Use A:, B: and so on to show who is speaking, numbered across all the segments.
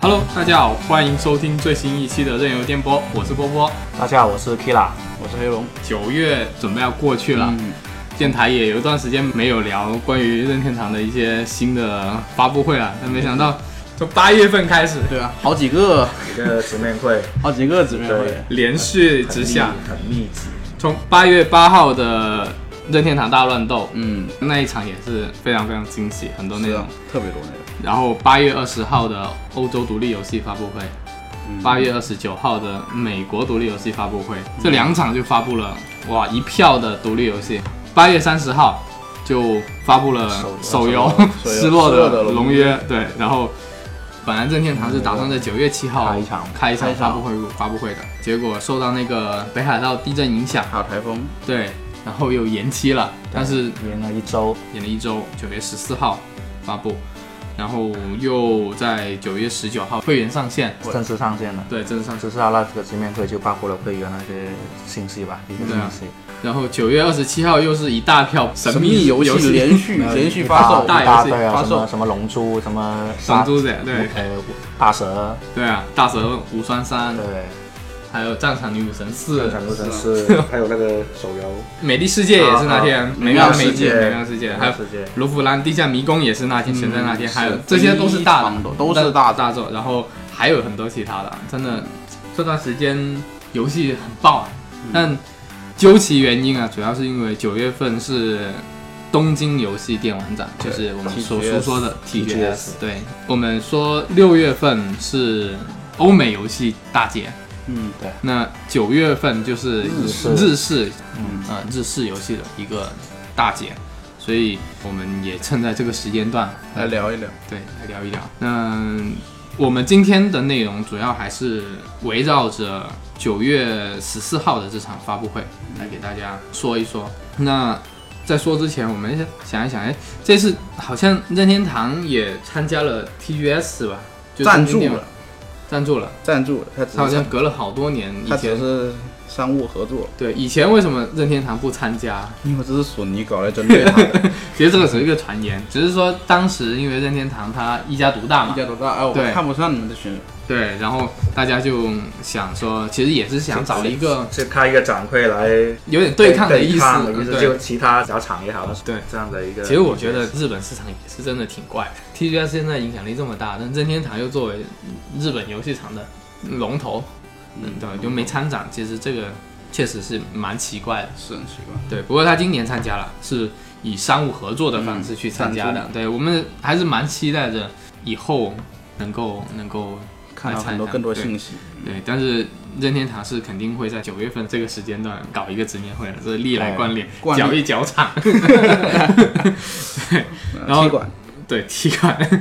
A: Hello，大家好，欢迎收听最新一期的任由电波，我是波波。
B: 大家好，我是 Kira，我是黑龙。
A: 九月准备要过去了，
B: 嗯，
A: 电台也有一段时间没有聊关于任天堂的一些新的发布会了，但没想到从八月份开始，
C: 对啊，好几个，
B: 一个直面会
C: 好几个姊妹会
B: 对，
A: 连续之下，
B: 很密集，
A: 从八月八号的任天堂大乱斗。
C: 嗯，
A: 那一场也是非常非常惊喜，很多内
C: 是
A: 容
C: 啊。，特别多那
A: 然后八月二十号的欧洲独立游戏发布会，
C: 个。
A: 八月二十九号的美国独立游戏发布会，这两场就发布了哇一票的独立游戏。八月三十号就发布了手
B: 手
A: 游
B: 游
A: 《
B: 手游
A: 失落
B: 失落的
A: 的
B: 龙
A: 龙约》，对，然后。本来任天堂是打算在九月七号
B: 开一场
A: 开一场
C: 开一
A: 发
C: 场
A: 布会发布会的，结果受到那个北海道地震影响，
C: 还有台风，
A: 对，然后又延期了。但是
B: 延了一周，
A: 演了一周，九月十四号发布，然后又在九月十九号会员上线，
B: 正式上线了。
A: 对，正式上线。
B: 只是他那个直面会就包括了会员那些信息吧，一些
A: 对啊
B: 信息，
A: 然后九月二十七号又是一大票神秘
C: 游
A: 戏
C: 戏连续连续发售
B: 一，
A: 大游
B: 大一
A: 戏
B: 堆啊，
C: 发
B: 什
C: 售
B: 么什么龙珠，什么
A: 神珠姐，对
B: 呃大蛇，
A: 对啊，大蛇无双三，
B: 对，
A: 还有战场女武神四，
B: 战
C: 神
A: 啊
B: 是，还有那个手 游，
A: 美丽世界也是那天，啊美妙世界，美妙世界，还有
B: 还世界，
A: 卢浮兰地下迷宫也是那天，全在那天，
C: 嗯是
A: 还有这些都是大
C: 非常多都是大
A: 大作，然后还有很多其他的，真的这段时间游戏很爆，啊
C: 嗯
A: 但究其原因啊，主要是因为九月份是东京游戏电玩展，就是我们所
B: TGS
A: 说说的 TGS
B: TGS。
A: 对，我们说六月份是欧美游戏大节，
C: 嗯，
A: 那九月份就是
B: 日式
A: 日式
B: 嗯，
A: 呃日式游戏的一个大节，所以我们也趁在这个时间段
C: 来聊一聊，
A: 对来聊一聊。那我们今天的内容主要还是围绕着九月十四号的这场发布会来给大家说一说。那在说之前，我们先想一想，哎，这次好像任天堂也参加了 TGS 吧？就
C: 赞
A: 中
C: 助
A: 间电
C: 了
A: 玩，，赞助了。
C: 赞助了，他只
A: 他好像
C: 是
A: 隔了好多年，以
C: 他
A: 前
C: 只是商务合作，
A: 对以前为什么任天堂不参加？
C: 因为这是索尼搞来针对他的，
A: 其实这个只是一个传言，只是说当时因为任天堂它一家独大嘛
C: 一，家多 大？哎，我
A: 对
C: 看不上你们的选手，
A: 对，然后大家就想说，其实也是想找一个
B: 就开一个展会来
A: 有点对抗的意思，
B: 抗
A: 嗯
B: 就
A: 对。
B: 其他小厂也好，
A: 对
B: 这样的一个。
A: 其实我觉得日本市场也是真的挺怪的，TGS 现在影响力这么大，但任天堂又作为日本游戏厂的龙头，嗯，对，就没参展，其实这个确实是蛮奇怪的。
C: 是很奇怪，
A: 对，不过他今年参加了，是以商务合作的方式去参加的。
C: 嗯
A: 对我们还是蛮期待着以后能够能够
C: 看到
A: 来参
C: 很多
A: 加
C: 更多
A: 对
C: 信息，
A: 对，但是任天堂是肯定会在九月份这个时间段搞一个直面会的，这是历来惯例，
C: 惯例
A: 搅一搅场，
C: 呃
A: 然后
C: 踢馆
A: 对，体感。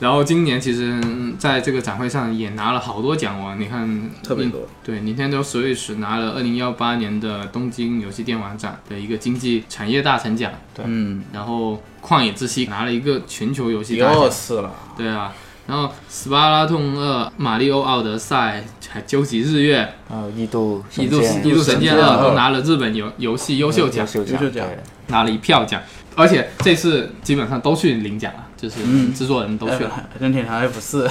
A: 然后今年其实嗯在这个展会上也拿了好多奖哦，你看
C: 特别多，
A: 对，Nintendo Switch 拿了二零幺八年的东京游戏电玩展的一个经济产业大臣奖，
C: 嗯，
A: 然后《旷野之息》拿了一个全球游戏
C: 第
A: 大奖
C: 二，次了，
A: 对啊，然后《斯巴达通二》《马里奥奥德赛》还《究极日月
B: 呃，异度》
A: 《异度
B: 神剑
A: 异度神剑啊
C: 神剑
A: 二》嗯
C: 二
A: 都拿了日本游游戏优秀奖
B: 优，秀奖，
C: 优秀奖
B: 对
A: 拿了一票奖，而且这次基本上都去领奖了，就是
C: 嗯
A: 制作人都去了。
C: 哎任天堂 F 四，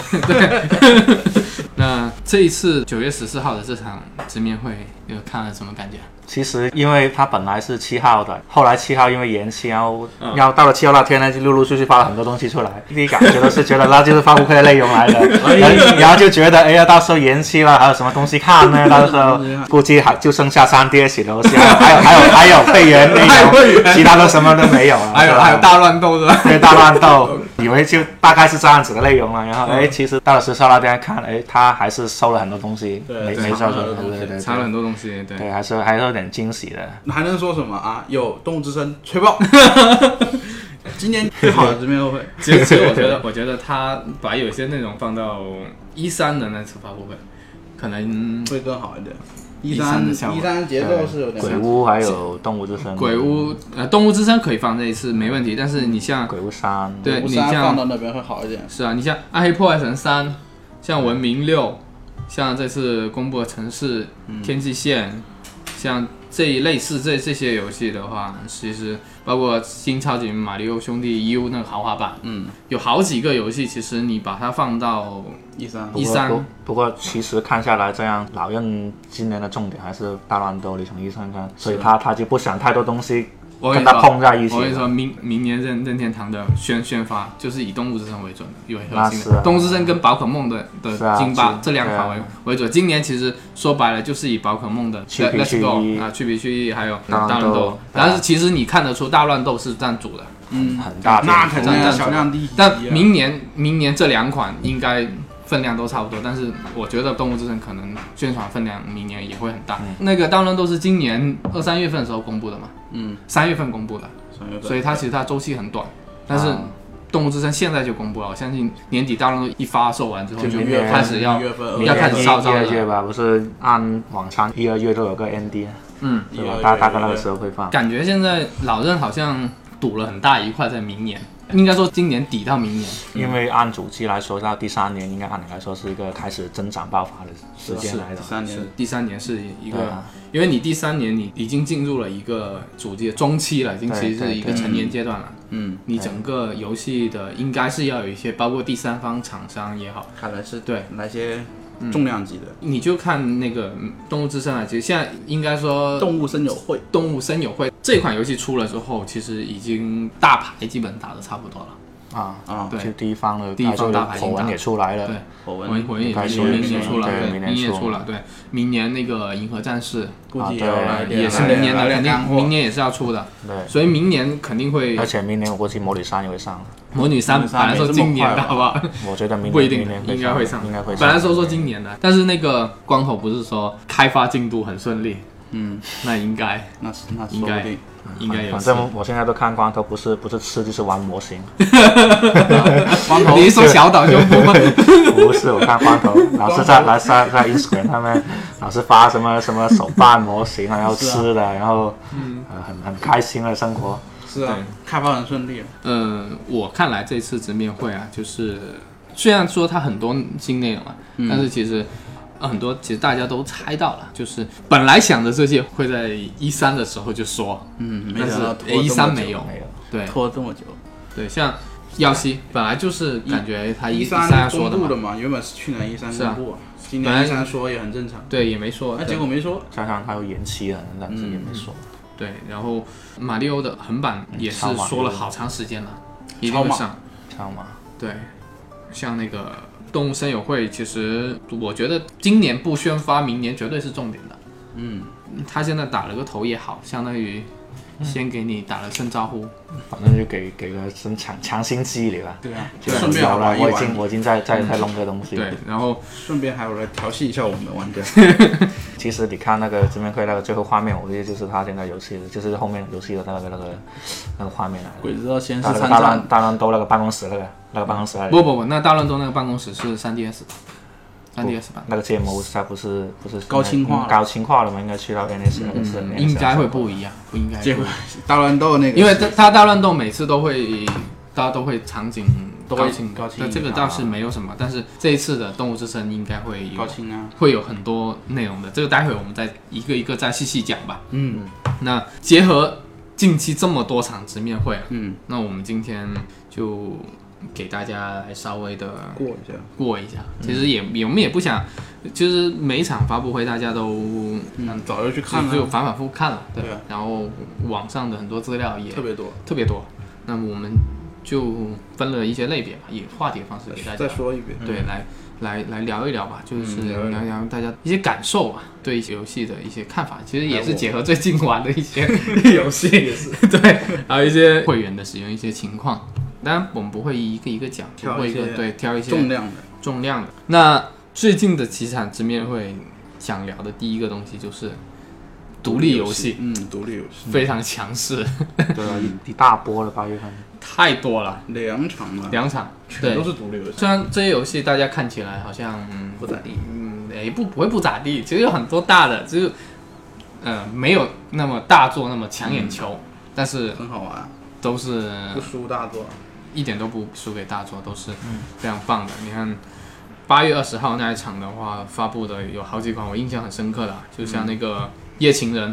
A: 那这一次九月十四号的这场直面会，有看了什么感觉？
B: 其实，因为它本来是七号的，后来七号因为延期，然后
A: 嗯
B: 然后到了七号那天呢，就陆陆续续发了很多东西出来。第一感觉都是觉得那就是发布会的内容来的，然后然后就觉得哎呀，到时候延期了，还有什么东西看呢？到时候估计还就剩下三 D S 游戏，还有还有还有会员内
A: 还有会
B: 容，其他都什么都没有了。
A: 还有
B: 对吧
A: 还有大乱斗是 吧？
B: 对大乱斗，以为就大概是这样子的内容了。然后哎，其实到了十号那边看，哎，他还是收了很多东西，
C: 对
B: 没
C: 对
B: 没收
C: 藏
B: 走
C: 了很多，
B: 对
C: 东西
B: 对对
A: 藏了很多东西，对。
B: 对，还是还是有点惊喜的。
C: 还能说什么啊？有动物之声吹爆，今年最好的直面会，
A: 其实，其实我觉得，我觉得他把有些内容放到一三的那次发布会，可能
C: 会更好一点。一
A: 13
C: 三
A: 的效果
C: 一三节奏是有点
B: 嗯鬼屋还有动物之声，
A: 鬼屋呃动物之声可以放这一次没问题，但是你像
B: 鬼屋三，
A: 对
C: 五
A: 你
C: 三
A: 像
C: 放到那边会好一点。
A: 是啊，你像《暗黑破坏神三》，像《嗯文明六》，像这次公布的城市、天际线，像《这一类似这这些游戏的话，其实包括新超级马里奥兄弟 U 那个豪华版，
C: 嗯，
A: 有好几个游戏，其实你把它放到
C: 一三
A: 啊不过13
B: 不不过其实看下来，这样老任今年的重点还是大乱斗李承义身上，啊所以他他就不想太多东西
A: 我跟
B: 跟
A: 你
B: 他
A: 说，
B: 碰在一起
A: 我跟你
B: 了。
A: 说明明年任任天堂的宣宣发就是以动物之声为准的，因为核
B: 那
A: 心
B: 是
A: 的
B: 啊
A: 动物之声跟宝可梦的的
B: 是啊
A: 金巴、
B: 是
A: 这两款
B: 对
A: 为
B: 啊
A: 为准。今年其实说白了就是以宝可梦的
B: 去皮
A: Let's
B: 去
A: Go
B: 衣
A: 啊、去皮去衣还有
B: 大乱
A: 大乱斗
B: 斗，
A: 但是其实你看得出大乱斗是占主的，
C: 嗯，
B: 很大
C: 那
B: 这
C: 肯
B: 个
C: 定啊
A: 这个
C: 小亮第一啊。
A: 但明年明年这两款应该分量都差不多，但是我觉得《动物之城》可能宣传分量明年也会很大。
B: 嗯
A: 那个《当然都是今年二三月份的时候公布的嘛，
C: 嗯，
A: 三月份公布的，
C: 三月份
A: 所以它其实它周期很短，但是。
B: 啊
A: 动物之声现在就公布了，我相信年底《当然都一发售完之后
B: 就
A: 就
B: 明
A: 越
B: 年
A: 开始要
C: 一月份
A: 要开始
B: 一
A: 烧焦
B: 一
A: 了
B: 二。月吧，不是按往常一二月都有个 ND，
A: 嗯，
B: 对
C: 一二
B: 吧？
C: 月
B: 大大概那个时候会放。
A: 感觉现在老任好像赌了很大一块在明年，应该说今年底到明年。
B: 因为按主机来说，到第三年应该按理来说是一个开始增长爆发的时间来
C: 第
B: 了。
C: 三
A: 是
C: 年
A: 第三年是一
B: 对
A: 个，
B: 啊
A: 因为你第三年你已经进入了一个主机的中期了，已经
B: 对
A: 其实是一个
B: 对对
A: 成年阶段了。
C: 嗯，
A: 你整个游戏的应该是要有一些，包括第三方厂商也好，
C: 看来是
A: 对嗯
C: 来些重量级的
A: 你就看那个嗯《动物之声》啊，其实现在应该说
C: 动物森友会。
A: 动物森友会》这款游戏出了之后，其实已经大牌基本打的差不多了。
B: 啊
C: 啊
A: 对
B: 就地方的
A: 地方大牌
B: 口
A: 引
B: 文
A: 导
B: 也出来了，
A: 对
C: 火
A: 我
C: 纹
A: 们我们也
B: 应该是
A: 明
B: 明
A: 年
B: 年
A: 出了，
B: 对
A: 对，
B: 明
A: 明
B: 年
A: 年
B: 出
A: 出了，对，明年那个《银河战士》
C: 估
B: 啊
C: 计
B: 对
C: 来点
A: 也是
C: 来点
A: 明年
C: 来
A: 的，肯
C: 点干
A: 定
C: 货
A: 明年也是要出的，
B: 对。
A: 所以明年肯定会
B: 而且明年我估计模拟三也会上，
A: 魔女三
C: 魔女
A: 本
C: 三
A: 来
C: 没
A: 说
C: 这么
A: 今年
C: 快
A: 的
C: 吧
A: 好不好？
B: 我觉得明年
A: 不一定
B: 明年，会
A: 应该会
B: 上，
A: 上，
B: 应该会上。
A: 本来说说今年的，但是那个光头不是说开发进度很顺利，
C: 嗯，
A: 那应该
C: 那是那说
A: 应
C: 不
A: 该
C: 定。
A: 应该有
B: 嗯反
A: 戏。
B: 正我现在都看光头，不是不是吃就是玩 模型，
C: 光头
A: 你是说小岛秀夫 吗？
B: 不是我看光头，老是在来在在 Instagram 他 们老是发什么什么手办模型啊，然后吃的，然后
A: 嗯
B: 呃很很开心的生活。
A: 哦
C: 是啊，开发很顺利。
A: 嗯，我看来这次直面会啊，就是虽然说它很多新内容啊，
C: 嗯
A: 但是其实。呃很多其实大家都猜到了，就是本来想着这些会在一三的时候就说，
C: 嗯，没
A: 但
C: 想到
A: 是
C: 拖这
A: 一
C: 么
A: 三
C: 久
A: 没有，
B: 没有，
A: 对
C: 拖这么久。
A: 对，像耀西本来就是感觉他一
C: 三
A: 三要说
C: 公
A: 的
C: 布
A: 嘛，
C: 的嘛，原本是去年一三
A: 是啊
C: 公布，今
A: 本来
C: 年一三说也很正常。
A: 对，也没说，
C: 那
A: 对
C: 结果没说，
B: 加上他又延期了，但是也没说。
A: 对，然后马里奥的横版也是
B: 超马
A: 说了好长时间了，一定
C: 超
A: 会
C: 马
A: 上。
B: 知道吗？
A: 对，像那个动物森友会，其实我觉得今年不宣发，明年绝对是重点的。
C: 嗯，
A: 他现在打了个头也好，相当于先给你打了声招呼。
B: 反正就给给个什么强强心剂里吧。
C: 对啊，
B: 就
C: 顺便
B: 好了，
C: 玩一
B: 我已经
C: 玩，
B: 我已经在在在弄这东西。
A: 嗯对，然后
C: 顺便还有来调戏一下我们的玩 家。
B: 其实你看那个直面会那个最后画面，我觉得就是他现在游戏的，就是后面游戏的那个那个那个画面来的。
C: 鬼知道先是
B: 大
C: 参
B: 大乱
C: 战，
B: 大乱斗那个办公室那个那个办公室
C: 哎
B: 那里，
A: 不不不，那大乱斗那个办公室是 3DS 的，3DS 版，
B: 那个建模它不是不是嗯
C: 高清化了
B: 高清化了嘛？应该去到 NS 那个是
A: 嗯，应该会不一样，不应该不一
C: 结
A: 样。
C: 果大乱斗那个，
A: 因为它它大乱斗每次都会，大家都会场景
C: 都会
A: 高清
C: 高清啊
A: 对这个倒是没有什么，但是这一次的动物之声应该会有
C: 高清啊，
A: 会有很多内容的，这个待会我们再一个一个再细细讲吧。
C: 嗯
A: 那结合近期这么多场直面会啊，
C: 嗯，
A: 那我们今天就给大家来稍微的
C: 过一下，
A: 过一下，其实也也我们也不想，就是每一场发布会大家都
C: 嗯，早就去看
A: 就
C: 了，
A: 反反复复看了，对，
C: 对啊
A: 然后网上的很多资料也
C: 特别多。
A: 特别多。那么我们就分了一些类别吧，以话题的方式给大家
C: 再，说一遍，
A: 对，来来来聊一聊吧，就是
C: 嗯聊一聊
A: 聊一聊大家一些感受吧，对一些游戏的一些看法，其实也
B: 哎
A: 是
B: 我
A: 结合最近玩的一 些 游戏， 对，还有一些会员的使用一些情况。当然，我们不会一个一个讲，不
C: 挑
A: 会
C: 一
A: 一个
C: 些
A: 对挑一些
C: 重量的，
A: 重量的。那最近的几场直面会想聊的第一个东西就是独立游戏，
C: 嗯，独立游 戏
A: 非常强势，
B: 对啊一一大波了八月份。
A: 太多了，
C: 两场嘛，
A: 两场
C: 全
A: 对
C: 都。是独立游戏，
A: 虽然这些游戏大家看起来好像嗯
C: 不咋地，
A: 嗯，也不不会不咋地，其实有很多大的，就是呃没有那么大作那么抢眼球，
C: 嗯
A: 但是
C: 很好玩，啊
A: 都是
C: 不输大作，
A: 一点都不输给大作，都是
C: 嗯
A: 非常棒的。你看八月二十号那一场的话，发布的有好几款我印象很深刻的啊，就像那个《夜情人》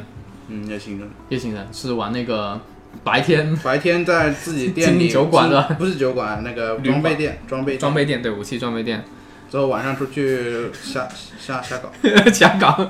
C: 嗯，也行的。
A: 夜行人是玩那个白天
C: 白天在自己店里
A: 经酒馆的
C: 经不是酒馆，那个
A: 旅馆
C: 装备店，装备店
A: 装备店，对武器装备店
C: 之后晚上出去瞎瞎瞎搞，
A: 瞎搞。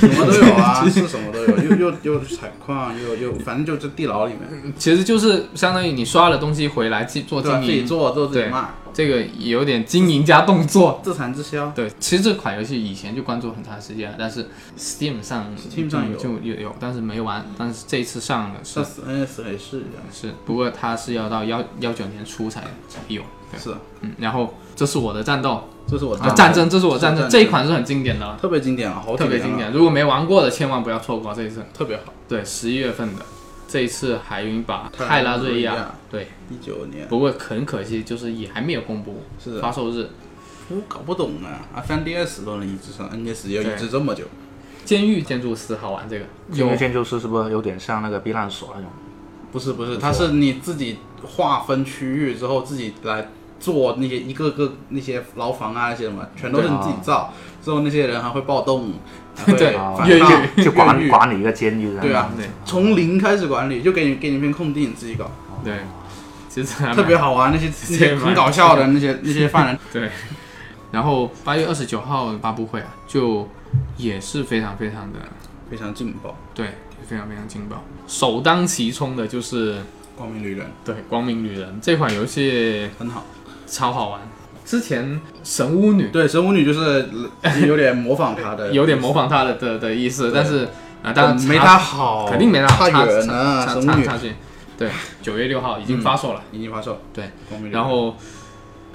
C: 什么都 有啊，是什么都有，又又又采矿，又又反正就这地牢里面，
A: 其实就是相当于你刷了东西回来自己做
C: 对吧？啊
A: 经
C: 自己
A: 营，
C: 做做自己
A: 对
C: 卖，
A: 这个也有点经营加动作。
C: 自产自销。
A: 对，其实这款游戏以前就关注很长时间了，但是 Steam 上
C: Steam 上有
A: 就有有，但是没玩，但是这一次上了
C: 上
A: 是
C: 次 NS 可以试一下，
A: 是，不过它是要到幺幺九年初才才有，对，
C: 是，啊
A: 嗯，然后这是我的战斗，
C: 这是我
A: 啊战争，这是我
C: 是
A: 战
C: 战
A: 争，
C: 争
A: 这一款是很经典的了，
C: 特别经典啊，好
A: 特别经，典，如果没玩过的千万不要错过这一次。
C: 特别好。
A: 对，十一月份的这一次海云把泰
C: 泰
A: 拉
C: 拉
A: 瑞
C: 瑞亚
A: 亚，对，
C: 一九年
A: 不过很可惜就是也还没有公布
C: 是的，
A: 发售日，
C: 我搞不懂啊，啊，3 DS 都能移植上，NS 嗯要移植这么久，
A: 监狱建筑师好玩这个，
D: 这
A: 有
D: 个建筑师是不是有点像那个避难所那种？
C: 不是不是，它是你自己划分区域之后自己来做那些一个个那些牢房啊那些什么，全都是你自己造，之后那些人还会暴动，还会
A: 啊 对
C: 反
D: 啊
C: 抗
A: 越狱
D: 就就管
C: 越狱
D: 管理一个监狱的那种。
C: 对啊
A: 对
C: 从零开始管理，就给你给你一片空地，你自己搞，
A: 对，其实还蛮
C: 特别 好玩。那些那些
A: 这个
C: 很搞笑的 那些那些犯人，
A: 然后八月二十九号发布会啊，就也是非常非常的
C: 非常劲爆。
A: 对，非常非常劲爆。首当其冲的就是
C: 光明旅人
A: 对《光明女人》这款游戏
C: 很好，
A: 超好玩。之前神巫女
C: 对神武女就是有点模仿她的，
A: 有点模仿她的的的意思，
C: 对
A: 但是啊，当然
C: 没
A: 差
C: 她好，
A: 肯定没她好
C: 差
A: 差
C: 远了。
A: 差
C: 神
A: 差
C: 武
A: 差
C: 女
A: 差距。对，九月六号已经发售了。
C: 已经发售，
A: 对，
C: 光明旅人
A: 然后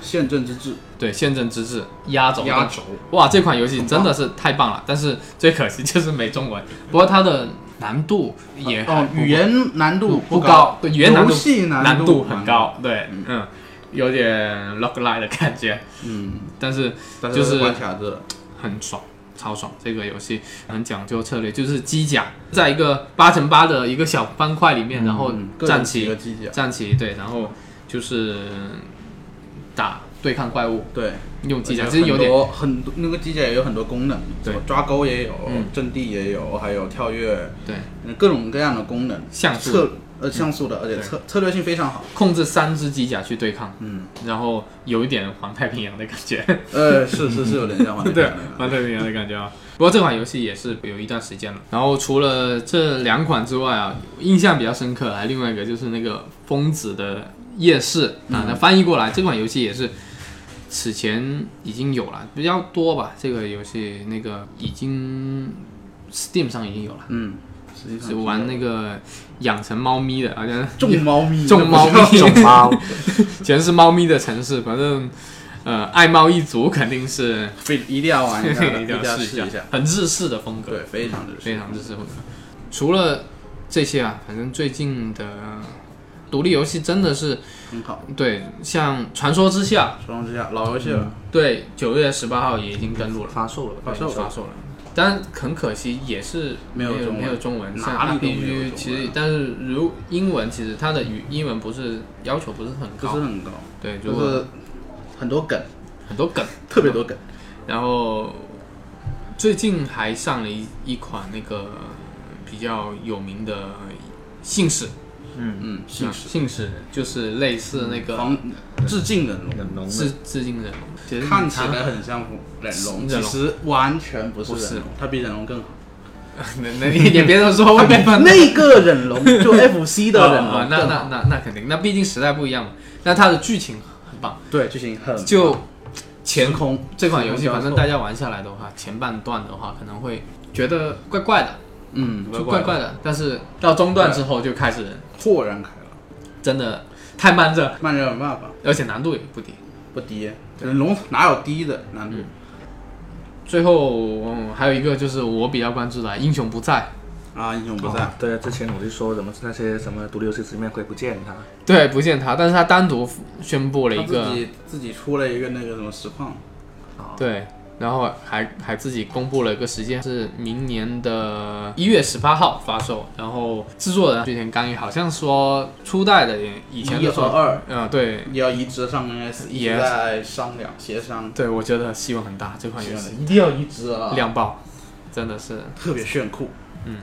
C: 宪政之治
A: 对宪政之治压轴的
C: 压轴，
A: 哇，这款游戏真的是太棒了，但是最可惜就是没中文。不过它的难度也哎还
C: 哦，
A: 不
C: 语言难度
A: 不
C: 高，
A: 高，对，语言难
C: 游
A: 度
C: 戏
A: 难
C: 度
A: 很，高，对，嗯，有点 log line 的感觉，
C: 嗯，哦
A: 但是
C: 但
A: 就是
C: 关卡制了，
A: 很爽，超爽。这个游戏很讲究策略，就是机甲，在一个八乘八的一个小方块里面，然后
C: 嗯各种
A: 站
C: 几
A: 起
C: 个机甲，
A: 站起，对，然后就是打对抗怪物，
C: 对，
A: 用嗯机甲，
C: 而且
A: 其实有点
C: 很多很多那个机甲也有很多功能，
A: 对
C: 什么抓钩也有
A: 嗯，
C: 阵地也有，还有跳跃，
A: 对
C: 嗯各种各样的功能，
A: 像素嗯
C: 策呃像素的，而且策策略性非常好，
A: 控制三只机甲去对抗，
C: 嗯，
A: 然后有一点环太平洋的感觉。
C: 呃，是是是有点像玩
A: 对，蛮特别的感觉啊。不过这款游戏也是有一段时间了。然后除了这两款之外啊，印象比较深刻还有另外一个就是那个疯子的夜市
C: 嗯
A: 啊，那翻译过来这款游戏也是此前已经有了，比较多吧。这个游戏那个已经 Steam 上已经有了，
C: 嗯，实际上
A: 是玩那个养成猫咪的，好啊像
C: 种猫咪，
A: 种猫咪，
D: 种猫，
A: 全是猫咪的城市，反正。呃，爱猫一族肯定是
C: 非 一定要玩一下的，
A: 一定
C: 定
A: 要
C: 要
A: 试
C: 试
A: 一
C: 一
A: 下
C: 下，，
A: 很日式的风格。
C: 对，非常的
A: 非常支持我的。除了这些啊，反正最近的独立游戏真的是
C: 很好。
A: 对，像《传说之下
C: 双之下老游
A: 嗯
C: 戏了，》，
A: 对，九月十八号也已经登录了，
D: 发售了。
C: 发售
A: 对
C: 了
A: 发售了。但很可惜，也是
C: 没有
A: 有
C: 中文
A: 没中文，像
C: 哪里都没有
A: RPG
C: 中文啊
A: 其实，但是如英文其实它的语英文不是要求不是很
C: 不
A: 高
C: 是，很高，
A: 对，如
C: 就
A: 果
C: 是很多梗，
A: 很多梗，
C: 特别多梗。
A: 然后最近还上了一一款那个比较有名的姓氏，
C: 嗯，
A: 姓氏，姓氏就是类似那个
C: 防致敬忍龙，
D: 忍龙
A: 致致敬人，其实
C: 看
A: 你
C: 起来很像忍龙，
A: 忍龙
C: 其实完全不是
A: 不是
C: 忍龙，它比忍龙更好。
A: 常 那那你也别这么说，我没办法。
C: 那个忍 龙就 FC 的忍
A: 哦
C: 龙
A: 那
C: 更
A: 那
C: 好，
A: 那那肯定，那毕竟时代不一样嘛。那它的剧情很棒，
C: 对剧情很
A: 就
C: 时
A: 前
C: 空
A: 这款游戏，
C: 时空交错
A: 反正大家玩下来的话，前半段的话可能会觉得怪怪的，
C: 嗯
A: 就怪怪的，但是到中段之后就开始
C: 豁然开朗，
A: 真的太慢热，
C: 慢热没办法，
A: 而且难度也不低。
C: 不低。嗯忍龙哪有低的难度？
A: 最后、嗯、还有一个就是我比较关注的《英雄不在》，
C: 啊，英雄不在
D: 哦，对啊，之前我就说什么那些什么独立游戏里面会不见它，
A: 对，不见他，但是他单独宣布了
C: 他
A: 一
C: 自
A: 个，
C: 己自己出了一个那个什么实况，
A: 对，然后还还自己公布了一个时间，是明年的一月十八号发售。然后制作人之前刚毅好像说初代的以前
C: 一
A: 的
C: 和二
A: 嗯，对
C: 也要移植上 NS，一直
A: Yes
C: 在商量协商。
A: 对，我觉得希望很大，这款游戏
C: 一定要移植啊，
A: 亮爆，真的是
C: 特别炫酷，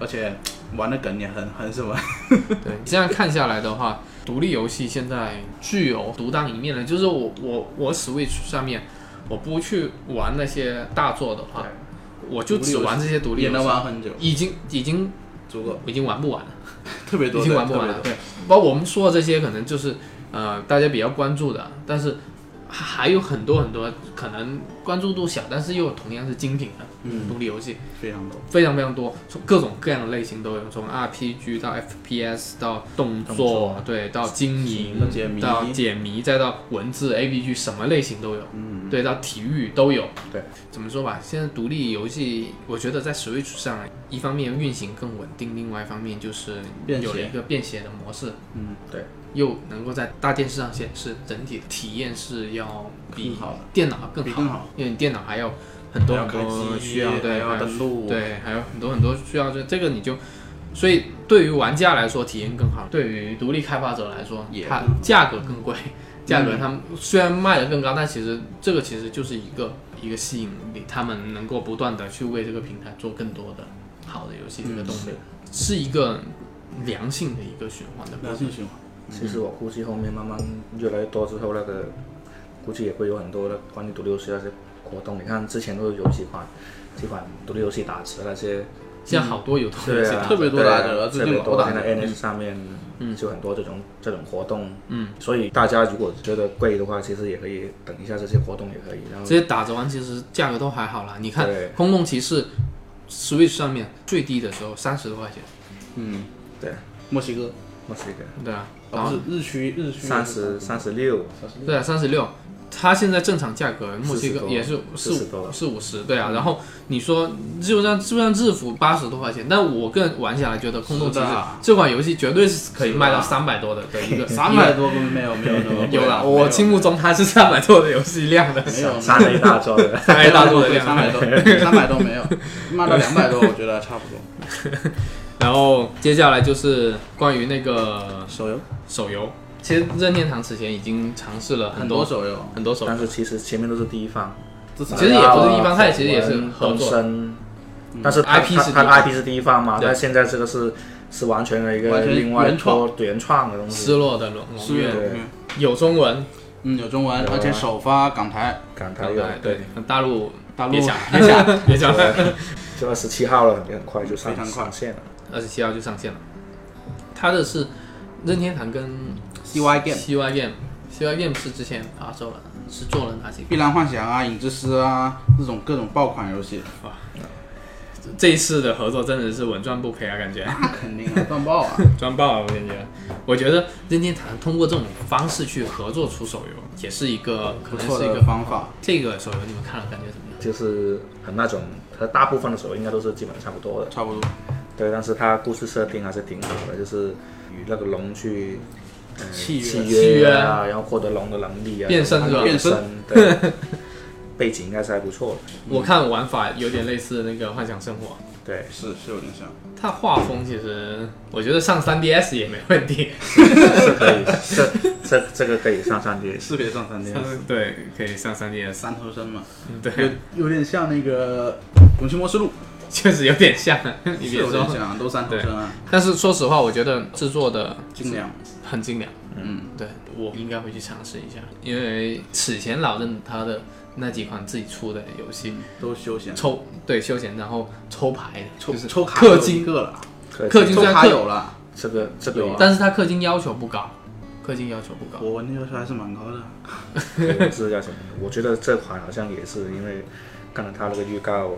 C: 而且玩的梗也很很什么，
A: 对，这样看下来的话，独立游戏现在具有独当一面的，就是我我我 Switch 上面，我不去玩那些大作的话，我就只玩这些独立
C: 也
A: 游
C: 能
A: 戏，
C: 玩很 久，
A: 已经已经
C: 足够，
A: 已经玩不完了，
C: 特别多，
A: 已经
C: 对
A: 玩不完了
C: 特别多
A: 包括我们说的这些，可能就是呃大家比较关注的，但是还还有很多很多可能关注度小，但是又同样是精品的
C: 嗯，
A: 独立游戏。
C: 非常多，
A: 非常非常多，从各种各样的类型都有，从 RPG 到 FPS 到动作，
D: 动作
A: 对，到经营
C: 到解谜
A: 到解谜，再到文字 AVG，什么类型都有，
C: 嗯，
A: 对，到体育都有。
C: 对，
A: 怎么说吧，现在独立游戏，我觉得在 Switch 上，一方面运行更稳定，另外一方面就是
C: 便携
A: 有了一个便携的模式，
C: 嗯，对，
A: 又能够在大电视上显示，整体的体验是要比
C: 更好的
A: 电脑更
C: 比
A: 好，
C: 更好
A: 因为你电脑还有很多
C: 还要
A: 很多
C: 开机
A: 需要对，
C: 还要
A: 还有
C: 登录
A: 对，还有很多很多需要，就这个你就，所以对于玩家来说体验更好，对于独立开发者来说
C: 也，
A: 它
C: 更好
A: 价格更贵，价格他们虽然卖的更高，但其实这个其实就是一个一个吸引力，他们能够不断的去为这个平台做更多的好的游戏，这个
C: 嗯
A: 动力是一个良性的一个循环的过
C: 良
A: 程。
C: 性循环，
B: 其实我估计后面慢慢越来越多之后，那个估计也会有很多的关于独立游戏那些活动。你看之前都有几款几款独立游戏打折那些，
A: 现在好多有东
B: 对
A: 西，
B: 啊，
C: 特别多
B: 对啊
C: 打折
B: 特
C: 最
B: 别
C: 近老
B: 多。
C: 打
B: 现在
C: 折
B: NS 上面
A: 嗯
B: 就很多这种这种活动，
A: 嗯，
B: 所以大家如果觉得贵的话，其实也可以等一下这些活动也可以。然后
A: 这些打折完其实价格都还好啦。你看
B: 对
A: 《空洞骑士》Switch 上面最低的时候三十多块钱，
C: 嗯，
B: 对，
C: 墨西哥，
B: 墨西哥
A: 对啊，然
C: 啊
A: 后
C: 不是日区，日区
B: 三十三十六，
A: 对啊三十六，它现在正常价格墨西
B: 40
A: 哥
B: 多
A: 也是是
B: 40多
A: 五是五十，对啊。然后你说就算就算制服八十多块钱，但我个人玩下来觉得《空洞骑士
C: 是的》
A: 这款游戏绝对是可以卖到
C: 是的
A: 三百多的的一 个。
C: 三百多个没有没有那么贵
A: 有
C: 啊
A: 啦，
C: 没有
A: 我心目中它是三百多的游戏量的，
C: 没有
B: 三十一大招 的。
A: 三 A 大作的量
C: 三。百多，三百多没有，卖到两百多，我觉得差不多。
A: 然后接下来就是关于那个
C: 手游
A: 手游。其实任天堂此前已经尝试了
C: 很
A: 很
C: 多
A: 多
C: 手游，
A: 很多手游
B: 但，是其实前面都是第一方，
C: 自
A: 其实也
B: 啊
A: 不是一方
B: 它
A: 它其实也是合作
B: 但是它
A: IP
B: 它
A: 是第
B: 它
A: 一方
B: IP 是第一方嘛，
A: 对
B: 但现在这个是是完全的一个
C: 完全
B: 另外
C: 原
B: 一
C: 创
B: 波原创的东
A: 失
B: 西，
A: 落的龙龙
C: 是
A: 月
B: 月对
A: 有中文，
C: 嗯，有中文，
B: 有啊
C: 而且首发港台、
B: 港台有
A: 啊对，大陆
C: 大陆
A: 别想别 想 别想，
B: 就二十七号了，也很快就上
C: 非常快
B: 上线了。
A: 二十七号就上线了。它的是任天堂跟
C: CY Game、
A: CY Game，CY Game 是之前发售了，是做了哪些？
C: 碧蓝幻想啊、影之师啊这种各种爆款游戏，
A: 这一次的合作真的是稳赚不赔啊，感 觉。
C: 那肯定啊，断爆啊！
A: 专爆，我感觉。我觉得任天堂通过这种方式去合作出手游，也是一个可
C: 不
A: 能
C: 错
A: 是一
C: 的
A: 个
C: 方法，
A: 这个手游你们看了感觉怎么样？
B: 就是很那种，它大部分的时候应该都是基本差不多的，
C: 差不多。
B: 对，但是它故事设定还是挺好的，就是与那个龙去、呃、
C: 契约
B: 契约啊，然后获得龙的能力啊，
A: 变身是吧
B: 变身，对， 背景应该是还不错的，
A: 我看玩法有点类似那个《幻想生活》，
B: 对，
C: 是是有点像，
A: 它画风其实我觉得上 3DS 也没问题，
B: 是可以，这这这个可以上上去。
C: 识别上三 D，
A: 对，可以上 3DS，
C: 三头身嘛，
A: 嗯
C: 有
A: 对，
C: 有点像那个《勇气末世录
A: 确实有点像，》， 你
C: 是
A: 别
C: 有点
A: 说，
C: 像啊，都三头身啊，
A: 但是说实话，我觉得制作的
C: 尽量，
A: 很精良，
C: 嗯，
A: 对我应该会去尝试一下，因为此前老任他的那几款自己出的游戏，
C: 都休闲，
A: 抽对休闲，然后抽牌的，
C: 抽
A: 就是
C: 抽卡
A: 氪
C: 有一
A: 金，
C: 个了，
B: 可以
A: 氪金
C: 抽
A: 虽然
C: 卡
A: 氪
C: 有了，
B: 这个这个
C: 有啊
A: 但是他氪金要求不高，氪金要求不高，
C: 我那个时候还是蛮高的，
B: 我是叫什么？ 我觉得这款好像也是因为看了它那个预告，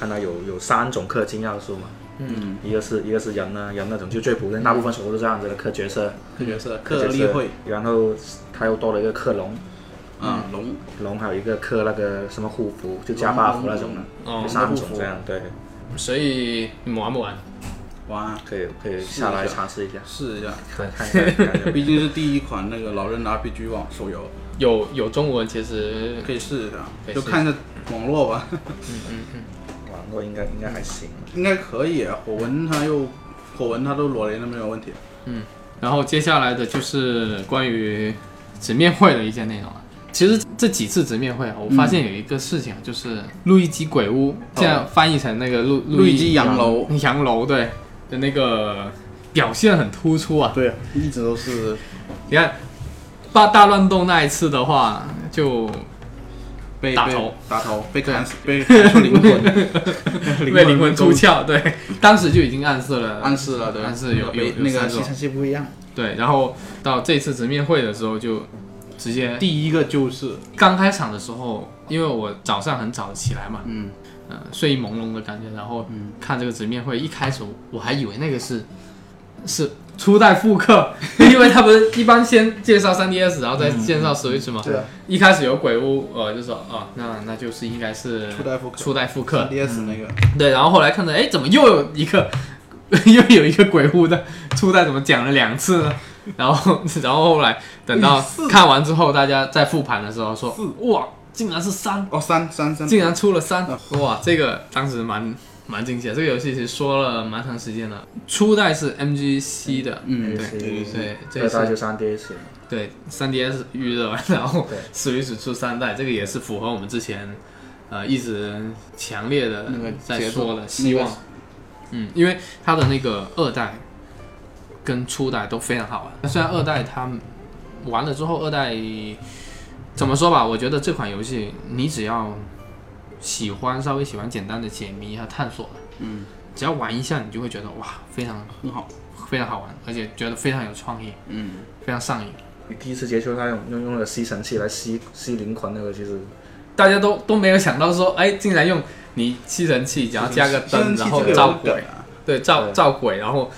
B: 看到有有三种氪金要素嘛，
C: 嗯，
B: 一个是一个是人呢，人那种就最普遍，大部分手游都这样子的氪角色，
C: 氪角
A: 呃
C: 色，
B: 氪
C: 氪
B: 角
C: 例
B: 色
C: 会，
B: 然后它又多了一个氪龙，
A: 嗯
C: 啊，龙，
B: 龙还有一个氪那个什么护符，就加 buff 那种的，
A: 哦
B: 就，三种
C: 护符
B: 这样，对，
A: 所以你们玩不玩？
C: 晚安。
B: 可以可以下来尝试一 下，
C: 试一下，
B: 看看一下感觉。
C: 毕竟是第一款那个老任的 RPG 网手游，
A: 有有中文，其实
C: 可以试一下
A: 可，以试
C: 就看一下网络吧，
B: 网络应该应该还行，
C: 应该可以。火纹他又火纹他都裸雷都没有问题，
A: 然后接下来的就是关于直面会的一些内容了。其实这几次直面会啊，我发现有一个事情啊，就是路易吉鬼屋，现在翻译成那个路
C: 路易吉洋楼
A: 洋楼，对，的那个表现很突出啊。
C: 对，一直都是
A: 你看大大乱斗那一次的话，就
C: 被
A: 打
C: 被
A: 头
C: 打头，被砍死， 被砍出灵魂，
A: 被灵魂
C: 出
A: 出窍，对，当时就已经暗示了，
C: 暗示了，对，
A: 暗示有有
C: 被
A: 有
C: 那个
A: 三
C: 吸
A: 种
C: 尘器不一样。
A: 对，然后到这次直面会的时候就直接
C: 第一个就是，
A: 刚开场的时候，因为我早上很早起来嘛，
C: 嗯，
A: 呃，睡意朦胧的感觉，然后看这个直面会，一开始我还以为那个是是初代复刻， 因为他不是一般先介绍 3DS，然后再介绍 Switch 嘛，
C: 对啊，
A: 一开始有鬼屋，呃，就说啊，那那就是应该是
C: 初代复刻
A: 初代复刻，
C: ，DS 那个，
A: 对，然后后来看着，哎，怎么又有一个 又有一个鬼屋的初代，怎么讲了两次呢？ 然后然后后来等 到看完之后，大家在复盘的时候说，哇，竟然是三，
C: 哦，三三三，
A: 竟然出了三，哇，这个当时蛮蛮惊喜的。这个游戏其实说了蛮长时间了，初代是 MGC 的，
C: 嗯，
A: 对
C: 对对，
A: 对，这
B: 二代
A: 哎是
B: 就三 DS，
A: 对 3DS 预热，然后
B: 对
A: Switch 出三代，这个也是符合我们之前呃一直强烈的
C: 那个
A: 在
C: 节奏
A: 说的希望。嗯，因为它的那个二代跟初代都非常好玩。虽然二代它玩了之后，二代怎么说吧？我觉得这款游戏你只要喜欢稍微喜欢简单的解谜和探索，
C: 嗯，
A: 只要玩一下，你就会觉得哇，非常
C: 很好，
A: 非常好玩，而且觉得非常有创意，
C: 嗯，
A: 非常上瘾。
B: 你第一次接触它用用用那个吸尘器来吸吸灵魂那个，其实
A: 大家都都没有想到说，哎，竟然用你吸尘器，然后加个灯，然后
C: 这个
A: 照
C: 有梗
A: 鬼，
C: 啊，
A: 对，照
B: 对
A: 照鬼，然后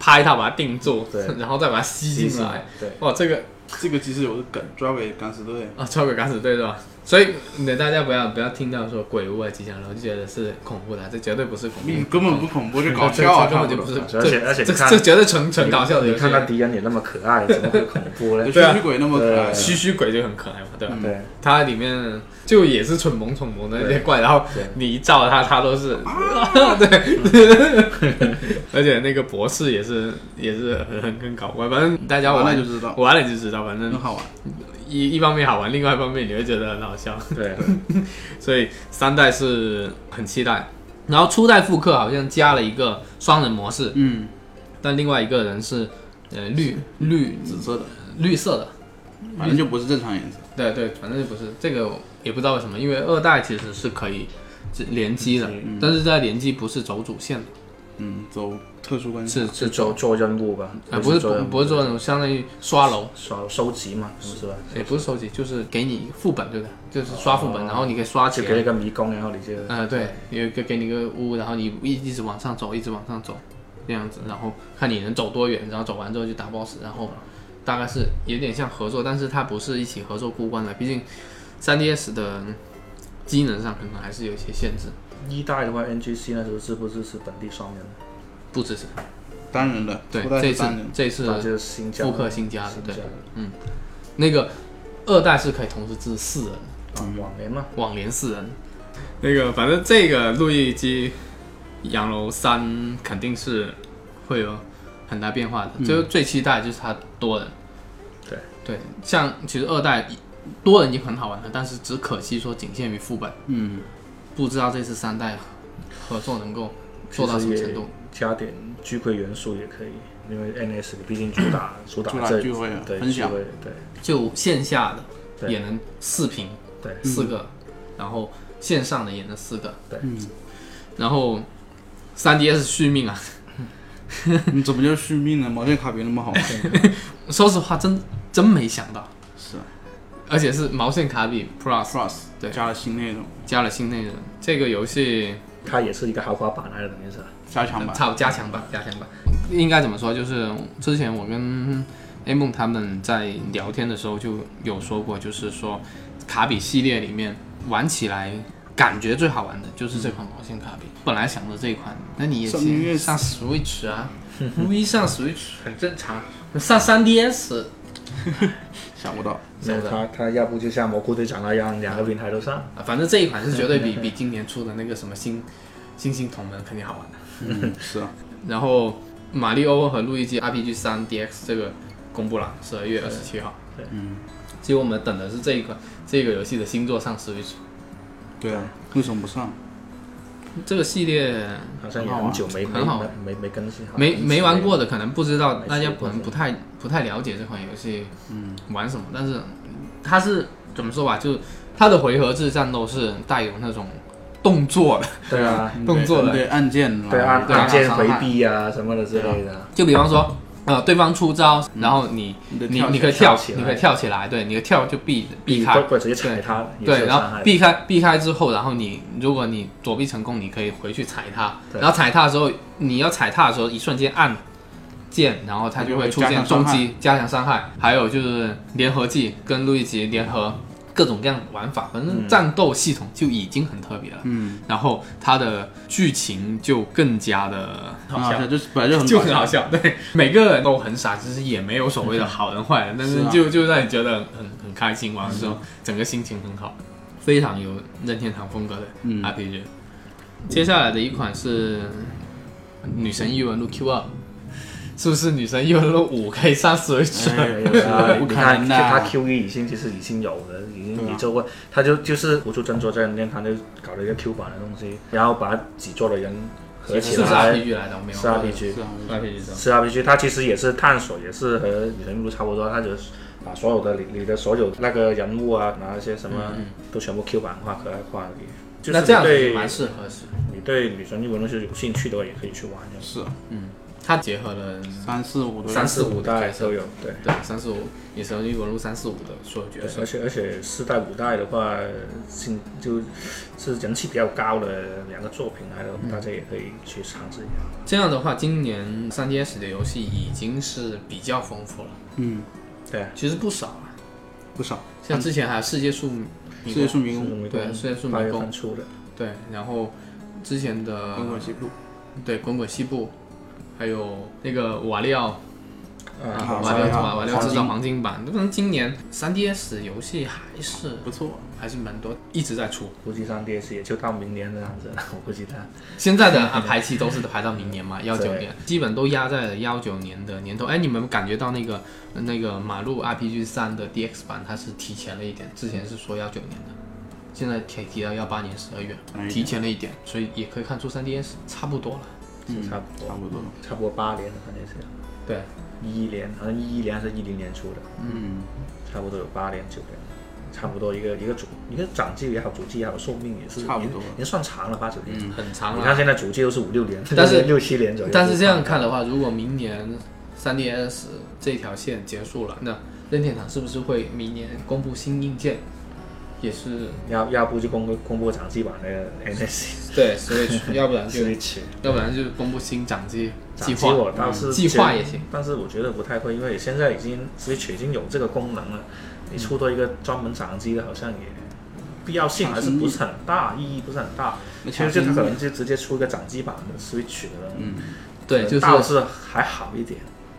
A: 拍它把它定住
B: 对，
A: 然后再把它吸
B: 吸
A: 进
B: 进
A: 来。
B: 来，对，
A: 哇，这个
C: 这个其实有个梗，抓给敢死队，
A: 啊，超鬼敢死队是吧？所以你大家不要不要听到说鬼屋啊、吉祥楼就觉得是恐怖的，这绝对不是恐怖
C: 嗯，
A: 的，
C: 根本不恐怖，就
A: 这
C: 搞笑啊，
A: 这这根本
C: 差
A: 就不
C: 多
A: 是，
B: 而且
A: 这
B: 而且
A: 这
B: 你看
A: 这绝对纯纯搞笑的
B: 你
A: 游戏
B: 看。到敌人也那么可爱，怎么会恐怖 呢？
C: 对
A: 啊
C: 吸血鬼那么可爱，
A: 虚虚鬼就很可爱嘛，对吧？
B: 对，
A: 它里面就也是蠢萌蠢萌的那些怪，然后
B: 对
A: 你一照它，它都是，
C: 啊
A: 对，而且那个博士也是也是很很很搞怪，反正大家
C: 玩
A: 玩
C: 了就知道，嗯
A: 玩了就知道，反
C: 很
A: 正
C: 好玩。
A: 一一方面好玩，另外一方面你会觉得很好笑，
B: 对，
A: 所以三代是很期待。然后初代复刻好像加了一个双人模式，
C: 嗯，
A: 但另外一个人是呃绿绿
C: 紫色的，
A: 绿色的，
C: 反正就不是正常颜色。
A: 对对，反正就不是这个，也不知道为什么，因为二代其实是可以自联机嗯的，但是在联机不是走主线的，
C: 嗯，走特殊关系。
A: 嗯是
B: 是做做任务吧？
A: 啊不是
B: 做
A: 不
B: 任务
A: 不是做那种相当于刷楼，
B: 收收集嘛，是吧？
A: 也不是收集，就是给你副本对不对？就是刷副本，然后哦你可以刷
B: 就给了一
A: 钱。
B: 个迷宫，然后你就
A: 呃，对，有一个给你一个屋，然后你一一直往上走，一直往上走，这样子，然后看你能走多远，然后走完之后就打 boss，然后大概是有点像合作，但是它不是一起合作过关的，毕竟 3DS 的机能上可能还是有一些限制，
B: 一代的话，NGC 那时候支不支持本地双人？
A: 不支持。
C: 单人的，
A: 对
C: 初代，
A: 这
C: 是
A: 次嗯
C: 单人，
A: 这
B: 那
A: 次
B: 就是新疆
A: 复刻新加的，
B: 新
A: 对
B: 疆，
A: 那个二代是可以同时至四人，
B: 啊网联嘛，
A: 网联四人。那个反正这个路易基洋楼三肯定是会有很大变化的，就最期待就是它多人。
B: 嗯对
A: 对，像其实二代多人已经很好玩了，但是只可惜说仅限于副本，
C: 嗯，
A: 不知道这次三代合作能够做到什
B: 其
A: 么
B: 实也
A: 程度。
B: 加点聚会元素也可以，因为 NS 毕竟主打
A: 嗯
B: 主
C: 主
B: 打
C: 打
B: 这
C: 聚会啊
B: 对
C: 分
B: 聚
C: 享
B: 会，对
A: 就线下的
B: 对
A: 也能四平
B: 对
A: 四个，然后线上的也能四个，
B: 对
C: 嗯，
A: 然后 3DS 续命啊，
C: 你怎么就续命呢？毛线卡比那么好玩，
A: 说实话真真没想到，
C: 是
A: 而且是毛线卡比 Plus
C: Plus
A: 对
C: 啊加了新内容，
A: 加了新内容，这个游戏嗯
B: 它也是一个豪华版来的，等于是
C: 加强版，
A: 超加强版，加强版应该怎么说？就是之前我跟 A 梦他们在聊天的时候就有说过，就是说卡比系列里面玩起来感觉最好玩的就是这款毛线卡比。本来想着这一款，那你也
C: 上音乐
A: 先上 Switch 啊，V 上 Switch 很正常，上 3DS
C: 想不到，
A: 是不是
B: 它它要不就像蘑菇队长那样，两个平台都上。
A: 啊，反正这一款是绝对比比今年出的那个什么新新星同门肯定好玩的。
C: 嗯，是啊，
A: 然后马里奥和路易基 RPG 三 DX 这个公布了，十二月二十七号。
C: 嗯，
A: 其实我们等的是这一款这个游戏的新作上 Switch，
C: 对啊，为什么不上？
A: 这个系列
B: 好像
A: 嗯很
B: 也
A: 好
B: 很
A: 玩
B: 久没没
A: 很好玩
B: 没没更新，
A: 没没玩过的可能不知道，
B: 没
A: 大家
B: 试
A: 可
B: 过
A: 能
B: 是
A: 不太不太了解这款游戏，嗯，玩什么？但是它是怎么说吧，就是它的回合制战斗是带有那种动作的，
B: 对啊，
A: 动作的
C: 对按键嘛，
B: 对按
A: 嗯对啊
B: 按键
A: 伤
B: 回
A: 害
B: 避啊什么的之类的，
A: 就比方说。呃，对方出招，然后你
C: 你得
A: 你
C: 跳起
A: 你可以跳你可
B: 跳起，来
C: 来
A: 以跳起来，对，你可以跳就避避
B: 避
A: 开
B: 或，或者直接踩它，也是
A: 对，
B: 有
A: 然
B: 伤害
A: 后
B: 的。
A: 避开避开之后，然后你如果你躲避成功，你可以回去踩它，
B: 对
A: 然后踩它的时候，你要踩它的时候，一瞬间按键，然后它就会出现重击，加强伤害，还有就是联合技跟路易吉联合。各种各样的玩法，反正战斗系统就已经很特别了，嗯，然后它的剧情就更加啊的
C: 很好笑，啊就是本来就很
A: 就
C: 搞
A: 很
C: 笑
A: 好笑。对，每个人都很傻，其实也没有所谓的好人坏人，但
C: 是
A: 是
C: 啊嗯
A: 就就让你觉得很很开心，玩的时候整个心情很好，非常有任天堂风格的
C: 嗯
A: RPG。接下来的一款是《女神异闻录 Q 二》，是不是《女神异闻录五》可以上 Switch？了、
B: 哎
C: 嗯
B: 对，有时候
C: 不
B: 你
C: 可
B: 看啊
C: 能的
B: 呃他 Q E 已经其实已经有了，已经也做过，他就就是无数斟酌在任天堂就搞了一个 Q 版的东西，然后把几座的人合起
A: 是不是
B: 来，
A: RPG 来的？我没有。
B: 是 RPG，
C: 是啊，
A: RPG 是吧
B: 是 RPG，它其实也是探索，也是和女神异闻录差不多，它就是把所有的你你的所有那个人物啊，拿一些什么都全部 Q 版化、可爱化给。就
A: 嗯那
B: 是你
A: 这样子
B: 对
A: 蛮适合是，
B: 你对女神异闻录是有兴趣的话，也可以去玩一下。
C: 是啊
A: 它结合了
C: 三四五都有
A: 三四五的
B: 代
A: 角色
B: 都，有，对。
A: 对，三四五女神异闻录三四五的所有角
B: 对
A: 色
B: 而，且而且四代五代的话，性就是人气比较高的两个作品来的，
A: 嗯
B: 大家也可以去尝试一下。
A: 这样的话，今年 3DS 的游戏已经是比较丰富了，
C: 嗯
B: 对啊，
A: 其实不少了。
C: 不少，
A: 像之前还有世界树
C: 世
A: 迷
C: 界
A: 宫，
C: 树迷宫、
B: 迷
A: 对世界树迷
B: 八月
A: 宫
B: 份出的，
A: 对，然后之前的
C: 滚滚西部，
A: 对滚滚西部，还有那个瓦利奥
B: 啊
C: 嗯好
A: 瓦利奥
C: 瓦利奥
A: 瓦瓦利奥
C: 黄
A: 制造
C: 金
A: 黄金版，可能今年 3DS 游戏还是
C: 不错，
A: 还是蛮多，一直在出。
B: 估计上 DS 也就到明年这样子了，我估计它。
A: 现在的安排期都是排到明年嘛，幺九
B: 对
A: 年，基本都压在了幺九年的年头。哎，你们感觉到那个那个马路 RPG 三的 DX 版，它是提前了一点，之前是说幺九年的，现在提提到幺八年十二月
C: 哎，
A: 提前了一点，所以也可以看出 3DS 差不多了。
B: 是
C: 嗯，
B: 差不多
C: 差不多，
B: 差不多八年了，反正是
A: 对，
B: 一一年，好像一一年还是一零年出的，
C: 嗯，
B: 差不多有八年九年，差不多一个一个主一个掌机也好，主机也好，寿命也是
C: 差不多
B: 也也算长了八九年。
A: 嗯很长
B: 你看
A: 了。
B: 现在主机都是五六年，
A: 但是
B: 六七年左右。
A: 但是这样看的话，如果明年 3DS 这条线结束了，那任天堂是不是会明年公布新硬件？也是
B: 要要不就公布公布掌机版 的 NS
A: 对，所以要不然就
B: Switch。
A: 要不然就公布新掌机
B: 掌
A: 计
B: 机
A: 划。嗯
B: 我倒是
A: 计
B: 觉得
A: 划也行，
B: 但是我觉得不太会，因为现在已经 Switch 已经有这个功能了，
A: 嗯
B: 你出多一个专门掌机的，好像也必要性还是不是很大，意义不是很大。
C: 那
B: 其实就它可能就直接出一个掌机版的 Switch 的，呃
C: 嗯，
A: 对，就
B: 倒
A: 是
B: 是还好一点。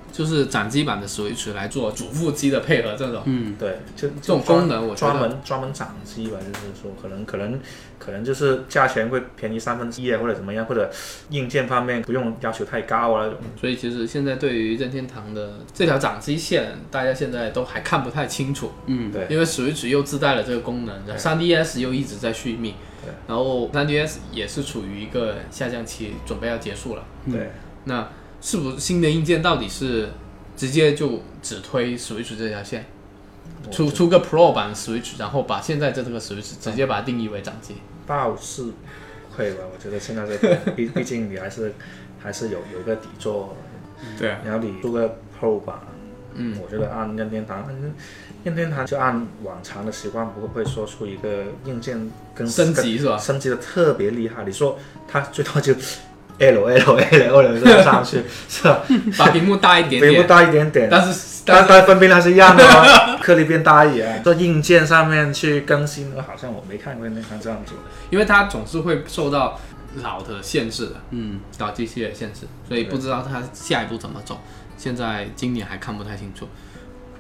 A: 就是掌机版的 Switch 来做主副机的配合这种，
C: 嗯，
B: 对，就
A: 这种功能我觉得
B: 专门专门掌机吧，就是说可能可能可能就是价钱会便宜三分之一啊，或者怎么样，或者硬件方面不用要求太高啊那种。
A: 所以其实现在对于任天堂的这条掌机线，大家现在都还看不太清楚，
C: 嗯，
B: 对
A: 因为 Switch 又自带了这个功能，然后 3DS 又一直在续命
B: 对，
A: 然后 3DS 也是处于一个下降期，准备要结束了。
B: 对，
A: 那是不是新的硬件到底是直接就只推 Switch 这条线，
B: 我
A: 出出个 Pro 版 Switch，然后把现在这这个 Switch 直接把它定义为掌机？
B: 倒是会吧，我觉得现在这个毕毕竟你还是还是有有一个底座，
A: 对
B: 然后你出个 Pro 吧，嗯，我觉得按任天堂，按任天堂就按往常的习惯，不会说出一个硬件跟
A: 升级是吧？
B: 升级的特别厉害，你说它最多就 L L L L 这样 上去是吧？
A: 把屏幕大一点
B: 屏幕
A: 点，
B: 大一点点，
A: 但是但
B: 但
A: 是
B: 但分辨量是一样 的吗？颗粒变大一点，说硬件上面去更新，好像我没看过任天堂这样做。
A: 因为它总是会受到老的限制的，
C: 嗯，
A: 老机器的限制，所以不知道它下一步怎么走。现在今年还看不太清楚，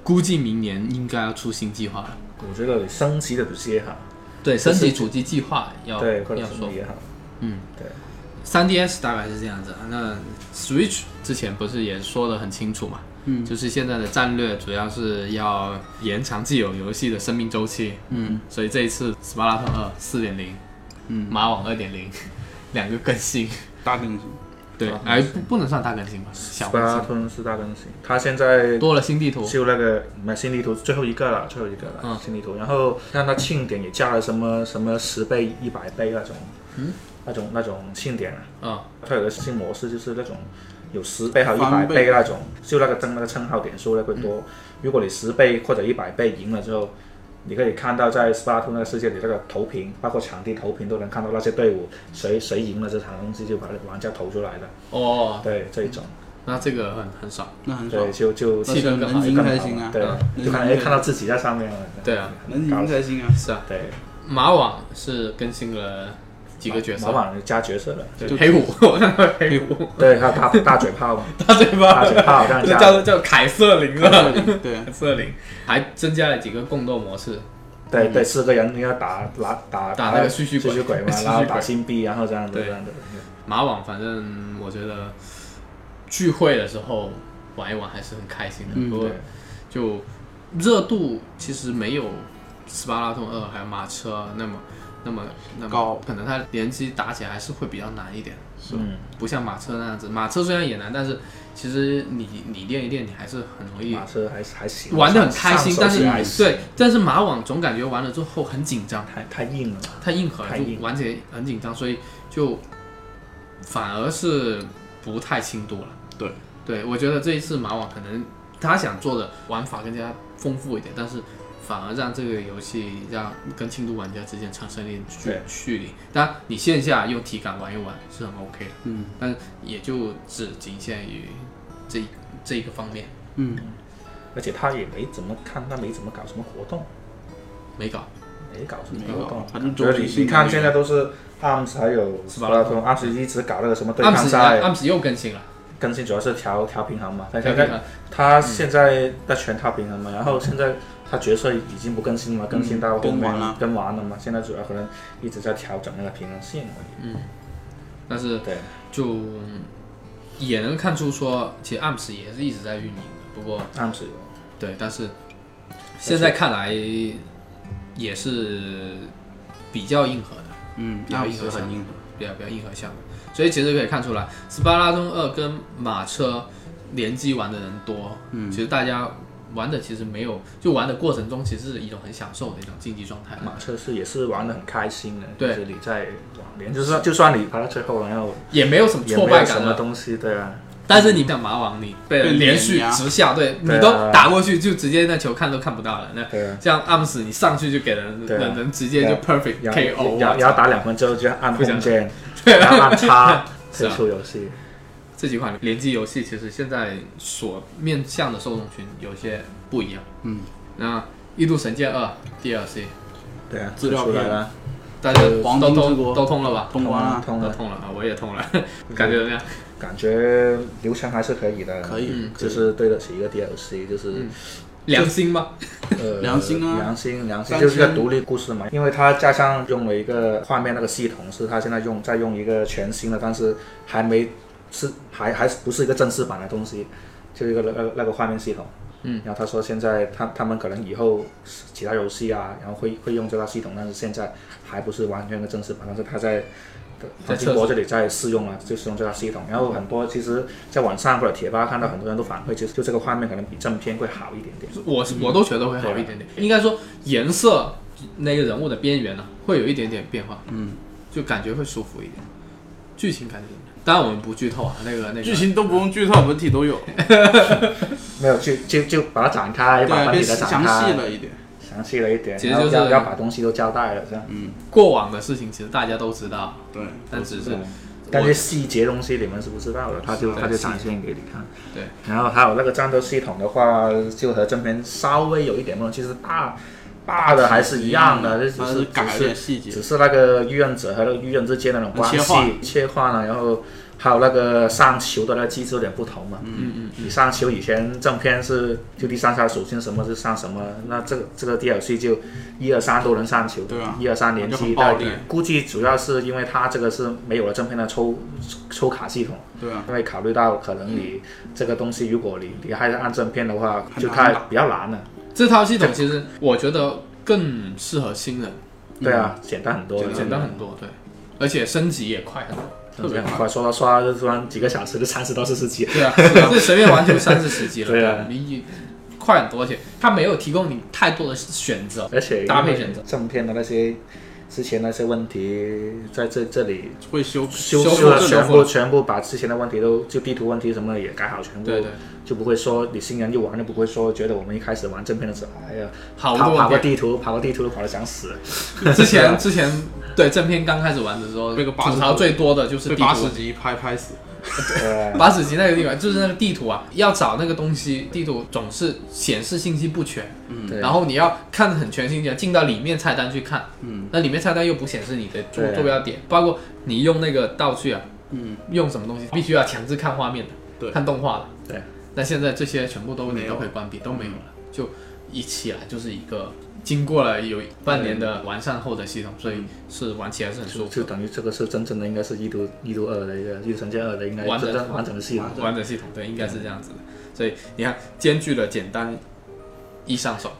A: 估计明年应该要出新计划了。
B: 我觉得升级的比这些好，
A: 对，
B: 就
A: 升
B: 是
A: 级主机计划要
B: 对，或者
A: 要
B: 是
A: 说
B: 也好，
A: 嗯，
B: 对。
A: 3DS 大概是这样子，那 Switch 之前不是也说的很清楚嘛，嗯，就是现在的战略主要是要延长既有游戏的生命周期，嗯，所以这一次《斯巴达特二》四点零，嗯，马网二点零，两个更新，
C: 大更新，
A: 对
B: 大，更
A: 哎，不不能算大更新吧，小更
B: 巴
A: 新，
B: 吞是大更新，它现在
A: 多了新地图，
B: 就那个买新地图最后一个了，最后一个了，
A: 嗯
B: 新地图。然后让它庆典也加了什么什么十倍、一百倍那种，那种那种庆典啊。
A: 嗯，
B: 它有个新模式就是那种有十倍和一百
C: 翻倍
B: 倍那种，就那个争那个称号点数那个多。如果你十倍或者一百倍赢了之后。你可以看到，在斯巴图那个世界里，那个投屏，包括场地投屏，都能看到那些队伍谁谁赢了这场东西，就把玩家投出来的。
A: 哦，
B: 对，这一种，
A: 那这个很很少，
C: 那很爽
B: 对，，就就
A: 气氛更好
C: 能赢才行啊，
B: 对
A: 嗯，
B: 就看哎看到自己在上面了，
A: 对啊，
C: 能赢才行啊，
A: 是啊，
B: 对，
A: 马网是更新了几个角
B: 老
A: 色，
B: 板加角色了，
A: 对，
C: 就
A: 黑虎，我看到黑虎，
B: 对，还有大大嘴炮嘛，
A: 大嘴巴
B: 大，嘴炮让
A: 这
B: 人
A: 叫
B: 家，
A: 叫凯瑟琳了，
C: 对
A: 凯瑟琳还增加了几个共斗模式，
B: 对对，四个人要打拿打
A: 嗯打那个吸血鬼
B: 吸血鬼嘛
A: 吸，血鬼
B: 然后打金币，然后这样子
A: 对
B: 这样子，
A: 马网反正我觉得聚会的时候玩一玩还是很开心的，
C: 嗯
A: 不过
B: 对，
A: 就热度其实没有斯巴拉通二还有马车啊那么那么那么
C: 高
A: 可能它联机打起来还是会比较难一点，
B: 嗯，
A: 不像马车那样子。马车虽然也难，但是其实你你练一练，你还是很容易
B: 马车还还行，
A: 玩的很开心。
B: 上
A: 但
B: 手
A: 是
B: 起来还行
A: 对，但是马网总感觉玩了之后很紧张，
B: 太太硬了，
A: 太硬核了，
B: 太硬
A: 就玩起来很紧张，所以就反而是不太轻度了。
C: 对，
A: 对我觉得这一次马网可能他想做的玩法更加丰富一点，但是反而让这个游戏让跟轻度玩家之间产生一点距
B: 对
A: 距离。当然，你线下用体感玩一玩是很 OK 的，
C: 嗯
A: 但也就只仅限于这一这一个方面，
C: 嗯，
B: 而且他也没怎么看，他没怎么搞什么活动，
A: 没搞。
B: 没搞什么
C: 没有
B: 活动，，
C: 反正
B: 就是
C: 周
B: 你你看现在都是 ARMS 还有斯巴达通，ARMS 一直搞那个什么对
A: 暗
B: 抗
A: 时
B: 赛，
A: 暗时又更新了，
B: 更新主要是调调平衡嘛，他
A: 啊调
B: 现
A: 整
B: 在
A: 了
B: 他现在在全套平衡
C: 嗯
B: 嘛，然后现在他角色已经不更新了嘛，更新到后
C: 更
B: 面
C: 完了
B: 更完了嘛，现在主要可能一直在调整那个平衡性而
A: 但是
B: 已。对，
A: 就嗯也能看出说，其实 AMS 也是一直在运营的，不过
B: 暗示
A: 对，但是现在看来也是比较硬核的，
C: 嗯，那一直很硬核，
A: 比较比较硬核项目，所以其实可以看出来，《斯巴拉通二》跟马车联机玩的人多，嗯，其实大家玩的其实没有，就玩的过程中其实是一种很享受的一种竞技状态嘛，
B: 马车是也是玩的很开心的，
A: 对
B: 就是你在往连，就算就算你排到最后了，然后
A: 也没有什么
B: 也
A: 挫
B: 没
C: 啊
A: 败
B: 有什
A: 感
B: 么
A: 了。
B: 东西，对啊，
A: 但是你像马网，你被人连续直下，对你
B: 对啊
A: 都打过去就直接那球看都看不到了，那
B: 对啊。
A: 像 AMS 你上去就给人
B: 对啊
A: 人人直接就
B: 对啊
A: perfect
B: 然
A: KO，
B: 后然
C: 啊
B: 后
A: 我
B: 然
A: 操
B: 后打两分之后就按
A: 不想
B: 空 键，然后按叉
A: 是
B: 退
A: 啊
B: 出游戏。
A: 这几款联机游戏其实现在所面向的受众群有些不一样。
C: 嗯，
A: 那《异度神剑二》DLC
B: 对啊，
C: 资料
B: 出来
C: 片
B: 了，
A: 大家
C: 呃黄
A: 都
C: 金之
A: 通
C: 国
A: 都通了吧？
C: 通关了，
B: 通
A: 都
B: 了，
A: 通了啊，我也通了，感觉怎么样？
B: 感觉流程还是可以的，
C: 可以，嗯
B: 就是对得起一个 DLC，就是、
A: 良心吗？
B: 呃
C: 良心啊
B: 良心良心
C: 三
B: 就是个
C: 千
B: 独立故事嘛，因为它加上用了一个画面那个系统，是它现在用在用一个全新的，但是还没是还还不是一个正式版的东西，就一个那那那个画面系统。
A: 嗯，
B: 然后他说现在他他们可能以后其他游戏啊，然后会会用这套系统，但是现在还不是完全的正式版，但是他在
A: 在
B: 在
A: 测试
B: 中国这里在试用啊，就试用这套系统。然后很多其实在网上或者贴吧看到很多人都反馈，就就这个画面可能比正片会好一点点。
A: 我是我都觉得会好一点点，应该说颜色那个人物的边缘呢、会有一点点变化，
C: 嗯，
A: 就感觉会舒服一点。剧情感觉怎么样，当然我们不剧透啊，那个那个
C: 剧情都不用剧透，文体都有，
B: 没有，就就就把它展开，把
C: 对，啊
B: 把
C: 变
B: 你的展
C: 详
B: 开
C: 细，了一点，
B: 详细了一点，
A: 其实
B: 然后
A: 就是
B: 要要把东西都交代了，这样。
A: 过往的事情其实大家都知道，
C: 对，
A: 但只是
B: 对但是细节东西你们是不知道的，他就
A: 对
B: 他就是展现给你看。
A: 对。
B: 然后还有那个战斗系统的话，就和正片稍微有一点不同，其实大大的还是一样的，就只
C: 嗯它
B: 是
C: 改了
B: 只
C: 点
B: 是
C: 细节
B: 只，是那个预言者和那个预言之间的那种关系
C: 嗯切换
B: 切换了，然后还有那个上球的那个机制有点不同嘛。嗯嗯你上球以前正片是就第三下属性什么是上什么，那这个这个 DLC 就一二三都能上球，
C: 对啊
B: 一二三连
C: 就
B: 击
C: 很暴
B: 但
C: 力
B: 估计主要是因为它这个是没有了正片的抽抽卡系统，
C: 对啊，
B: 因为考虑到可能你这个东西，如果你你还是按正片的话，
C: 很
B: 就
C: 难
B: 太
C: 打
B: 比较难了。
A: 这套系统其实我觉得更适合新人，
C: 嗯
B: 对啊，简单很多，
A: 简单很多。对，而且升级也快很多。
B: 特别快，刷刷刷，就突然几个小时就三十到四十级。
A: 对啊，这随便玩就三四十级了，
B: 对啊
A: 你你快很多，而且它没有提供你太多的选择，
B: 而且
A: 搭配选择
B: 正片的那些之前那些问题，在这这里
C: 会修
B: 修
A: 修复
B: 复
A: 了
B: 了
A: 修
B: 全
A: 复了
B: 部全部把之前的问题都就地图问题什么的也改好，全部
A: 对对
B: 就不会说你新人就玩就不会说觉得我们一开始玩正片的时候，哎呀，
A: 好
B: 跑
A: 多
B: 跑
A: 玩
B: 个
A: 法。
B: 地图跑个地图都跑得 想死。
A: 之前之前对正片刚开始玩的时候，
C: 那个80
A: 吐槽最多的就是
C: 被
A: 地
C: 八
A: 图
C: 十。级拍拍死，
B: 呃，
A: 八十级那个地方就是那个地图啊，要找那个东西，地图总是显示信息不全，
B: 对
A: 然后你要看得很全心一点，进到里面菜单去看，嗯，那里面菜单又不显示你的坐
B: 对啊
A: 坐标点，包括你用那个道具啊，
C: 嗯，
A: 用什么东西必须要强制看画面的，
C: 对
A: 看动画的，
B: 对。
A: 那现在这些全部都
C: 没
A: 你
C: 有
A: 都可以关闭，都没有了，就一起来就是一个经过了有半年的完善后的系统，所以是玩起来是很舒
B: 就
A: 服
B: 就
A: 的，
B: 等于这个是真正的应该是一读一读二的一个一读神剑二的应该
A: 完整
B: 真正完整的系统。
A: 完整系统对，应该是这样子的。所以你看，兼具了简单易上手，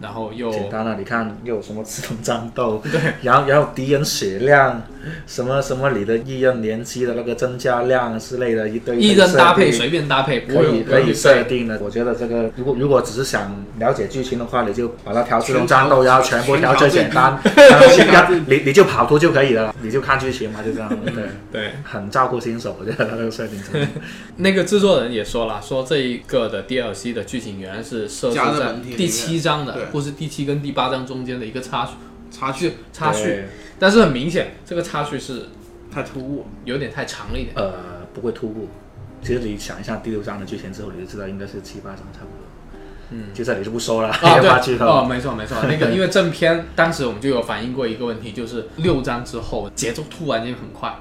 A: 然后又
B: 简单了，你看又有什么自动战斗， 对，然后然后敌人血量，什么什么你的异刃连击的那个增加量之类的一堆
A: 一人搭配
B: 设定
A: 随便搭配，不
B: 可
A: 会
B: 以
A: 有
B: 可以设
A: 对
B: 定的。我觉得这个如果如果只是想了解剧情的话，你就把它调自动战斗，然后全部调最简单，然后去然后你你就跑图就可以了，你就看剧情嘛，就这样。对，
A: 对。
B: 很照顾新手，我觉得它这个设定 真的。
A: 那个制作人也说了，说这一个的 DLC 的剧情原来是设置
C: 加在
A: 在
C: 本体里面
A: 第七章
C: 对
A: 的，或是第七跟第八章中间的一个插曲
C: 插叙
A: 插叙，但是很明显，这个插叙是
C: 太突兀，
A: 有点太长了 一点。
B: 呃不会突兀。其实你想一下第六章的剧情之后，你就知道应该是七八章差不多。嗯，就这里就不说了，
A: 啊，
B: 要怕剧
A: 对，
B: 透。
A: 哦，没错没错，那个因为正片当时我们就有反映过一个问题，就是六章之后节奏突然间很快，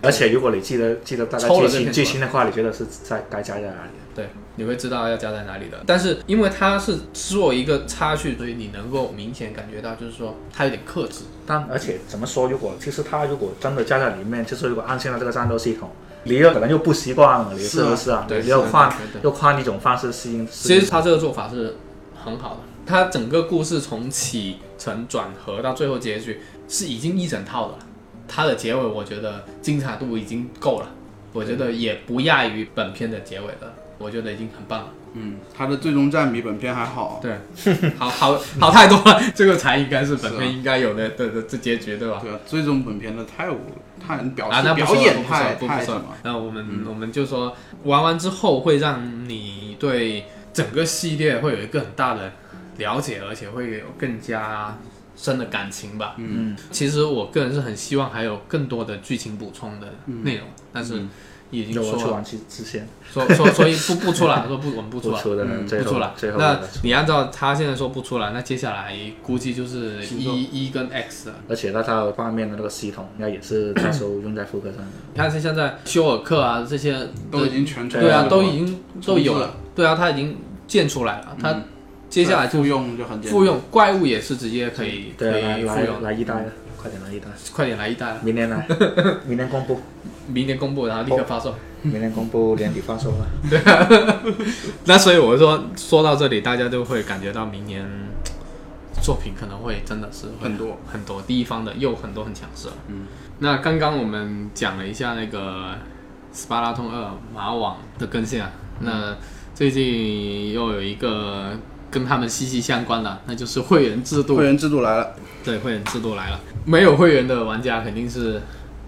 B: 而且如果你记得记得大概
A: 抽了
B: 剧
A: 这
B: 情
A: 片
B: 剧情的话，你觉得是在该加在哪里？
A: 对，你会知道要加在哪里的。但是因为它是做一个插叙，所以你能够明显感觉到，就是说它有点克制。
B: 但而且怎么说，如果其实它如果真的加在里面，就是如果按现在这个战斗系统，你又可能又不习惯了，你
C: 是
B: 是
C: 啊
B: 不是啊？
A: 对
B: 你又
A: 是啊
B: 换
A: 对对
B: 又换一种方式适应。适
A: 其
B: 应
A: 实他这个做法是很好的，他整个故事从起承转合到最后结局是已经一整套的了。它的结尾我觉得精彩度已经够了，我觉得也不亚于本片的结尾了，我觉得已经很棒了。
C: 嗯，它的最终战比本片还好，
A: 对，好好好太多了，这个才应该是本
C: 是啊
A: 片应该有的的的这结局，对吧？
C: 对啊，最终本片的太无太表
A: 啊，那
C: 示
A: 不
C: 表
A: 说了
C: 演
A: 不说
C: 太
A: 了不不
C: 太什
A: 说了
C: 么，。嗯
A: 那我们、我们就说玩完之后会让你对整个系列会有一个很大的了解，而且会有更加深的感情吧。嗯，其实我个人是很希望还有更多的剧情补充的
C: 嗯
A: 内容，但是已经
B: 嗯有我去
A: 说了、
B: 玩之之前
A: 说说所以不不出来，说不我们不出
B: 不
A: 来。
B: 出的
C: 嗯
B: 最
A: 不出
B: 后
A: 来
B: 最，后
A: 那
B: 的
A: 你按照他现在说不出来，那接下来估计就是
C: 星座
A: 一一跟 X 了。
B: 而且那它画面的那个系统，应该也是到时候用在复刻上的。
A: 你看现在休尔克啊这些
C: 都已经全程
A: 对啊，
C: 了
A: 都已经都有
C: 重置
A: 了，嗯对啊，它已经建出来了，它接下来就
C: 复用就很简单，
A: 复用怪物也是直接可以可
B: 对啊，来
A: 以复
B: 来
A: 用，
B: 来一代啊，快点来一代，
A: 快点来一代了，
B: 明 年来，明年公布，
A: 明年公布，然后立刻发售。
B: 明年公布年底发售 了。
A: 那所以我说说到这里，大家就会感觉到明年作品可能会真的是会
C: 很多
A: 很多第一方的又很多很强势了。嗯，那刚刚我们讲了一下那个《斯巴达通二》马网的更新啊，
C: 嗯
A: 那最近又有一个跟他们息息相关的，那就是会员制度
C: 会。员制度来了，
A: 对，会员制度来了，没有会员的玩家肯定是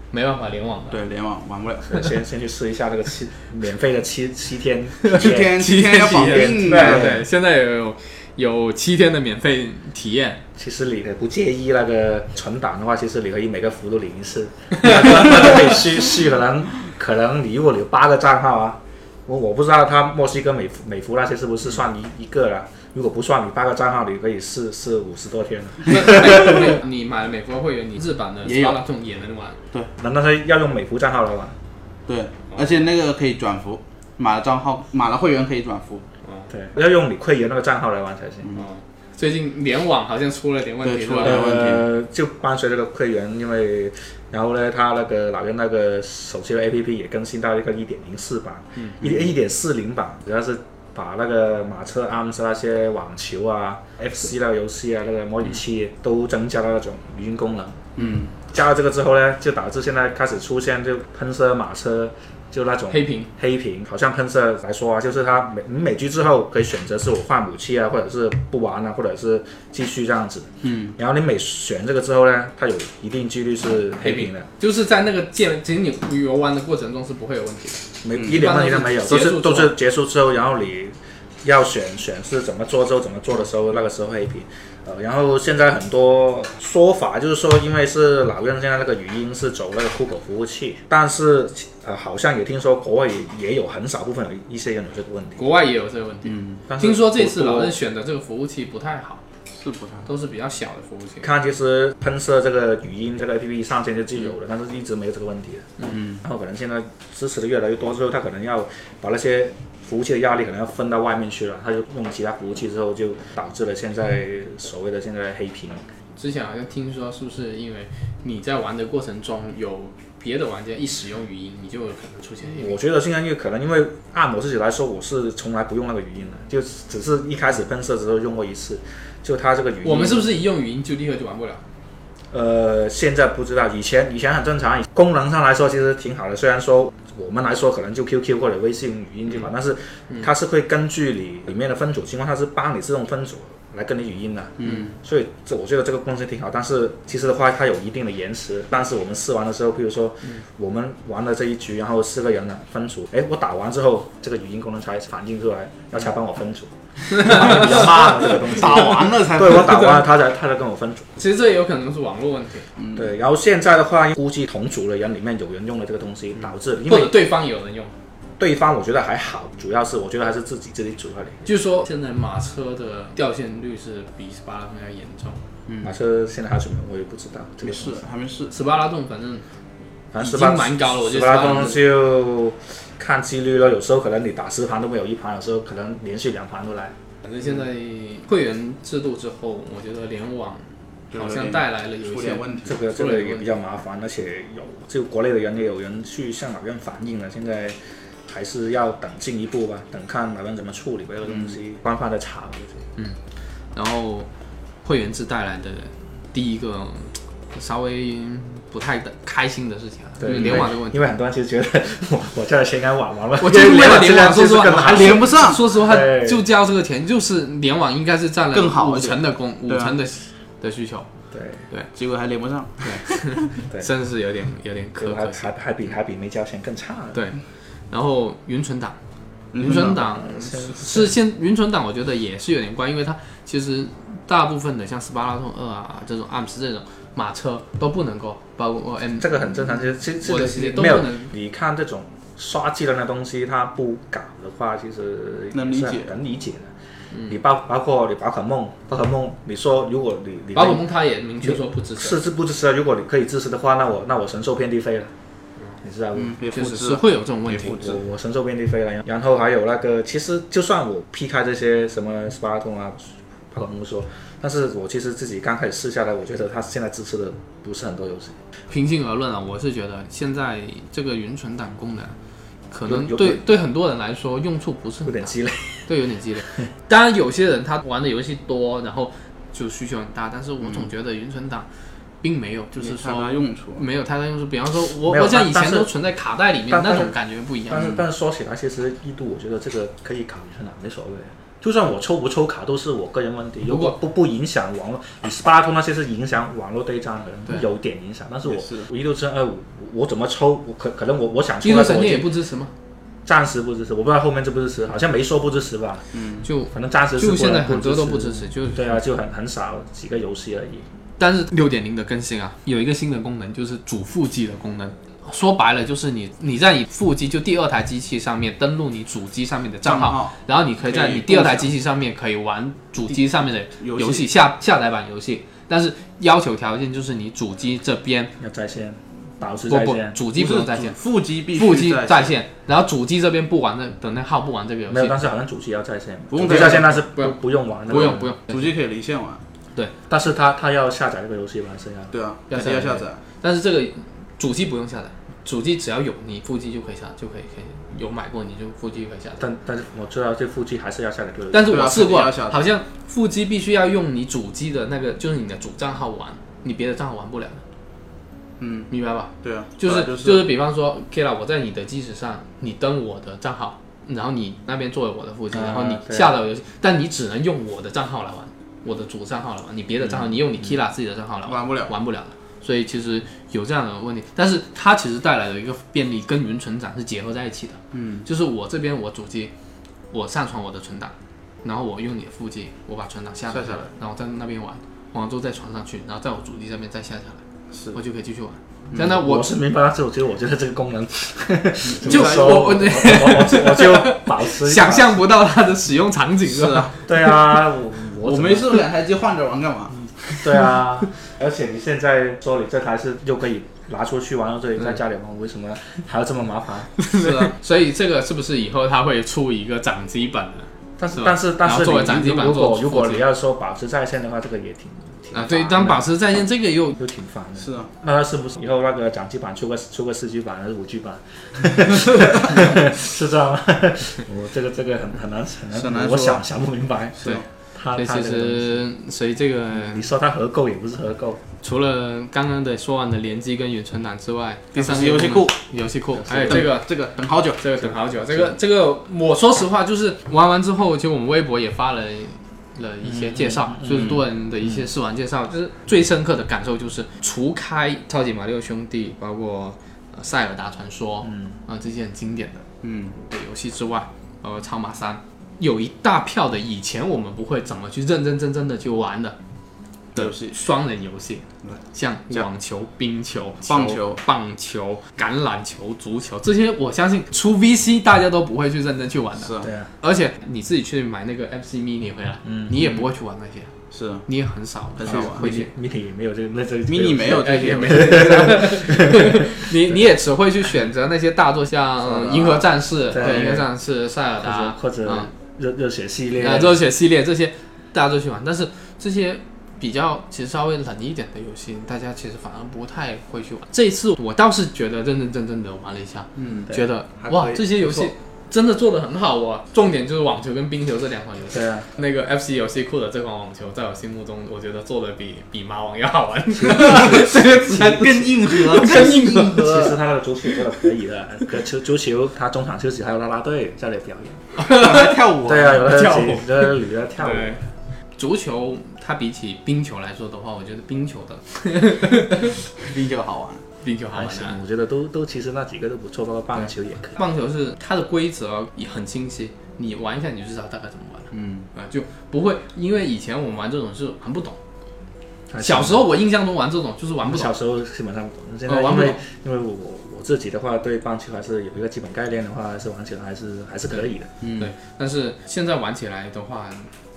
A: 没办法联网的。
C: 对，联网玩不了，
B: 先先去试一下这个七免费的七七天，
C: 七天七天要绑定
A: 对
C: 的，
A: 对，现在有有七天的免费体验，
B: 其实你不介意那个存档的话，其实你可以每个服都领 一次，可以续续可能可能你如果有八个账号啊，我我不知道他墨西哥美服美服那些是不是算一一个了，如果不算你八个账号，你可以试试五十多天了。
A: 那你买了美国会员，你日版的
C: 也有
A: Scarlet 这种啊也能玩。
B: 难道是要用美服账号来玩？
C: 对，而且那个可以转服，买了账号买了会员可以转服，
B: 对，要用你会员那个账号来玩才行。
A: 哦嗯最近联网好像出了点问题，
C: 对
A: 是
C: 出
A: 吧
C: 了点问题
B: 呃，就伴随这个会员，因为然后呢，它那个老袁那个手机的 APP 也更新到一个一点零四版，
C: 嗯
B: 一一点四零版，主要是把那个马车 ARMS 那些网球啊、FC 那个游戏啊、那个模拟器都增加了那种语音功能。
C: 嗯，
B: 加了这个之后呢，就导致现在开始出现就喷射马车，就那种
A: 黑屏，
B: 黑屏，好像喷射来说啊，就是它每你每局之后可以选择是我换武器啊，或者是不玩啊，或者是继续这样子。嗯，然后你每选这个之后呢，它有一定几率是黑屏的，
A: 就是在那个界，其实你游玩的过程中是不会有问题的。
B: 没一点问题都没有，
A: 一
B: 都
A: 般都是结束之后
B: 是都是结束之后，然后你要选选是怎么做之后怎么做的时候，那个时候黑屏。呃，然后现在很多说法就是说，因为是老任现在那个语音是走那个酷狗服务器，但是呃，好像也听说国外也也有很少部分有一些人有这个问题。
A: 国外也有这个问题。
C: 嗯
B: 但是
A: 听说这次
B: 不多
A: 老任选的这个服务器不太好，
C: 是不太好。
A: 都是比较小的服务器。
B: 看，其实喷射这个语音这个 A P P 上线就既有
A: 嗯
B: 了，但是一直没有这个问题。嗯，然后可能现在支持的越来越多之后，它可能要把那些服务器的压力可能要分到外面去了，它就用其他服务器之后，就导致了现在所谓的现在黑屏。
A: 之前好像听说是不是因为你在玩的过程中有别的玩家一使用语音，你就有可能出现黑
B: 我
A: 屏。
B: 觉得现在因为可能因为按我自己来说，我是从来不用那个语音的，就只是一开始喷射的时候用过一次，就它这
C: 嗯
B: 个语音。
A: 我们是不是一用语音就立刻就玩不了？
B: 呃，现在不知道，以前以前很正常，功能上来说其实挺好的。虽然说我们来说可能就 QQ 或者微信语音就好，但是它是会根据你里面的分组情况，它是帮你自动分组来跟你语音的。嗯，所以这我觉得这个功能挺好，但是其实的话它有一定的延迟。但是我们试完的时候，譬如说我们玩了这一局，然后四个人呢分组，哎，我打完之后这个语音功能才反应出来，要才帮我分组，比较慢的这个东西。
C: 打完了才
B: 对我打完了，他才他才跟我分组。
A: 其实这也有可能是网络问题，
B: 对，然后现在的话，估计同组的人里面有人用了这个东
A: 嗯
B: 西，导致因
A: 或者
B: 为
A: 对方也有人用。
B: 对方我觉得还好，主要是我觉得还是自己自己组合里，
A: 据说现在马车的掉线率是比斯巴拉洞要严重，
B: 马车现在还有什么我也不知道，这
C: 没
B: 个
C: 事，还没试。
A: 斯巴拉洞反正
B: 反正
A: 已
B: 十
A: 经
B: 八
A: 蛮高了我觉得
B: 十八
A: 18
B: 公就看几率了，有时候可能你打十盘都没有一盘，有时候可能连续两盘都来。
A: 反正现在会员制度之后，我觉得联网好像带来了有一
C: 出
A: 些
C: 点问题，
B: 这个这
A: 出了
B: 个
A: 一个
B: 也比较麻烦，而且有就国内的人也有人去向法院反映了，现在还是要等进一步吧，等看法院怎么处理这个东
A: 嗯
B: 西，官方的查。我觉得
A: 然后会员制带来的第一个稍微不太的开心的事情啊，就
B: 对，
A: 是
B: 因为
A: 联网的问题。
B: 因为很多人其实觉得我我这先敢网玩了，
A: 我就是为了联
B: 这样
A: 网，
B: 就
A: 说
B: 是
A: 实话
B: 更
A: 我
B: 好
A: 还
C: 连不上
A: 说实话，
B: 对
A: 就交这个钱，就是联网应该是占了
C: 更好
A: 五
C: 一点
A: 成的工，五
C: 对啊
A: 成的的需求，
B: 对，
C: 结果还连不上。
B: 对
A: 真的是有点有点
B: 可
A: 可
B: 还
A: 可惜。
B: 还还比还比没交钱更差呢。
A: 对，然后云存档，云存档是现云存档，我觉得也是有点怪，因为它其实大部分的像斯巴拉通二啊这种 AMS 这种马车都不能够，包括 M
B: 这个很正常，其实其
A: 我的
B: 实
A: 世
B: 这
A: 界
B: 个
A: 都
B: 没有
A: 不能，
B: 你看这种刷技能的东西，它不搞的话，其实
C: 能理解
B: 是很能理解的。
A: 嗯
B: 你包包括你宝可梦，宝可梦，你说如果你你
A: 宝可梦它也明确说不支
B: 你
A: 持，
B: 是是不支持啊？如果你可以支持的话，那我那我神兽遍地飞了，你知道吗？
C: 嗯，别复
A: 就是
C: 制
A: 是
C: 了。
A: 会有这种问题
C: 不。止
B: 我我神兽遍地飞了，然后还有那个，其实就算我劈开这些什么斯巴达通啊、帕克木说，但是我其实自己刚开始试下来，我觉得它现在支持的不是很多游戏，
A: 平心而论啊，我是觉得现在这个云存档功能，可能
B: 有有
A: 对对很多人来说用处不是
B: 有
A: 很大
B: 点，鸡肋。
A: 对，有点鸡肋。当然，有些人他玩的游戏多，然后就需求很大，但是我
B: 嗯
A: 总觉得云存档并没有，就是
C: 看它
A: 说
C: 用处，
A: 没有太大用处。比方说我，
B: 啊
A: 我
B: 没有
A: 像
B: 但
A: 以
B: 但
A: 前
B: 是
A: 都存在卡带里面
B: 但
A: 那种
B: 但
A: 感觉不一样
B: 但。是但是说起来，其实一度我觉得这个可以考虑一下，没所谓。就算我抽不抽卡都是我个人问题，如
A: 如果
B: 果不不影响网络，你斯巴达通那些是影响网络对战的，可
A: 对
B: 能有点影响。但是我
C: 也是
B: 哎我一六之二五，我我怎么抽，我可可能我我想出
A: 一
B: 来
A: 路
B: 的时候
A: 神
B: 我
A: 殿也
B: 就
A: 不支持吗？
B: 暂时不支持，我不知道后面支不支持，好像没说不支持吧。
A: 就
B: 反正暂时是
A: 就现在
B: 不
A: 很
B: 能
A: 多都不
B: 支
A: 支持，就
B: 对啊，就很很少几个游戏而已。
A: 但是六点零的更新啊，有一个新的功能就是主副机的功能。说白了就是你你在你副机就第二台机器上面登录你主机上面的账
C: 账
A: 号
C: 号，
A: 然后你可以在
C: 可以
A: 你第二台
C: 共享
A: 机器上面可以玩主机上面的
C: 游
A: 游戏下下载版游戏，但是要求条件就是你主机这边
B: 要在线，导致
A: 不
B: 在
A: 不
B: 线，
A: 主
C: 主
A: 机不能在线，
C: 腹肌必须
A: 副机在
C: 在
A: 线，然后主机这边不玩的的那号不玩这个游
B: 没有，
A: 戏，
B: 但是好像主机要在线，
C: 不用
B: 主机在线，但是
A: 不用
B: 不用玩，
A: 不用不用，
C: 主机可以离线玩，
B: 但是他他要下载这个游戏吧，是要。
C: 对啊，
A: 要
C: 肯定要下载。
A: 但是这个主机不用下载，主机只要有你副机就可以下就可以可以有买过你就副机就可以下载。
B: 但但是我知道这副机还是要下载这个游戏，
A: 但是我试过
C: 对啊
A: 了，
C: 肯定要下载
A: 好像腹肌必须要用你主机的那个，就是你的主账号玩，你别的账号玩不了的。
C: 嗯，
A: 明白吧？
C: 对啊，
A: 就是
C: 本来
A: 就是是，比方说 Kira，我在你的基础上，你登我的账号，然后你那边作为我的父亲，
B: 啊
A: 然后你
B: 对啊
A: 下载游戏，但你只能用我的账号来玩，我的主账号来玩，你别的账号，你用你 Kira 自己的账号来玩，
C: 玩不了
A: 玩不了的。所以其实有这样的问题，但是它其实带来的一个便利跟云存档是结合在一起的。嗯，就是我这边我主机，我上传我的存档，然后我用你的副机，我把存档下载
C: 下
A: 下
C: 下
A: 来，然后在那边玩，玩完之后再传上去，然后在我主机上面再下下来，
C: 是
A: 我就可以继续玩。但那我
B: 我是明白，只有只有我觉得这个 功能，
A: 就
B: 怎么说
A: 我
B: 我
A: 我
B: 我我就保持一下
A: 想。象不到它的使用场景
C: 是
A: 吧？
C: 啊，
B: 对啊，我我
C: 我
B: 怎么
C: 没事两台机换着玩干嘛？
B: 对啊，而且你现在说你这台是又可以拿出去玩，又可以在家里玩，为什么还要这么麻烦？
C: 是啊，
A: 所以这个是不是以后它会出一个掌机版的？
B: 但是
A: 是吧
B: 但是但
A: 然后
B: 是
A: 作为
B: 你
A: 掌机
B: 如
A: 版
B: 如
A: 做
B: 果如果
A: 做
B: 你要说保持在线的话，这个也挺挺
A: 啊，对，
B: 烦
A: 当
B: 的
A: 保持在线这个又
B: 又挺烦的。
C: 是啊，
B: 那是不是以后那个掌机版出个出个四 G 版还是五 G 版？ 是这样吗？ 我这个这个很很难
C: 很
B: 很
C: 难
B: 难，
C: 说啊
B: 我想想不明白。
C: 是啊，
B: 他
A: 所以
B: 他
A: 其
B: 这个东西，
A: 实，所以这个
B: 你说他合购也不是合购，
A: 除了刚刚的说完的联机跟远存档之外，第三个
C: 游戏
A: 功能
C: 库，
A: 游戏库，还
C: 哎，
A: 有这个
C: 这个等好久，
A: 这个等好久，这个这个，我说实话，就是玩完之后，其实我们微博也发了了一些介
C: 嗯
A: 绍，就是多人的一些试玩介绍，就是最深刻的感受就是，除开《超级马里奥兄弟》，包括呃《塞尔达传说》
B: 嗯
A: 啊、这些很经典的
C: 嗯，
A: 的游戏之外，包括《超马三》，有一大票的以前我们不会怎么去认认真真的去玩的
C: 游戏
A: 双人游戏
C: 对，
A: 像
C: 像
A: 网球、冰球、
C: 棒球、
A: 棒球、橄榄球、足球这些，我相信出 VC 大家都不会去认真去玩的。
C: 是啊，
B: 对啊，
A: 而且你自己去买那个 FC mini 回来，
B: 嗯
A: 你也不会去玩那些，
C: 是啊，
A: 你也很少
C: 很
A: 去
C: 少玩
A: 会 去。
B: ，mini 也没有这个那这个
C: mini 没有 这些，
A: 你你也只会去选择那些大作，像
C: 是
A: 呃
C: 的
A: 银河战士、
B: 对
A: 对银河战士、塞尔达
B: 或者
A: 嗯
B: 热热血系列
A: 啊，热血系列这些大家都喜欢，但是这些比较其实稍微冷一点的游戏，大家其实反而不太会去玩。这一次我倒是觉得认认真真的玩了一下，
C: 嗯，
B: 对
A: 觉得
C: 还可
A: 哇，
C: 以
A: 这些游
C: 不
A: 戏
C: 错
A: 真的做的很好哦。重点就是网球跟冰球这两款游戏。
B: 对啊，
A: 那个 FC 游戏库的这款网球，在我心目中，我觉得做的比比马网要 好玩。
C: 更硬 核，更硬
B: 其
C: 核，
B: 实他那个足球做的可以的，可足足球他中场休息还有啦啦队在那里表演。
C: 还跳 舞，
B: 对啊，，有的
A: 跳舞
B: 有的女的跳舞，
A: 对，足球它比起冰球来说的话，我觉得冰球的
C: 比较好玩，
A: 冰球好
B: 还
A: 玩
B: 行
A: 啊。，
B: 我觉得都都其实那几个都不错，包括棒球也可以。
A: 棒球是它的规则也很清晰，你玩一下你就知道大概怎么玩了
C: 嗯，
A: 啊，就不会因为以前我们玩这种是很不懂。
B: 还行
A: 小时候我印象中玩这种就是玩不懂
B: 小，时候基本哦上不懂，现
A: 呃
B: 在
A: 玩
B: 因
A: 不
B: 为、
A: 懂
B: 因为我我自己的话，对棒球还是有一个基本概念的话，还是玩起来还是还是可以的。
A: 对。但是现在玩起来的话，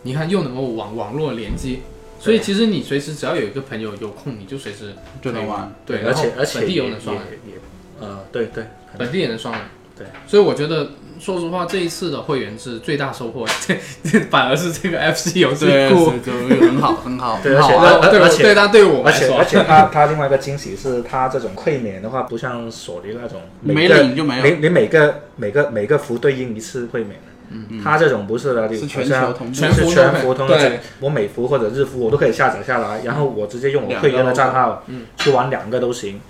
A: 你看又能够网网络联机，所以其实你随时只要有一个朋友有空，你就随时
C: 就能玩
A: 可以。对，
B: 而
A: 然后
B: 且而且
A: 本地
B: 也
A: 又
B: 也
A: 能双人，
B: 也呃，对对，很
A: 本地也能双人。
B: 对，
A: 所以我觉得说实话，这一次的会员制最大收获，这这反而是这个 FC 游戏
C: 对，
A: 库。
C: 就很好，很好，
B: 对
C: 很好
B: 而且
C: 玩，
A: 对我
B: 而且
A: 对，但对我
B: 而
A: 来
B: 且
A: 说，
B: 而 且它它另外一个惊喜是，它这种会免的话，不像索尼那种每个
C: 没领就没有
B: 你你每个每个每个服对应一次会免的。嗯，它这种不是的，你
C: 是
B: 好
C: 全
B: 像
C: 球同步嗯
A: 全
B: 是
A: 服
B: 全
A: 都
B: 服
A: 可以
B: 通的
A: 对，
B: 我美服或者日服我都可以下载下来，然后我直接用我
C: 两
B: 会员
C: 个
B: 的
C: 都
B: 账号
A: 嗯
B: 去玩两个都行。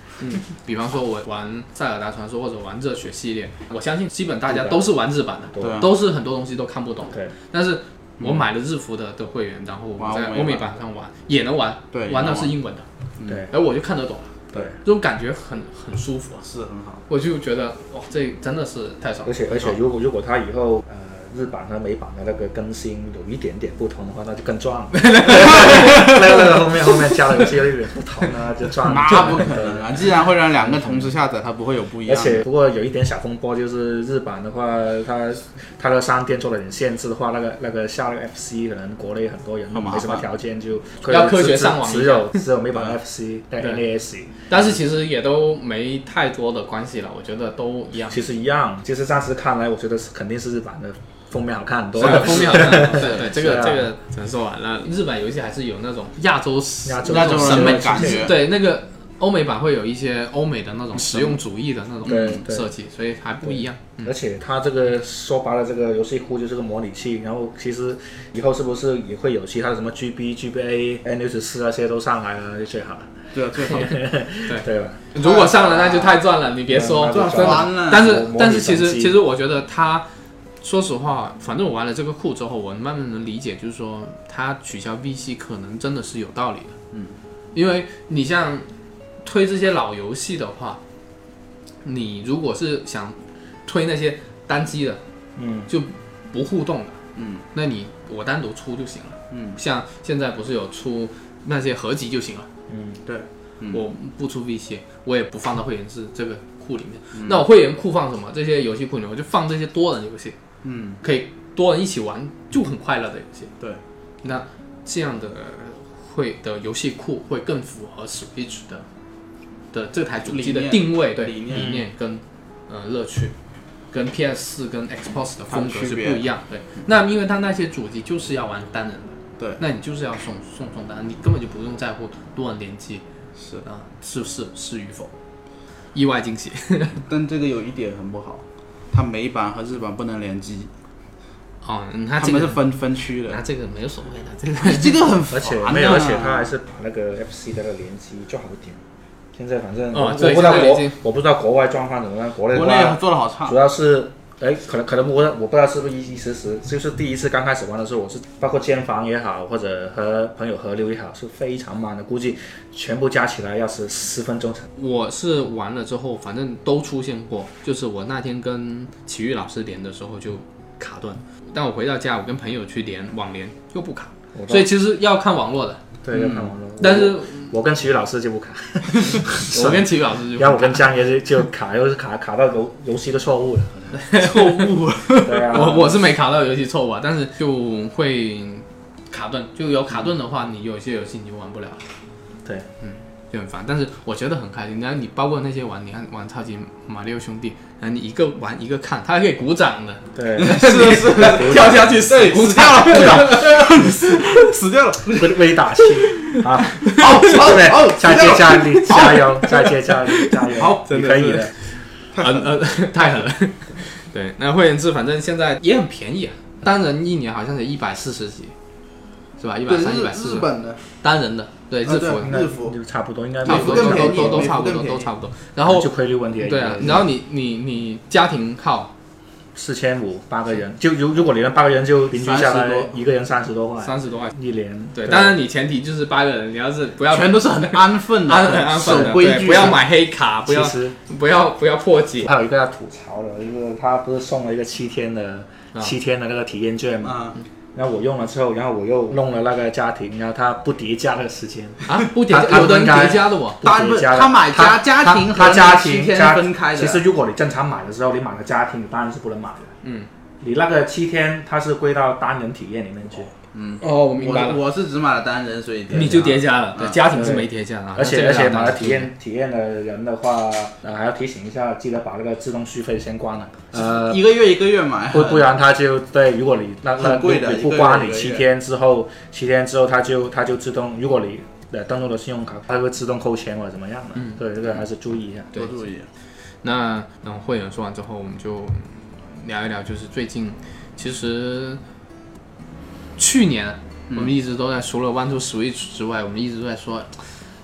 A: 比方说，我玩《塞尔达传说》或者玩《热血》系列，我相信基本大家都是玩日版的，
C: 对啊，
A: 都是很多东西都看不懂。
B: 对，
A: 但是我买了日服的的会员，然后
C: 玩
A: 我在
C: 欧美版
A: 欧美版上玩也能玩，
C: 对
A: 玩到
C: 也能
A: 是
C: 玩
A: 英文的，
B: 对
A: 然后我就看得懂了，
B: 对，
A: 这种感觉很很舒服啊！
C: 是很好，
A: 我就觉得哇，这真的是太爽
B: 而
A: 了。
B: 且而且如果如果它以后呃日版和美版的那个更新有一点点不同的话，那就更 赚了。那个那个后面后面加了一些有点不同啊，就赚了。
C: 那不可能啊！既然会让两个同时下载，它不会有不一
B: 而
C: 样的，
B: 且不过有一点小风波，就是日版的话，它它的商店做了点限制的话，那个那个下那个 FC 可能国内很多人
C: 很麻烦
B: 没什么条件，就
A: 要科学
B: 只
A: 上网一下
B: 只有 只有美版
C: 对
B: FC 带
A: 对
B: NAS，
A: 但是其实也都没太多的关系了，我觉得都一样。
B: 其实一样。其实暂时看来，我觉得是肯定是日版的封面好看很多
A: 是。啊封面好看，对对，这
B: 是
A: 个
B: 啊
A: 这个怎么说完了？日版游戏还是有那种亚洲
B: 亚洲
A: 那种
C: 亚洲人
A: 审美
C: 的感觉
A: 对那个欧美版会有一些欧美的那种实用主义的那
B: 对
A: 种
B: 对
A: 设计，所以还不一样。
B: 嗯而且它这个说白了，这个游戏库就是个模拟器。然后其实以后是不是也会有其他的什么 GB、GBA、N 六十四啊那些都上来了，就最好了，
C: 对啊，最 好
B: 对吧？
A: 如果上了那就太赚了，你别说，
B: 对那
A: 嗯
B: 就啊
A: 真的
C: 赚了。
A: 但是
B: 模拟
A: 但是其实
B: 神器
A: 其实我觉得它，说实话，反正我玩了这个库之后，我慢慢能理解，就是说它取消 VC 可能真的是有道理的。嗯，因为你像推这些老游戏的话，你如果是想推那些单机的，
B: 嗯，
A: 就不互动的，
C: 嗯，
A: 那你我单独出就行了。
C: 嗯，
A: 像现在不是有出那些合集就行了。
B: 嗯
C: 嗯
A: 我不出 VC，我也不放到会员制这个库里面。
C: 嗯
A: 那我会员库放什么？这些游戏库里面，我就放这些多人游戏，
C: 嗯，
A: 可以多人一起玩就很快乐的游戏。
C: 对，
A: 那这样的会的游戏库会更符合 Switch 的的这台主机
C: 理
A: 的
C: 念
A: 定位，对
C: 理念
A: 跟呃乐趣。跟 PS 4跟 Xbox 的
C: 它
A: 风
C: 的
A: 格
C: 区
A: 是
C: 别嗯
A: 不一样，对。那因为它那些主机就是要玩单人的，
C: 对，
A: 那你就是要送送送单，你根本就不用在乎多人联机，
C: 是。
A: 啊，是是是与否，意外惊喜。
C: 但这个有一点很不好，它美版和日版不能联机，
A: 哦，嗯他
C: 他
A: 这
C: 们是
A: 个啊
C: 分分区的
A: 那，这个没有所谓的，这个
C: 这个很
B: 而且
C: 烦啊
B: 没
C: 的。
B: 有，而且它还是把那个 FC 的那个联机做好一点。现在反正
A: 哦
B: 我
A: 对
B: 我不知道
A: 现在已经
B: 国我不知道国外状况怎么样，国内的
C: 国
B: 话
C: 内做的好差
B: 主，要是，哎，可能可能我我不知道是不是一一时时，就是第一次刚开始玩的时候，我是包括建房也好，或者和朋友合流也好，是非常慢的，估计全部加起来要是十分钟才。
A: 我是玩了之后，反正都出现过，就是我那天跟体育老师连的时候就卡顿，但我回到家，我跟朋友去连网连又不卡，
B: 我
A: 所以其实要看网络的，
B: 对，要看网络。
A: 但是
B: 我跟体育老师就不卡，
A: 我跟体育老师 就
B: 然后我跟江爷就就卡，又是卡卡到游游戏的错误了。
A: 错误，
B: 对啊，
A: 我我是没卡到游戏错误啊，但是就会卡顿，就有卡顿的话，你有些游戏你就玩不了。嗯
B: 对，
A: 就很烦。但是我觉得很开心。然后你包括那些玩，你看玩超级马里奥兄弟，然后你一个玩一个看，他还可以鼓掌的，
B: 对，
C: 是 是跳下去，对，死掉了，死掉了，
B: 为为你打气
A: 哦
B: 啊！
C: 好，
B: 对，
C: 好，
B: 再接再厉，加油，再接再厉，加油，
C: 好
B: 你
C: 真的
B: 可以
C: 是
B: 的。
A: 嗯呃，太狠了。对，那会员制反正现在也很便宜啊，单人一年好像得一百四十几，是吧？一百三、一百
C: 日
A: 四
C: 日
A: 十，
C: 本的，
A: 单人的，对，
C: 啊
A: 日
C: 对
A: 服，
B: 那
C: 日服
B: 就差不多，应该
A: 差
B: 没
A: 不多
C: 日
A: 都
C: 服更便宜
A: 都都
C: 日服
A: 差不
C: 更
A: 多，
C: 便宜
A: 都差不多。然后
B: 就。亏率问题而已。
A: 对啊，然后你你你家庭号
B: 四千五八个人，就如如果你们八个人就平均下
C: 30
B: 来
C: 多
B: 一个人三十多块，
A: 三十多块，
B: 一年。啊
A: 对，当然你前提就是八个人，你要是不要
C: 全都是很安分的，
A: 安很安分的，
C: 守规矩
A: 对，
C: 的，
A: 不要买黑卡，不
B: 其
A: 要
B: 实
A: 不要不要破解，
B: 还有一个要吐槽的，就是他不是送了一个七天的
A: 啊
B: 七天的那个体验券嘛，
C: 啊，
B: 然后我用了之后，然后我又弄了那个家庭，然后他不叠加的时间，
A: 啊，不叠
B: 他
A: 加，有的人
B: 他分开
A: 叠加的我，
B: 不叠加的
C: 他买家
B: 他
C: 家庭和
B: 他他
C: 那
B: 家
C: 个七
B: 庭
C: 天
B: 家
C: 分开的
B: 其实如果你正常买的时候，你买了家庭，你当然是不能买的。
A: 嗯，
B: 你那个七天它是归到单人体验里面去。
C: 啊
A: 哦，我明白
C: 我
A: 了，
C: 我是只买了单人，所以
A: 你就叠加了，
C: 啊
A: 对，家庭是没叠加啊，
B: 而且
A: 这
B: 而
A: 个
B: 且
A: 当
B: 买
A: 然
B: 了
A: 是
B: 体验体验的人的话，呃，还要提醒一下，记得把那个自动续费先关了。呃，
C: 一个月一个月买，
B: 不不然他就对，如果你那那
C: 很贵的
B: 你
C: 一
B: 不
C: 个
B: 关
C: 一
B: 你
C: 个
B: 七
C: 月
B: 天之后，七天之后他就他就自动，如果你呃登录了信用卡，它会自动扣钱或者怎么样的。嗯，对，这个还是注意一下。
A: 对
C: 哎多注意，
A: 那嗯，会员说完之后，我们就聊一聊，就是最近其实去年我们一直都在除了 One to Switch 之外，我们一直都在说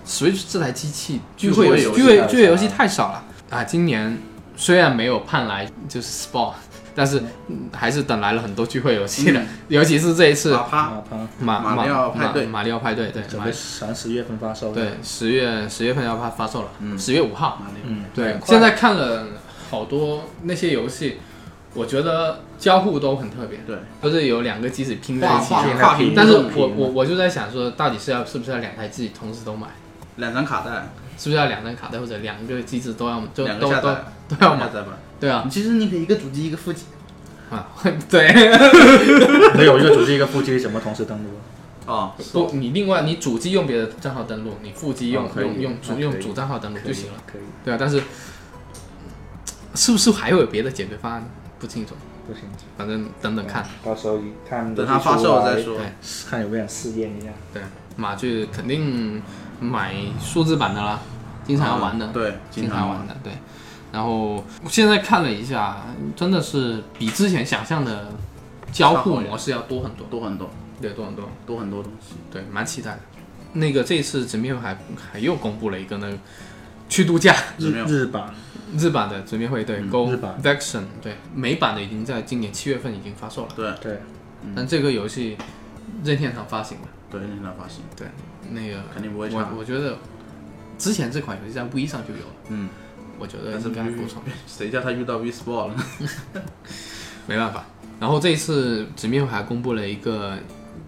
A: Switch 这台机器聚会游戏
C: 聚
A: 聚
C: 会
A: 会
B: 游
A: 聚会游戏
B: 戏太少了
A: 太少了啊！今年虽然没有盼来就是 Sport，但 是嗯还是等来了很多聚会游戏的，尤其是这一次
C: 哪怕
B: 啊，他
A: 马
C: 马里奥派对
A: 马马里奥派对对
B: 准
A: 马
B: 备三四月份发售。
A: 对，十月十月份要发发售了，十月五号。
B: 嗯，
A: 对
B: 很，快
A: 现在看了好多那些游戏，我觉得交互都很特别，
C: 对，
A: 都是有两个机子拼在
C: 画
A: 一起
C: 画
A: 去
B: 去
C: 画
B: 那屏
C: 屏，
A: 但是
B: 屏
A: 我我我就在想说，到底是要是不是要两台机同时都买，
C: 两张卡带，
A: 是不是要两张卡带或者两个机子都要就
C: 两个
A: 都
C: 下
A: 都
C: 载，
A: 都要买
C: 下？载吧。
A: 对啊，
C: 其实你可以一个主机一个副机。
A: 啊， 对，
B: 没有一个主机一个副机怎么同时登录？
C: 哦，
A: 不，你另外你主机用别的账号登录，你副机用
B: 哦可
A: 用
B: 以
A: 用主
B: 那可
A: 用
B: 以
A: 主账号登录
B: 可
A: 就
B: 以
A: 行了，，
B: 可以，
A: 对啊，但是是不是还有别的解决方案？不清楚，
B: 不行，
A: 反正等等看。
B: 到时候一看
C: 等它发售再说
A: 对。
B: 看有没有人试验一下。
A: 对，马具肯定买数字版的啦，经常玩的，
C: 啊对，
A: 经
C: 常
A: 常玩的，对。然后现在看了一下，真的是比之前想象的交互模式要多很多，
C: 多很多，
A: 对，多很多，
C: 多很多东西。
A: 对，蛮期待的。那个这次直面还还又公布了一个那个去度假
C: 有没有
B: 日版
A: 日版的直面会，对、Go
B: 日版
A: Vexion，对，美版的已经在今年七月份已经发售了，
C: 对
B: 对，
A: 但这个游戏任天堂发行的，
C: 对，任天堂发行，
A: 对，那个
C: 肯定不会差
A: 我。我觉得之前这款游戏在 V 上就有了，
C: 嗯，
A: 我觉得
C: 但是
A: 应该
C: V
A: 不错，
C: 谁叫他遇到 V Sport 了？
A: 没办法。然后这一次直面还公布了一个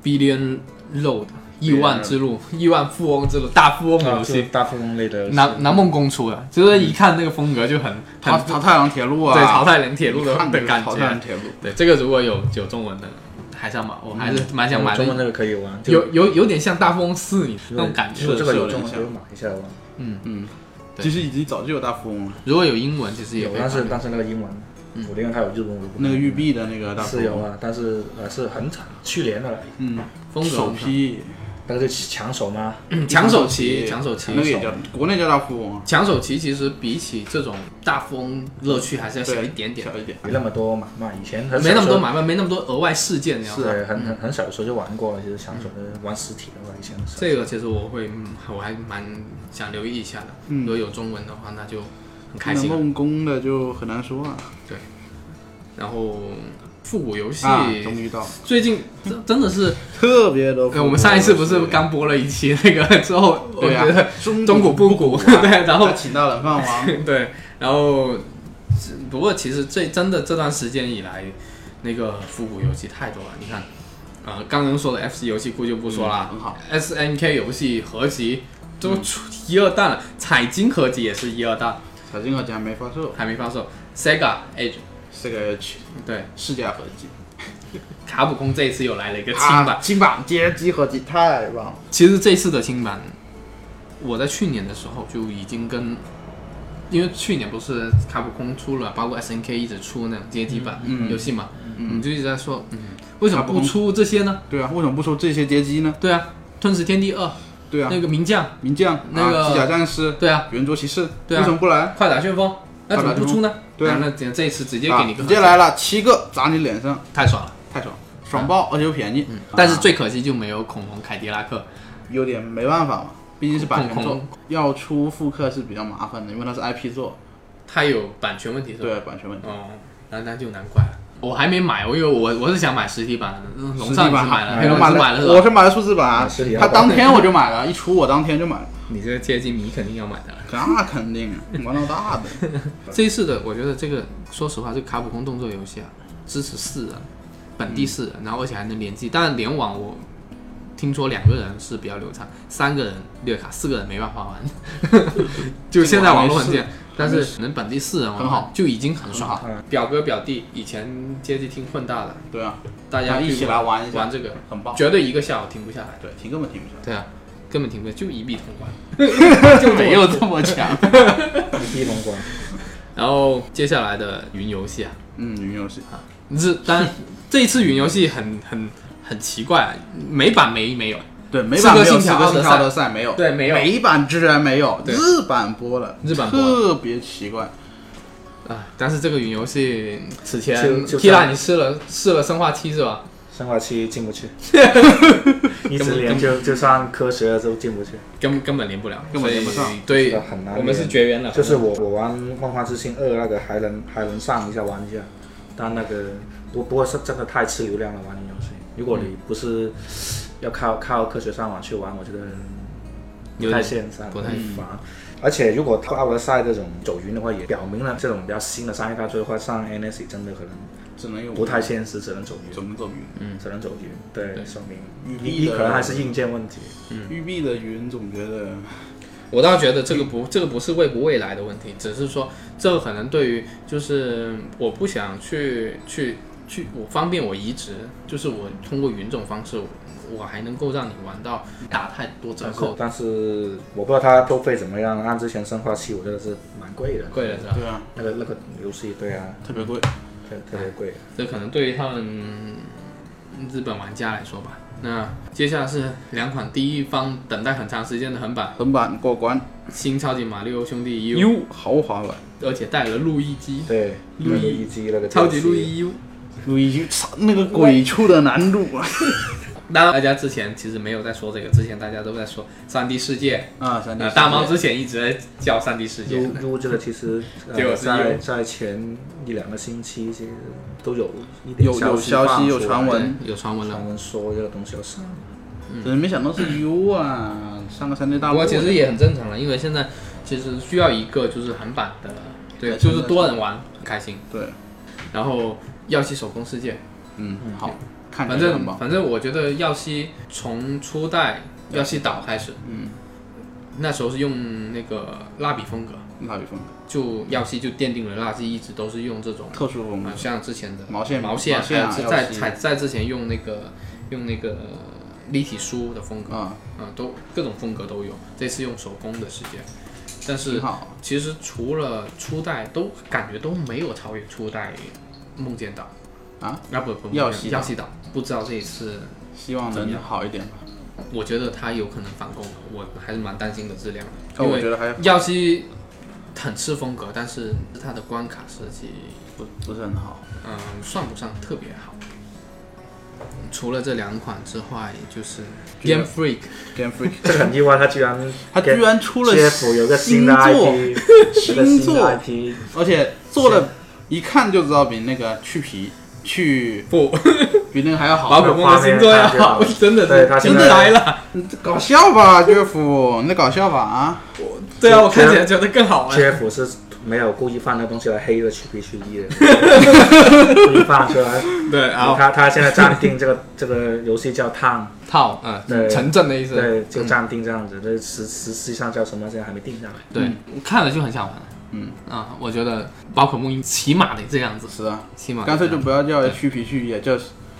A: Billion Road 亿万之路、亿万富翁之路、大富翁的游
B: 啊是
A: 戏，
B: 大富翁类的
A: 南南梦宫出的，就是一看那个风格就很很
C: 淘淘太郎铁路啊，
A: 对淘汰人铁路的
C: 一看就
A: 的
C: 是
A: 感
C: 淘汰
A: 觉
C: 人。铁路，
A: 对，这个如果有有中文的，还想买，我还是蛮想买
B: 中文
A: 的。
B: 那个可以玩，就
A: 有有有点像大富翁四那种感
B: 如
A: 觉
B: 果，这个
C: 是
B: 有
C: 有
B: 中文
C: 点
B: 就买一下玩，
C: 嗯，
A: 对
C: 其实已经早就有大富翁了，
A: 如果有英文其实也
B: 有
A: 可以
B: 但
A: 看
B: 是
A: 看。
B: 但是那个英文，
A: 嗯
B: 我另外还有日文我不
C: 那个育碧的那个大富
B: 是有
C: 翁，
B: 啊，但是呃是很惨，去年的了，
C: 嗯，
A: 风格
C: 首
A: 不错
C: 批
B: 那个是抢手吗？
A: 抢手棋，抢手棋
C: 嗯那，个也叫国内叫大富翁啊，
A: 抢手棋其实比起这种大富翁乐趣还是要小
C: 对
A: 一点点，
C: 小一点，
B: 没那么多买卖，以前很少
A: 没那么多
B: 说
A: 买卖，没那么多额外事件，你知道吗？
B: 对，很很很小的时候就玩过了，其实抢手
A: 嗯
B: 的玩实体的话，以前是
A: 这个其实我会，嗯我还蛮想留意一下的。
C: 嗯
A: 如果有中文的话，那就很开心了。啊
C: 梦工的就很难说啊，
A: 然后复古游戏
C: 啊，终于到了，
A: 最近真真的是，
C: 特别的。
A: 呃我们上一次不是刚播了一期那个之后，我
C: 对
A: 觉
C: 啊
A: 得
C: 中
A: 中古不古， 对，然后
C: 他请到了饭王，
A: 对，然后只不过其实这真的这段时间以来，那个复古游戏太多了。你看，呃，刚刚说的 FC 游戏库就不说了、
C: 嗯很好嗯
A: s n k 游戏合集都出一二弹了，彩金合集也是一二弹，
C: 小金合集还没发售，
A: 还没发售。Sega Age
C: 这个要去
A: 对，
C: 世界合集，
A: 卡普空这一次又来了一个轻版。
C: 啊，金版街机合集太棒了，
A: 其实这次的新版，我在去年的时候就已经跟，因为去年不是卡普空出了，包括 SNK 一直出那种街机版
C: 嗯嗯嗯
A: 游戏嘛，我们就一直在说，嗯，为什么不出这些呢？
C: 对啊，为什么不出这些街机呢？
A: 对啊，《吞食天地二》
C: 对啊，
A: 那个名将，
C: 名将，
A: 那个
C: 啊机甲战士，
A: 对啊，
C: 圆桌骑士，
A: 对啊
C: 为什么不来？
A: 快打旋风，那怎么不出呢？
C: 对啊
A: 那这这一次直接
C: 啊
A: 给你个
C: 直接来，了七个砸你脸上，
A: 太爽了。
C: 太爽，爽爆，而且又便宜。啊
A: 嗯但是最可惜就没有恐龙凯迪拉克，
C: 有点没办法嘛，毕竟是版权
A: 恐
C: 作，要出复刻是比较麻烦的，因为它是 IP 作，
A: 它有版权问题是吧？
C: 对版权问题。
A: 哦，那那就难怪了。我还没买，我因为我我是想买实体版的，嗯龙
C: 实
A: 上
C: 体
A: 你是
C: 版
A: 买了，
C: 哎
A: 黑龙
C: 我买
A: 是买了是吧？
C: 我是买了数字版
B: 啊实体，要
C: 它
B: 报
C: 当
B: 备
C: 天我就买了，一出我当天就买了，
A: 你这个街机迷肯定要买的。
C: 那肯定啊玩到大的。
A: 这一次的，我觉得这个，说实话，这个卡普空动作游戏啊，支持四人，本地四人，然后而且还能联机。当然联网我听说两个人是比较流畅，三个人略卡，四个人没办法玩。 就现在网络很贱，但是能本地四人玩
C: 很好
A: 就已经很爽
B: 很
A: 了。表哥表弟以前街机厅混大的，
C: 对啊，
A: 大家
C: 一起来玩一下
A: 玩这个，
C: 很棒。
A: 绝对一个下午停不下来。
C: 对，停根本停不下
A: 对啊，根本停不下来，就一币通关。
C: 来，就没有这么强。
B: 第一通关，
A: 然后接下来的云游戏啊，
C: 嗯，云游戏
A: 是，但这一次云游戏很 很很奇怪、啊，美版没没有，
C: 对美版没
A: 刺
C: 有
A: 客信
C: 刺
A: 条
C: 客信条
A: 奥德
C: 的赛没有，
A: 对没有
C: 美版居然没有，
A: 对
C: 日版播了，
A: 日版播
C: 特别奇怪。
A: 啊。但是这个云游戏此前
B: 就就
A: T 拉你试了试了生化七是吧？
B: 生化七进 不去，一直连就就上科学了都进不去，
A: 根根本连不了，
C: 根本连不上
A: 所以对
B: 是的很难，连
A: 我们是绝缘了。
B: 就是我我玩《万花之星二》那个还能还能上一下玩一下，但那个不不过是真的太吃流量了玩游戏，如果你不是要靠靠科学上网去玩，我觉得
A: 有
B: 不太
A: 点
B: 现实啊，
A: 不太
B: 很烦。而且如果奥德赛这种走云的话，也表明了这种比较新的商业大作的话，上 NS 真的可能
C: 只能用
B: 不太现实，只能走
C: 怎
B: 云，
C: 么走云？
A: 嗯
B: 只能走云。对，
A: 对
B: 说明
C: 玉
B: 你
C: 璧
B: 你
C: 的
B: 可能还是硬件问题。
A: 嗯
C: 育碧的云总觉得
A: 我倒觉得这个不，这个不是未不未来的问题，只是说这个可能对于就是我不想去去去，我方便我移植，就是我通过云这种方式，我还能够让你玩到打太多折
B: 但是
A: 扣，
B: 但是我不知道它收费怎么样，按之前生化七，我觉得是蛮贵的。
A: 贵了是吧？
C: 对啊，
B: 那个那个游戏，对啊，
C: 特别贵。
B: 特特别贵。
A: 这可能对于他们嗯日本玩家来说吧，那接下来是两款第一方等待很长时间的横版
C: 横版过关，
A: 新超级马里奥兄弟 U，
C: U 豪华版，
A: 而且带了路易机，
B: 对，
A: 路
B: 路
A: 易
B: 易机那个
A: 超级
B: DLC
A: 路易 U。
C: 路易 U 操那个鬼畜的难度 啊！
A: 当然，大家之前其实没有在说这个，之前大家都在说三 D 世界。
C: 啊，三 D
A: 呃，大猫之前一直在叫三 D 世界，
B: U U 这个其实、呃
A: 结果是
B: 在
A: U
B: 在前一两个星期其实都有一点
C: 有有消
B: 息放
C: 息有
B: 出来
C: 传
A: 对
C: 闻，
A: 有传闻了
B: 传。闻说这个东西要上，
C: 只是没想到是 U 啊，上个三 D
A: 嗯
C: 大
A: 不
C: 陆
A: 过其实也很正常了，因为现在其实需要一个就是横版的，对，
C: 对
A: 就是多人玩很开心。
C: 对，
A: 然后耀西手工世界，
C: 嗯，好，看
A: 反
C: 起来
A: 正
C: 很棒，
A: 反正我觉得耀西从初代耀西岛开始，
C: 嗯，
A: 那时候是用那个蜡笔风格，
C: 蜡笔风格，
A: 就耀西就奠定了蜡笔一直都是用这种，
C: 特殊风格
A: 呃，，像之前的
C: 毛线
A: 毛线，
C: 毛线啊
A: 还有
C: 耀
A: 在
C: 西
A: 在在之前用那个用那个立体书的风格，
C: 啊，
A: 嗯，都各种风格都有。这次用手工的世界，但是
C: 挺好，
A: 其实除了初代，都感觉都没有超越初代梦见岛
C: 啊
A: 啊不不
C: 耀西岛
A: 耀西岛，不知道这一次，
C: 希望
A: 怎么
C: 能
A: 样
C: 好一点吧。
A: 我觉得它有可能反攻的，我还是蛮担心的质量的，哦
C: 但
A: 因
C: 哦我
A: 为
C: 觉得还
A: 耀西很吃风格，但是它的关卡设计，
C: 不不是很好，
A: 嗯，算不上特别好。除了这两款之外，就是
C: 这个
A: Game Freak，
C: Game Freak
B: 这 个很意外，他居然
C: 他居然出了
B: Jeff 有一个新
C: 新
B: 的
C: 作，
B: IP，有
C: 星座
B: 个新的 IP，
C: 而且做的一看就知道比那个去皮去
A: 不，
C: 比那个还要好
A: 宝。可梦的星座要好， 真的
B: 对它
A: 是
B: 现
A: 惊
B: 在
A: 呆了。
C: 你这搞笑吧，Jeff，你在搞笑吧啊？
A: 对啊，我看起来觉得更好玩。
B: Jeff 是没有故意放那东西来黑的区 P 区一 的，故意放出来。
A: 对，然后
B: 他他现在暂定这个这个游戏叫 Town，
A: 套，嗯、
B: 对
A: 城镇的意思。
B: 对，就暂定这样
A: 嗯
B: 子。这实实际上叫什么？现在还没定下来。
A: 对，看了就很想玩。
C: 嗯
A: 啊，我觉得宝可梦起码得这样子，
C: 是啊，
A: 起码得
C: 干脆
A: 这
C: 就
A: 样
C: 不要叫
A: 对
C: 去皮去，也叫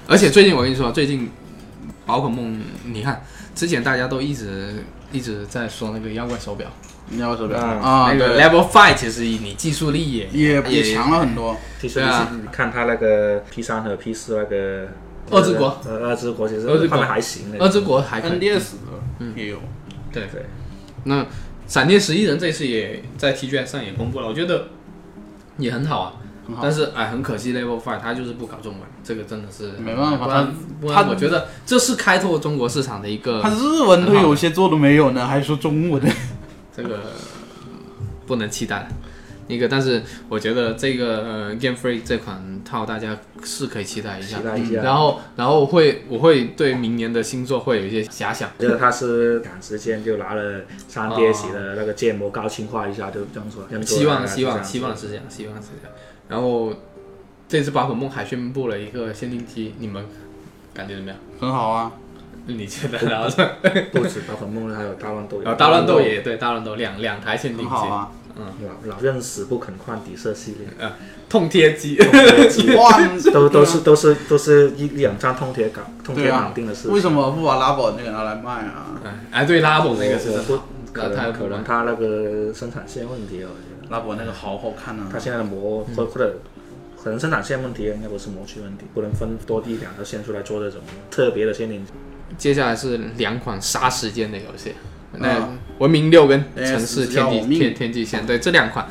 A: 而且最近我跟你说，最近宝可梦，你看之前大家都一直一直在说那个妖怪手表，
C: 你要手表
B: 嗯
C: 啊，
A: 那个
C: 对，
A: Level Five 其实你技术力也
C: 也
A: 也
C: 也强了很多。
B: 其实
A: 对啊
B: 你看他那个 P 三和 P 四那个
A: 二之国，
B: 呃，二之国其实
A: 二之国
B: 他们还行的。
A: 二之国还可以。
C: NDS 的也有，
A: 对
B: 对，
A: 那闪电十一人这次也在 TGS 上也公布了，我觉得也很好啊。
C: 很好
A: 但是哎，很可惜 Level Five 它就是不搞中文，这个真的是
C: 没办法
A: 不然不然
C: 它
A: 我觉得这是开拓中国市场的一个
C: 他日文都有些做都没有呢，还说中文，
A: 这个嗯不能期待一个，但是我觉得这个呃 Game Free 这款套大家是可以期待一下
B: 期。待一下。
A: 然后，然后我会我会对明年的星座会有一些遐想。
B: 我觉得他是赶时间就拿了三 DS 的那个建模高清化一下就扔出来，扔出来
A: 哦希望
B: 了
A: 希
B: 啊这
A: 望
B: 样子
A: 希望是这样，希望是这样。然后这次宝可梦还宣布了一个限定机，你们感觉怎么样？
C: 很好啊。
A: 你觉得？然后是
B: 不止宝可梦了，还有大乱斗，
A: 然后大乱斗也对，大乱斗两两台限定
C: 很
A: 机，
C: 好啊！
B: 老老认死不肯换底色系列，
A: 呃痛贴机。
C: 哇，
B: 都都是都是都是一一两张通铁搞通铁
C: 对啊
B: 绑定的事
C: 为
B: 情。
C: 什么不把拉宝那个拿来卖啊？
A: 哎，对拉拢那个是真
B: 我
A: 的
B: 不
A: 好，
B: 可
A: 那太
B: 能
A: 不
B: 可能
A: 能
B: 他那个生产线问题，我觉得
C: 拉宝那个好好看啊
B: 他！现在的模或或者。可能生产线问题应该不是模具问题，不能分多一两条线出来做这种特别的限定。
A: 接下来是两款杀时间的游戏，那《
C: 嗯
A: 文明六》跟《
C: 哎
A: 城市
C: 死
A: 天
C: 掉
A: 际
C: 我命
A: 天天际线》对这两款，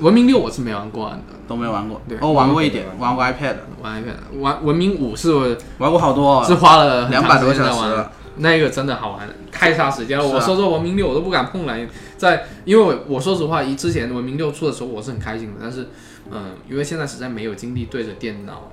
A: 《文明六》我是没玩过，啊
C: 都没玩过
A: 对，
C: 哦，玩过一点，玩过 iPad，
A: 玩一遍。玩《文明五》是我
C: 玩过好多
A: 是
C: 哦，
A: 花了很
C: 两
A: 长
C: 百
A: 时
C: 多
A: 间
C: 小
A: 在
C: 时
A: 玩
C: 了，。
A: 那个真的好玩，太杀时间了。
C: 是啊
A: 我说说《文明六》，我都不敢碰了，在因为我我说实话，一之前《文明六》出的时候我是很开心的，但是嗯、因为现在实在没有精力对着电脑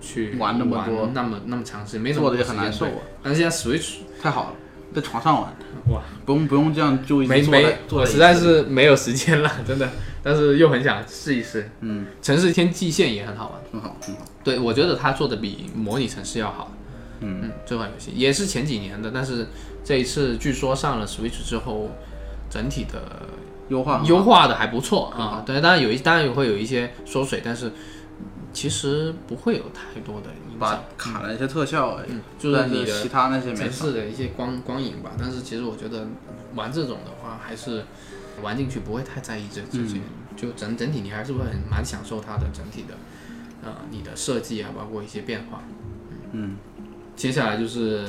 A: 去
C: 玩那么多
A: 那么那么长时间，没什么
C: 做的也很难受
A: 时间
C: 啊
A: 对，但是现在 Switch
C: 太好了，在床上玩，
A: 哇，
C: 不用不用这样就一
A: 没
C: 直坐
A: 没
C: 在，坐
A: 我
C: 在椅子
A: 实在
C: 里
A: 是没有时间了， 真的。但是又很想试一试。
C: 嗯，
A: 城市天际线也很好玩，
C: 很好很好，
A: 对我觉得它做的比模拟城市要好。
C: 嗯
A: 嗯，这款游戏也是前几年的，但是这一次据说上了 Switch 之后，整体的
C: 优化很好
A: 优化的还不错
C: 很好
A: 啊。对，当然有一当然也会有一些缩水，但是其实不会有太多的影响
C: 把。卡了一些特效而已，
A: 嗯，就
C: 但
A: 是
C: 是
A: 你的
C: 其他那些 没
A: 城
C: 少
A: 市的一些光光影吧。但是其实我觉得玩这种的话，还是玩进去不会太在意这这些，
B: 嗯
A: 就整整体你还是会很蛮享受它的整体的，呃，你的设计啊，包括一些变化。
C: 嗯，
A: 接下来就是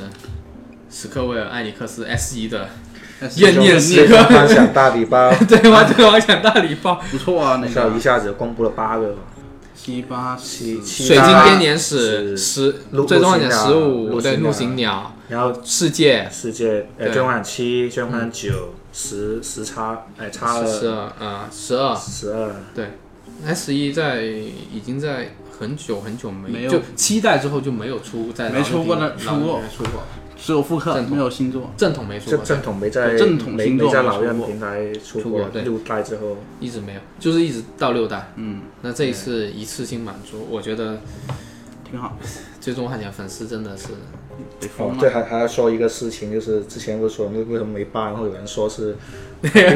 A: 史克威尔艾尼克斯 S 一的，艳
C: 艳艳
A: 艳
B: 四
A: 四
B: 个
A: 个
B: 幻想大礼包，
A: 对我对我想大礼包，
C: 不错啊，那
B: 我操，
C: 个
B: 一下子公布了八个，
C: 七八
B: 七
C: 十
B: 七
A: 水晶编年
B: 是
A: 史十
B: 陆，
A: 最终幻想
B: 陆行
A: 十
B: 鸟
A: 五，
B: 陆
A: 对
B: 行
A: 陆
B: 鸟
A: 行鸟
B: 然后
A: 世界
B: 世界呃，
A: 对
B: 最终幻想七、最终幻想九、十、十差，哎，差了
A: 十二啊十二
B: 十二，
A: 对，S 一在已经在很久很久没
C: 没有
A: 就七代之后就没有出在
C: 没出过
A: 老
C: 那
A: 的地
C: 出过
A: 老的没出过
C: 只有复刻
A: 正统
C: 没有新作，
A: 正统没出
B: 这
A: 过
B: 正统没在
C: 正统
B: 没
C: 星座
B: 没在
C: 没
B: 老
C: 出
B: 任
C: 过
B: 平台出
A: 出
B: 过
A: 过对
B: 六代之后，
A: 一直没有，就是一直到六代。
C: 嗯，
A: 那这一次一次性满足，我觉得
C: 挺好，
A: 最终幻想粉丝真的是
C: 得
B: 哦
C: 疯，
B: 对，
C: 了。
B: 还还要说一个事情，就是之前不是说那为什么没办，然后有人说是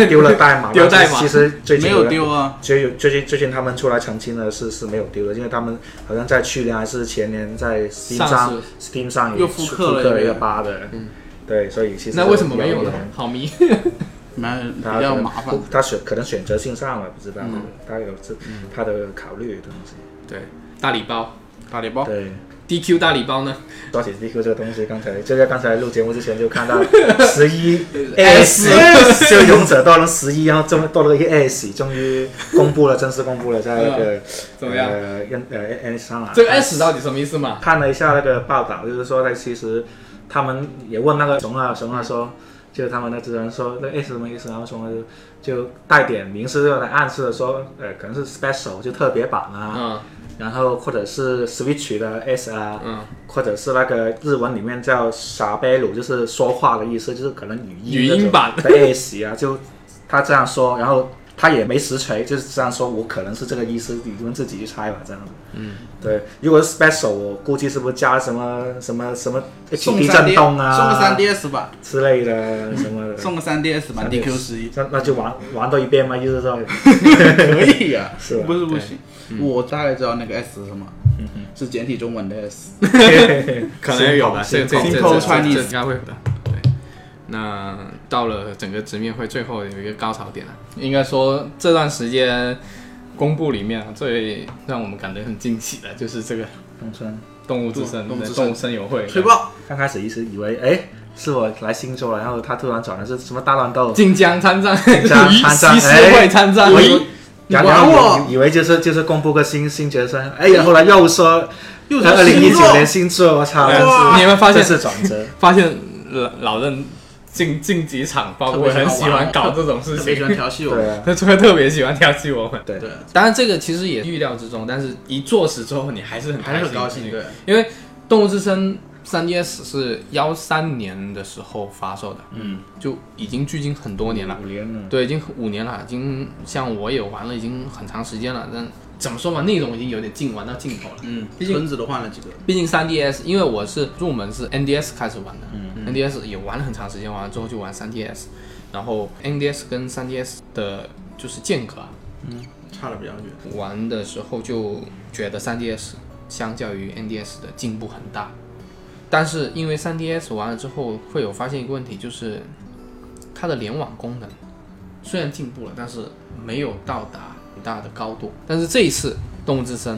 B: 丢了代码，
A: 丢
B: 但是
A: 代码
B: 其实最近
C: 没
B: 有
C: 有
B: 人
C: 丢啊，
B: 最近最近最近他们出来澄清的是是没有丢的，因为他们好像在去年还是前年在 Steam
A: 上
B: 上 Steam 上也
C: 又
B: 复
C: 复刻了
B: 了
C: 一
B: 一
C: 个
B: 个八的，嗯，对，所以其实
A: 那为什么没有呢
B: 人？
A: 好迷，
C: 蛮比
B: 他可
C: 较
B: 能
C: 麻烦
B: 不，他选可能选择性上了，不知道，他有这他的考虑的东西。
A: 对 大礼包
C: 打礼包。
B: 对，
A: DQ 大礼包呢
B: 说起 DQ 这个东西，刚才就在刚才录节目之前就看到十一
A: S
B: S，就勇者斗龙十一，然后这么多了一个 S，终于公布了，正式公布了，在那个
A: 怎么样？
B: 呃，N 呃 N 上啊，
A: 这
C: 哎
A: 个 S 到底什么意思嘛？
B: 看了一下那个报道，就是说他其实他们也问那个熊二，熊二说，就是他们那主人说那 S 什么意思，然后熊二就就带点明示的暗示的说，呃，可能是 special 就特别版啊，
A: 嗯
B: 然后或者是 Switch 的 S 啊，
A: 嗯，
B: 或者是那个日文里面叫傻贝鲁，就是说话的意思，就是可能语音
A: 语音版
B: 那种的 S 啊，就他这样说，然后他也没实锤，就是这样说，我可能是这个意思，你们自己去猜吧，这样子。
A: 嗯，
B: 对，如果是 special，我估计是不是加什么什么什么
C: 送
B: HD
C: 3D，
B: 震动
C: 送个
B: 啊
C: 三 DS 吧，
B: 之类的 什么的，
C: 送个三 DS 吧，DQ 十一
B: 那那就玩玩到一遍嘛，意思说，
C: 可以呀，
B: 是吧
C: 不是不行？嗯我大概知道那个 S 是什么，是简体中文的 S，
A: 嗯可能有吧，这
B: 新
A: 这这
B: 口
A: 这这这
B: 新口
C: Chinese
A: 这应该会有的。对，那到了整个直面会最后有一个高潮点了，啊应该说这段时间公布里面啊最让我们感觉很惊喜的就是这个
B: 农村。
A: 动物之声、
C: 动物之声
A: 动物声友会
C: 吹爆！
B: 刚开始一直以为，哎，是我来新州了，然后他突然转的是什么大乱斗，
A: 晋江参 战，
B: 江参战
A: 于西施会参战，
B: 哎
A: 于
B: 然
C: 玩
B: 后
C: 我
B: 以以为就是就是公布个新新角色，哎呀，后来又说呃
C: 又
B: 二零一
C: 星
B: 九
C: 座
B: 年新作，我操，真
A: 哇你有没有发现
B: 这是转折？
A: 发现老老任晋晋级场，包括很喜欢搞这种事
C: 特别喜
A: 情，
C: 欢调戏我
B: 对
C: 们，
B: 啊，
A: 他特特别喜欢挑起我们。
B: 对
C: 对，
A: 当然，这个其实也预料之中，但是一坐实之后，你还是很
C: 还是很
A: 开
C: 高
A: 心
C: 兴，
A: 的
C: 对，
A: 因为《动物之声》3DS 是幺三年的时候发售的，
B: 嗯，
A: 就已经距今很多年了。
C: 嗯
B: 五年了，
A: 对，已经五年了，已经像我也玩了，已经很长时间了。但怎么说嘛，内容已经有点进玩到尽头了。
C: 嗯，
A: 毕竟
C: 村子都换了几个，
A: 毕竟 3DS，因为我是入门是 NDS 开始玩的、n
C: 嗯
A: d s 也玩了很长时间，玩了之后就玩 3DS，然后 NDS 跟 3DS 的就是间隔啊，
C: 差的比较远。
A: 玩的时候就觉得 3DS 相较于 NDS 的进步很大，但是因为 3DS 玩了之后会有发现一个问题，就是它的联网功能虽然进步了，但是没有到达很大的高度。但是这一次《动物之声》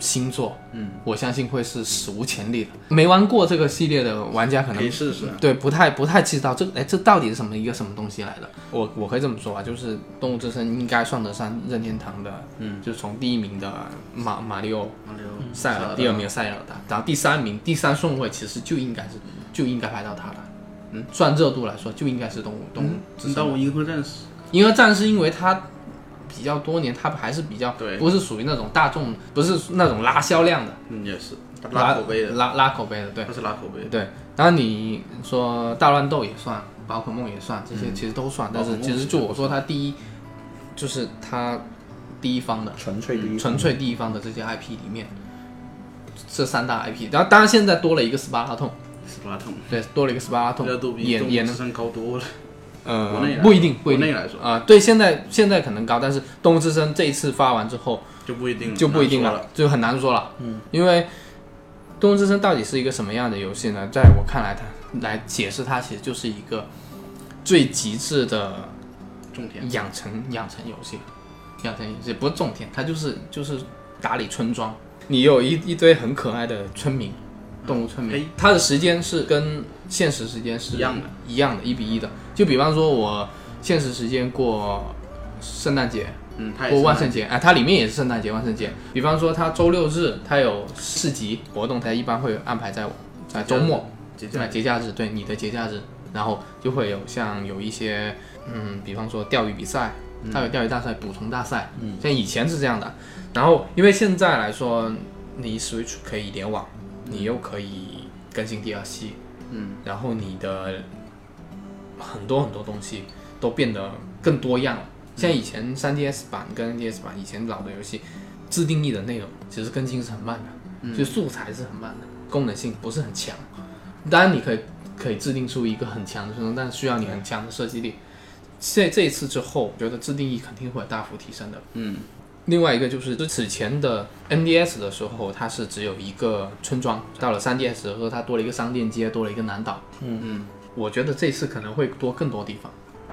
A: 新作，嗯，我相信会是史无前例的。没玩过这个系列的玩家可
C: 可
A: 能
C: 以试试，
A: 对，不太不太知道这哎这到底是什么一个什么东西来的。我我可以这么说吧，就是《动物之声》应该算得上任天堂的，嗯，就是从第一名的马马里奥、塞尔啊达，第二名塞尔达，然后第三名第三顺位其实就应该是就应该排到它了。嗯，算热度来说，就应该是动物动物之
C: 你
A: 声。
C: 当我银河战士，
A: 银河战士因为它比较多年，它还是比较
C: 对
A: 不是属于那种大众，不是那种拉销量的，
C: 嗯，也是拉口碑的，
A: 拉拉口碑的，对。
C: 它是拉口碑的，
A: 对，然后你说大乱斗也算，宝可梦也算，这些其实都算，但
C: 嗯宝
A: 是
C: 可梦
A: 其实就我说它第一，就是它第一方的
B: 纯粹第一，
A: 纯粹第一方的这些 IP 里面，这三大 IP，然后当然现在多了一个斯巴达痛，
C: 斯巴痛，
A: 对，多了一个斯巴达痛
C: 热度，比
A: 也
C: 动
A: 也
C: 物之
A: 能
C: 声高多了，
A: 呃
C: 国内来
A: 不一定不一
C: 国内
A: 定
C: 来说
A: 啊、对，现在现在可能高，但是动物之声这一次发完之后，
C: 就不一定了
A: 就不一定
C: 嗯难
A: 了，
C: 说了，
A: 就很难说了。嗯，因为《动物之声》到底是一个什么样的游戏呢？在我看来，它来解释它其实就是一个最极致的
C: 种田
A: 养成养成游戏，养成游戏不是种田，它就是就是打理村庄。你有一一堆很可爱的村民，动物村民，
C: 哎
A: 它的时间是跟现实时间是
C: 一样的，
A: 一样的，一比一的。就比方说，我现实时间过圣诞节，
C: 嗯，他也
A: 过
C: 是
A: 万圣节，哎，它里面也是圣诞节、万圣节。比方说，它周六日它有市集活动，它一般会安排在在周末，
C: 节假
A: 在
C: 日
A: 节假日，对你的节假日，然后就会有像有一些，嗯，比方说钓鱼比赛，它有钓鱼大赛、捕虫大赛，嗯，像以前是这样的。然后因为现在来说，你 Switch 可以联网，你又可以更新 DLC，
C: 嗯，
A: 然后你的很多很多东西都变得更多样了。像以前 3DS 版跟 NDS 版，以前老的游戏自定义的内容其实更新是很慢的，就素材是很慢的，功能性不是很强。当然你可以可以制定出一个很强的阵容，但是需要你很强的设计力。这这一次之后，我觉得自定义肯定会有大幅提升的。
C: 嗯，
A: 另外一个就是，就此前的 NDS 的时候，它是只有一个村庄，到了 3DS 的时候，它多了一个商店街，多了一个南岛。
C: 嗯嗯，
A: 我觉得这次可能会多更多地方。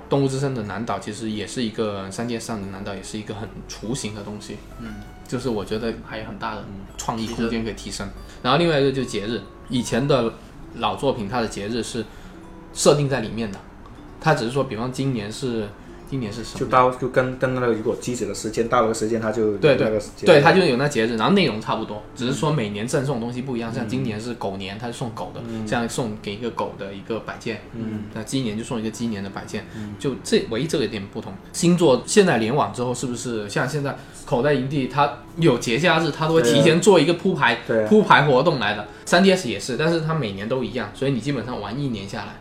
A: 动物之声的南岛其实也是一个三界上的南岛，也是一个很雏形的东西。嗯，就是我觉得还有很大的创意空间可以提升。然后另外一个就是节日，以前的老作品它的节日是设定在里面的，它只是说，比方今年是今年是什么？
B: 就到就跟跟那个如果机子的时间到了个时间，他就
A: 对
B: 那个嗯
A: 对
B: 时间
A: 对，它就是有那节日，然后内容差不多，只是说每年赠送的东西不一样。像
B: 嗯
A: 今年是狗年，它是送狗的，像送给一个狗的一个摆件，嗯，那鸡年就送一个鸡年的摆件，
B: 嗯
A: 就这唯一这个点不同。星座现在联网之后，是不是像现在口袋营地，它有节假日，它都会
B: 对啊
A: 提前做一个铺排
B: 对啊
A: 铺排活动来的。3DS 也是，但是它每年都一样，所以你基本上玩一年下来，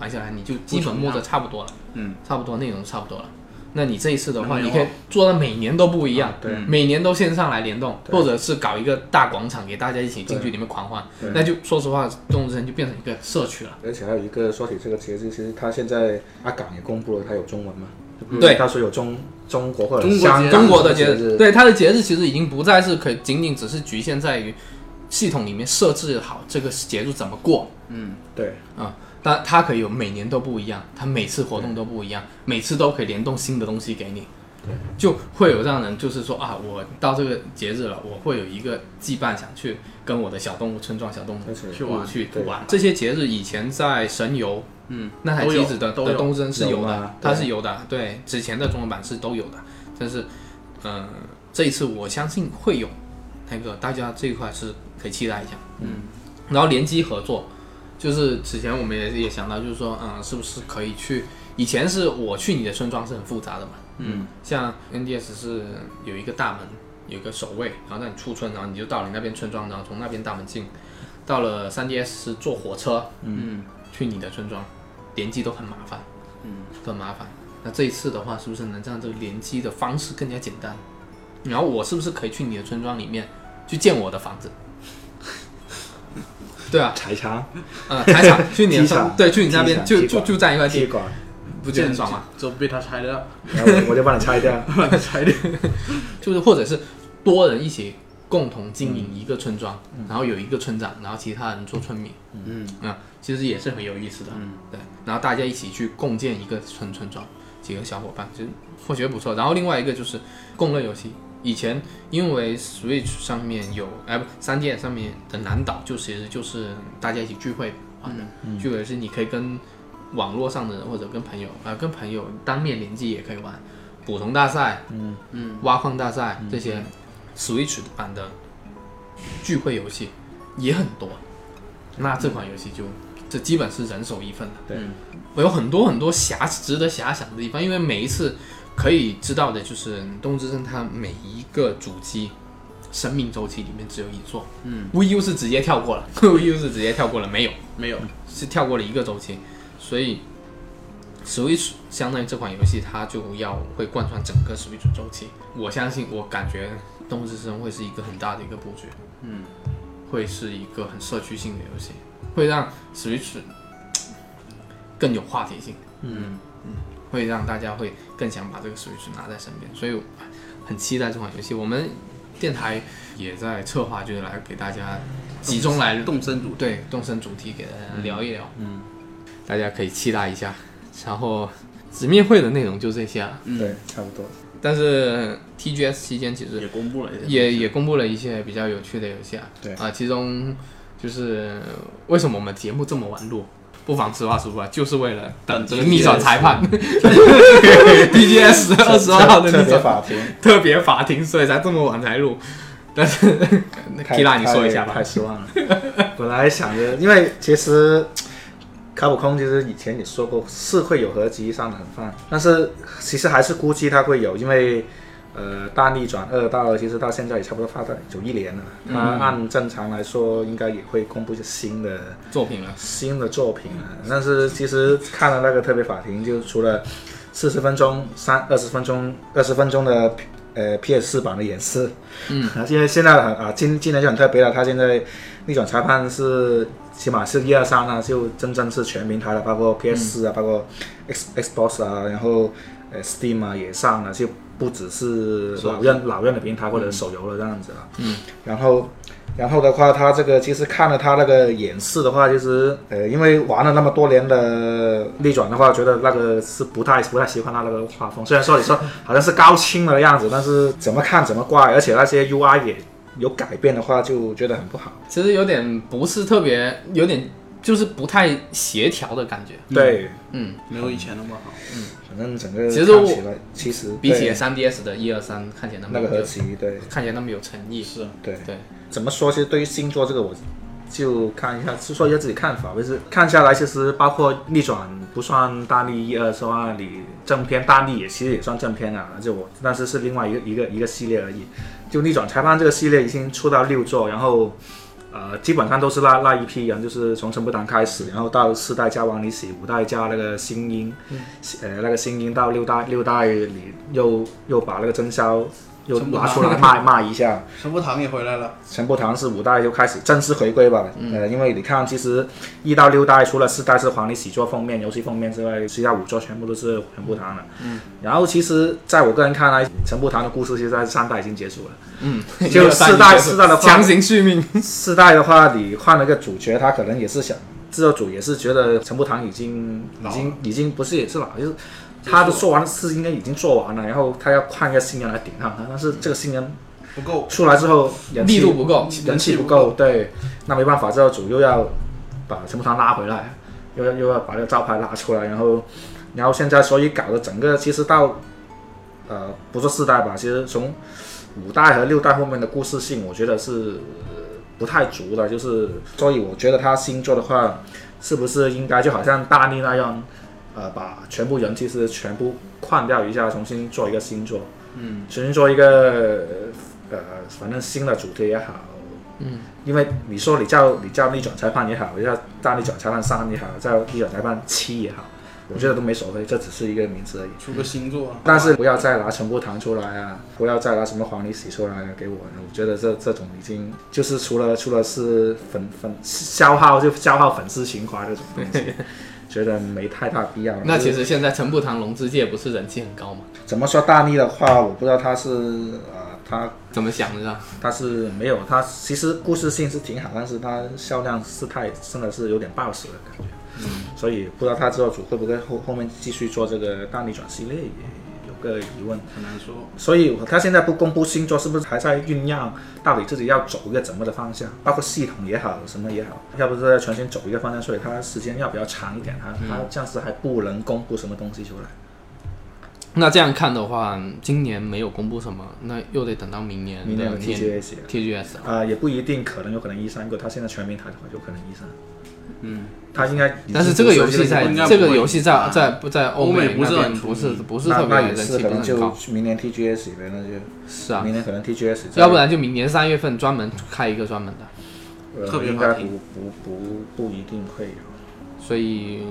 A: 玩下来你就基本摸得差不多了，
C: 嗯，
A: 差不多内容差不多了。那你这一次的话，
C: 能
A: 你
C: 联
A: 可以
C: 网
A: 做到每年都不一样，
B: 对
A: 每年都线上来联动，或者是搞一个大广场给大家一起进去里面狂欢，那就说实话，动物之城就变成一个社区了。
B: 而且还有一个说起这个节日，其实它现在阿港也公布了，它有中文嘛？
A: 对
B: 到时候有中嗯中国或者
C: 中国
B: 香港
C: 节
A: 中国的节
B: 节
A: 日，，对它的节日其实已经不再是可以仅仅只是局限在于系统里面设置好这个节日怎么过
B: 对
A: 啊。但它可以有每年都不一样，它每次活动都不一样，每次都可以联动新的东西给你，就会有让人就是说啊，我到这个节日了，我会有一个羁绊，想去跟我的小动物村庄、小动物
B: 而且
C: 去玩
A: 去去
B: 对
A: 玩。这些节日以前在神游，嗯，那台
C: 都有
A: 机子的
C: 都
A: 的
C: 有
A: 东征是
B: 有
A: 的
B: 吗，
A: 它
B: 对
A: 是有的，对，之前的中文版是都有的，但是，嗯、这一次我相信会有那个大家这一块是可以期待一下，嗯，然后联机合作，就是此前我们也也想到，就是说，嗯，是不是可以去？以前是我去你的村庄是很复杂的嘛，嗯，像 NDS 是有一个大门，有一个守卫，然后让你出村，然后你就到你那边村庄，然后从那边大门进。到了 3DS 是坐火车，嗯，去你的村庄，联机都很麻烦，嗯，很麻烦。那这一次的话，是不是能让这个联机的方式更加简单？然后我是不是可以去你的村庄里面去建我的房子？对啊，
B: 柴仓、
A: 呃，财产去你的
B: 机场
A: 村对，去你那边
B: 机
A: 就
B: 场
A: 就就占一块
B: 踢
A: 地，
B: 馆，
A: 不就很爽吗？？
C: 就被他拆掉，
B: 然后我我就 帮你拆掉。
C: 把他拆掉。
A: 就是或者是多人一起共同经营一个村庄，然后有一个村长，然后其他人做村民，嗯啊，其实也是很有意思的，嗯，对，然后大家一起去共建一个村村庄，几个小伙伴，其实我觉得不错。然后另外一个就是共乐游戏，以前因为 Switch 上面有，哎不，三 D 上面的南岛就其实就是大家一起聚会玩的，聚会是你可以跟网络上的人或者跟朋友，啊，跟朋友当面联机也可以玩，捕虫大赛，嗯嗯，挖矿大赛这些 Switch 版的聚会游戏也很多，那这款游戏就这基本是人手一份的。
B: 对
A: 嗯，我有很多很多遐值得遐想的地方，因为每一次可以知道的就是《动物之声》它每一个主机。生命周期里面只有一座，嗯，VU 是直接跳过了 ，VU 是直接跳过了，没有，
C: 没有，
A: 是跳过了一个周期，所以 Switch 相当于这款游戏，它就要会贯穿整个 Switch 周期。我相信，我感觉《动物之声》会是一个很大的一个布局，嗯，会是一个很社区性的游戏，会让 Switch 更有话题性，嗯嗯，会让大家会更想把这个 Switch 拿在身边，所以我很期待这款游戏。我们电台也在策划，就是来给大家 集中来
C: 动身主
A: 对动身主题给大家聊一聊，嗯，大家可以期待一下。然后直面会的内容就这些啊，
B: 对，差不多。
A: 但是 TGS 期间其实
C: 也公布了一些，
A: 也也公布了一些比较有趣的游戏啊，
B: 对
A: 啊，其中就是为什么我们节目这么晚录？不妨实话实说，就是为了等着
C: 等着
A: 逆转裁判 ，DGS 二十二号的
B: 特
A: 逆
B: 别
A: 转
B: 法庭，
A: 特别法庭，所以才这么晚才录。但是
B: 太
A: Kira 你说一下吧
B: 太太失望了。 本来想着，因为其实卡普空其实以前也说过是会有合集上的很放，但是其实还是估计它会有，因为呃大逆转二到其实到现在也差不多发展有一年了，它按正常来说应该也会公布一些新的
A: 作品了，
B: 新的作品了。但是其实看了那个特别法庭，就除了四十分钟、三二十分钟、二十分钟的呃 PS 四版的演示，嗯，因为现在很啊今今年就很特别了，他现在逆转裁判是起码是一二三啊，就真正是全平台了，包括 PS 四啊，包括 X Xbox 啊，然后呃 Steam 啊也上了，就不只是老任老任的平台或者手游了这样子了，嗯，然后。然后的话，他这个其实看了他那个演示的话，其实呃，因为玩了那么多年的逆转的话，觉得那个是不太不太喜欢他那个画风。虽然说你说好像是高清的样子，但是怎么看怎么怪，而且那些 UI 也有改变的话，就觉得很不好。
A: 其实有点不是特别，有点就是不太协调的感觉。
B: 对，
A: 嗯，
C: 没有以前那么好。
B: 反正整个
A: 其实我
B: 看起来其实
A: 比起
B: 对
A: 3 DS 的一二三，看起来那么
B: 那个合
A: 有，
B: 集，对
A: 看起来那么有诚意。
C: 是，
B: 对。
A: 对，
B: 怎么说？其实对于星座这个，我就看一下，就说一下自己看法。就是看下来，其实包括逆转不算大逆一二的话，你正片大逆也其实也算正片啊，就我但是是另外一个一个一个系列而已。就逆转裁判这个系列已经出到六座，然后。呃，基本上都是那那一批人，就是从陈步堂开始，然后到四代加王李喜，五代加那个新英，呃，那个新英到六代，六代你又又把那个真宵又
C: 陈步
B: 拿
C: 堂
B: 出来卖卖一下，
C: 神步堂也回来了，
B: 陈伯堂是五代就开始正式回归吧，呃，因为你看，其实一到六代除了四代是黄历喜做封面、游戏封面之外，其他五座全部都是陈伯堂的。嗯，然后其实在我个人看来，陈伯堂的故事其实在三代已经结束了。
A: 嗯，
B: 就四代四代的话
A: 强行续命。
B: 四代的话，你换了个主角，他可能也是想制作组也是觉得陈步堂已经已
C: 老
B: 经
C: 了
B: 已经不是也是老，就是他的做完的事应该已经做完了，然后他要换一个新人来顶上他，但是这个新人
C: 不够，
B: 出来之后人 气
A: 力度不够，
B: 人气不够，对，那没办法，这个组又要把陈木堂拉回来，又要又要把这个招牌拉出来，然后然后现在所以搞的整个其实到呃不说四代吧，其实从五代和六代后面的故事性，我觉得是呃不太足的，就是所以我觉得他新做的话，是不是应该就好像大力那样，呃，把全部人其实全部换掉一下，重新做一个新作，嗯，重新做一个呃，反正新的主题也好，嗯，因为你说你叫你叫逆转裁判也好，你叫大逆转裁判三也好，叫逆转裁判七也好，我觉得都没所谓，这只是一个名字而已。
C: 出个星座。
B: 但是不要再拿陈步堂出来啊，不要再拿什么黄梨喜出来啊，给我，我觉得这这种已经就是除了除了是粉粉消耗就消耗粉丝情怀这种东 西，觉得没太大必要了。
A: 那
B: 就是
A: 其实现在陈步堂龙之介不是人气很高吗？
B: 怎么说大逆的话，我不知道他是呃他
A: 怎么想的啊？
B: 他是没有他其实故事性是挺好，但是他销量是太真的是有点暴死的感觉。嗯，所以不知道他制作组会不会后后面继续做这个大逆转系列，也有个疑问。
C: 很难 说，
B: 所以他现在不公布星座，是不是还在酝酿到底自己要走一个怎么的方向？包括系统也好，什么也好，要不是重新走一个方向，所以他时间要比较长一点，他、他这样子还不能公布什么东西出来。
A: 那这样看的话，今年没有公布什么，那又得等到明年
B: 明年
A: 的
B: 有 TGS 啊
A: TGS 啊。
B: 啊、也不一定，可能有可能一三个，他现在全平台的话，有可能一三。嗯，他应该，
A: 但是这个游戏在
C: 应该不
A: 这
C: 会
A: 个游戏在在不在欧
C: 欧
A: 美
C: 美不是
A: 那边
C: 很
A: 不是不是
B: 啊
A: 特
B: 那
A: 别
B: 那也
A: 人
B: 是
A: 气
B: 可
A: 不
B: 能
A: 是很
B: 就
A: 高，
B: 明年 TGS 呗，那就是
A: 啊，
B: 明年可能 TGS，
A: 要不然就明年三月份专门开一个专门的，
B: 呃
C: 特别
B: 应该
C: 话题
B: 不不不不一定会有。
A: 所以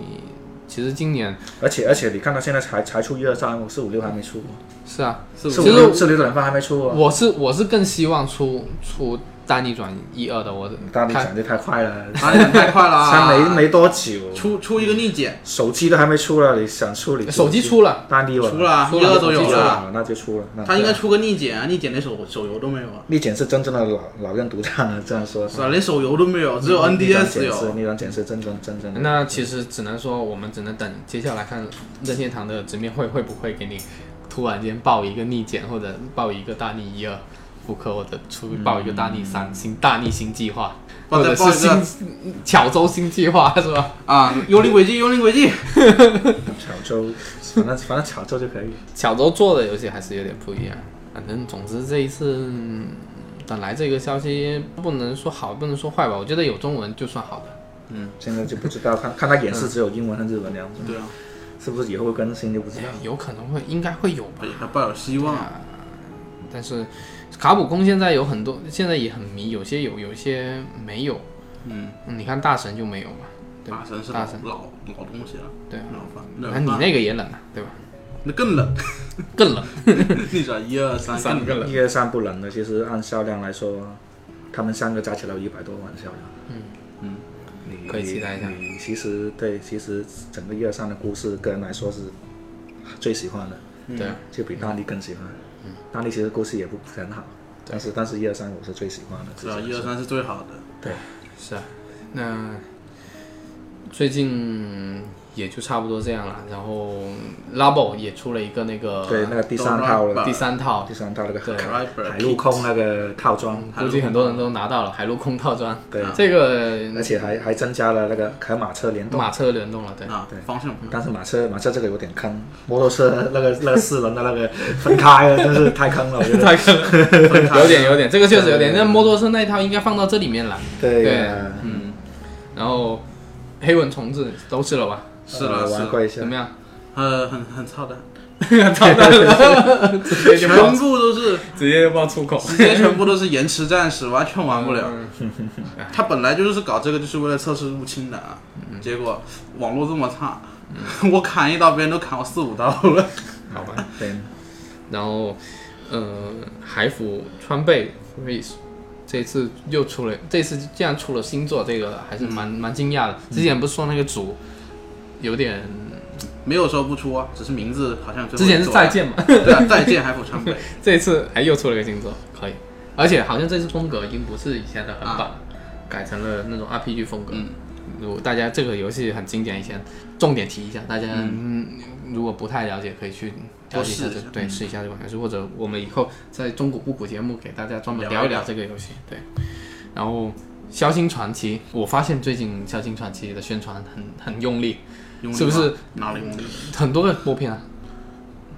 A: 其实今年
B: 而且而且你看到现在才才出一二三四五六还没出，
A: 是啊，
C: 是
B: 四
A: 我
B: 五
A: 其实
B: 六四五六的人发还没出哦。
A: 我是我是更希望出出大逆转一二的，我
B: 大力
A: 看
B: 转的太快了，
C: 哪里太快了啊！
B: 才没没多久，
C: 出出一个逆检，
B: 手机都还没出了，你想出你
A: 手机出了，
B: 大力吧，
C: 出了啊
A: 出
C: 一
A: 了
C: 二都有
B: 手机出
C: 了，
B: 了，那就出了。那
C: 他应该出个逆检啊，逆检连手手游都没有啊，
B: 逆检是真正的老老任独占了，这样说嗯
C: 是吧？啊连手游都没有，只有
B: 逆转检
C: NDS
B: 是
C: 有。
B: 逆转检是真正真正的。
A: 那其实只能说，我们只能等接下来看任天堂的直面会会不会给你突然间爆一个逆检或者爆一个大逆一二，复刻或者出报一个大逆三星、大逆星计划，
C: 报
A: 或者是
C: 嗯报一个
A: 新巧周星计划是吧？
C: 啊，幽灵轨迹，幽灵轨迹，
B: 炒粥，反正反正炒粥就可以。
A: 巧周做的游戏还是有点不一样。反正总之这一次，嗯本来这个消息不能说好，不能说坏吧，我觉得有中文就算好的。
B: 嗯现在就不知道，看看他演示只有英文和日文两种，
C: 对啊，
B: 是不是以后会更新就不
C: 嗯
B: 知道。
A: 有可能会，应该会有吧。
C: 还哎抱有希望啊，
A: 但是卡普空现在有很多，现在也很迷，有些有，有些没有。
C: 嗯，
A: 你看大神就没有嘛，对吧
C: 大神是老
A: 大神，
C: 老老东西了，
A: 对啊
C: 老范，
A: 那
C: 那
A: 你那个也冷啊，对吧？
C: 那更 冷，
A: 更冷，
C: 那啥一二三
A: 三
C: 更
A: 个
C: 冷，
B: 一二三不冷的，其实按销量来说，他们三个加起来有一百多万销量。
C: 嗯
B: 你，
A: 可以期待一下
B: 你你其实对，其实整个一二三的故事，个人来说是最喜欢的，嗯
A: 对啊，嗯
B: 就比大力更喜欢。大力其实故事也不是很好，但是但是一二三我是最喜欢的。
C: 是啊，一二三是最好的，
A: 是啊。那最近也就差不多这样了。然后 Labo 也出了一个那个
B: 对那个第三套了，
A: 第三套
B: 第，三套那个
A: 对
B: 海
C: Riper
B: 海陆空那个套装，
C: 嗯
A: 估计很多人都拿到了海陆空套装。
B: 对，
A: 这个
B: 而且还还增加了那个和马车联动。
A: 马车联动了，对，
C: 啊，方向盘，
B: 嗯但是马车马车这个有点坑，摩托车那个那个四轮的那个分开了，真是太坑了，我 觉得。
A: 有点有点，这个确实有点。那摩托车那一套应该放到这里面来。
B: 对
A: 对
B: 呃
C: 嗯，
A: 然后黑纹虫子都吃了吧？
C: 是了
B: 呃
C: 是
B: 玩
C: 了，
B: 过一下
A: 怎，么样？
C: 呃，很很操蛋，
A: 操蛋了，直接就爆
C: 全，部 都是。
A: 直接就爆粗口。
C: 直接全部都是延迟战士， 完全玩不了。
A: 嗯嗯
C: 他本来就是搞这个，就是为了测试入侵的啊。结果网络这么差， 我砍一刀，别人都砍我四五刀了。
A: 好吧。
B: 对，
A: 然后，呃，海服川贝 Freeze 这次又出了，这次竟然出了新作，这个还是蛮、蛮惊讶的。之前不是说那个组有点，
C: 没有说不出啊，只是名字好像最后
A: 之前是再
C: 一
A: 见嘛，
C: 座 对啊，再见海普川 北
A: 这一次哎又出了一个新作，可以，而且好像这次风格已经不是以前的横版，
C: 啊
A: 改成了那种 RPG 风格。
C: 嗯
A: 如果大家这个游戏很经典，以前重点提一下，大家、嗯哦如果不太了解，可以去了解一下
C: 多试
A: 这
C: 一下
A: 对试一下这款游戏，或者我们以后在中古不古节目给大家专门
C: 聊
A: 聊
C: 一
A: 一
C: 聊
A: 聊这个游戏。对，然后《枭星传奇》，我发现最近《枭星传奇》的宣传很很用力，
C: 用力吗
A: 是不是
C: 哪里用力？
A: 很多个播片啊，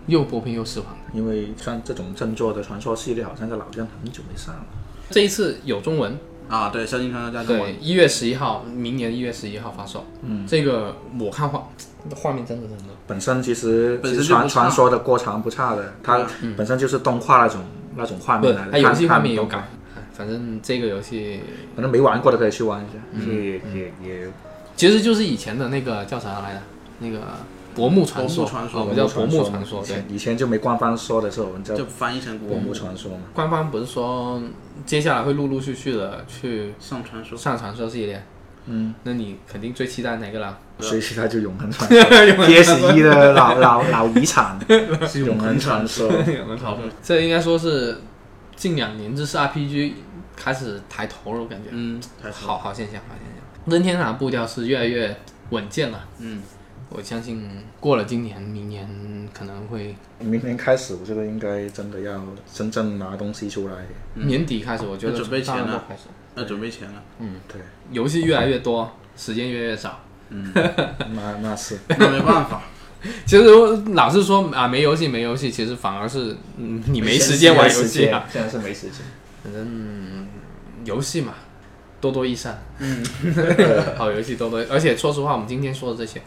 A: 又播片又释放。
B: 因为像这种振作的传说系列，好像在老将很久没上了。
A: 这一次有中文，
C: 啊，对，萧敬腾加中
A: 对
C: 文，，
A: 一月十一号，明年一月十一号发售。嗯，这个我看画画面真的真的
B: 本身其实
C: 本身就
B: 其实传
C: 不差
B: 传说的过长不差的，它嗯本身就是动画那种那种画面来的，
A: 它游
B: 看
A: 戏画面有。
B: 看
A: 改，哎反正这个游戏
B: 反正没玩过的可以去玩一下，嗯也
A: 嗯
B: 也也
A: 其实就是以前的那个叫啥来着？那个薄暮传说，
C: 薄暮传说
A: 我们叫薄
B: 传
A: 暮
B: 说
A: 传
B: 嘛
A: 说。
B: 以
A: 对
B: 前，以前就没官方说的时候，我们叫
C: 就翻译成国
B: 国
C: 母
B: 母传说嘛。
A: 官方不是说接下来会陆陆续续的去
C: 上传说。
A: 上传说系列？嗯，那你肯定最期待哪个啦？
B: 所以它就永恒 传说，P S 一的老老老遗产，永恒传说。
A: 这应该说是近两年这是 RPG 开始抬头了，我感觉。
C: 嗯，开始
A: 好好现象，好现象。任天堂步调是越来越稳健了，
C: 嗯，
A: 我相信过了今年，明年可能会
B: 明年开始，我觉得应该真的要真正拿东西出来。
A: 年底开始，我觉得
C: 嗯那准备
A: 大
C: 钱
A: 陆
C: 了
A: 开始，
C: 要准备 钱了。
B: 嗯对，
A: 游戏越来越多，时间越来越少。
B: 那那是
C: 那没办法，
A: 其实我老是说啊，没游戏没游戏，其实反而是嗯， 你没时间玩游戏啊。，
B: 现在是没时间。
A: 反正嗯游戏嘛，多多益善。
C: 嗯，
A: 好游戏多多，而且说实话，我们今天说的这些，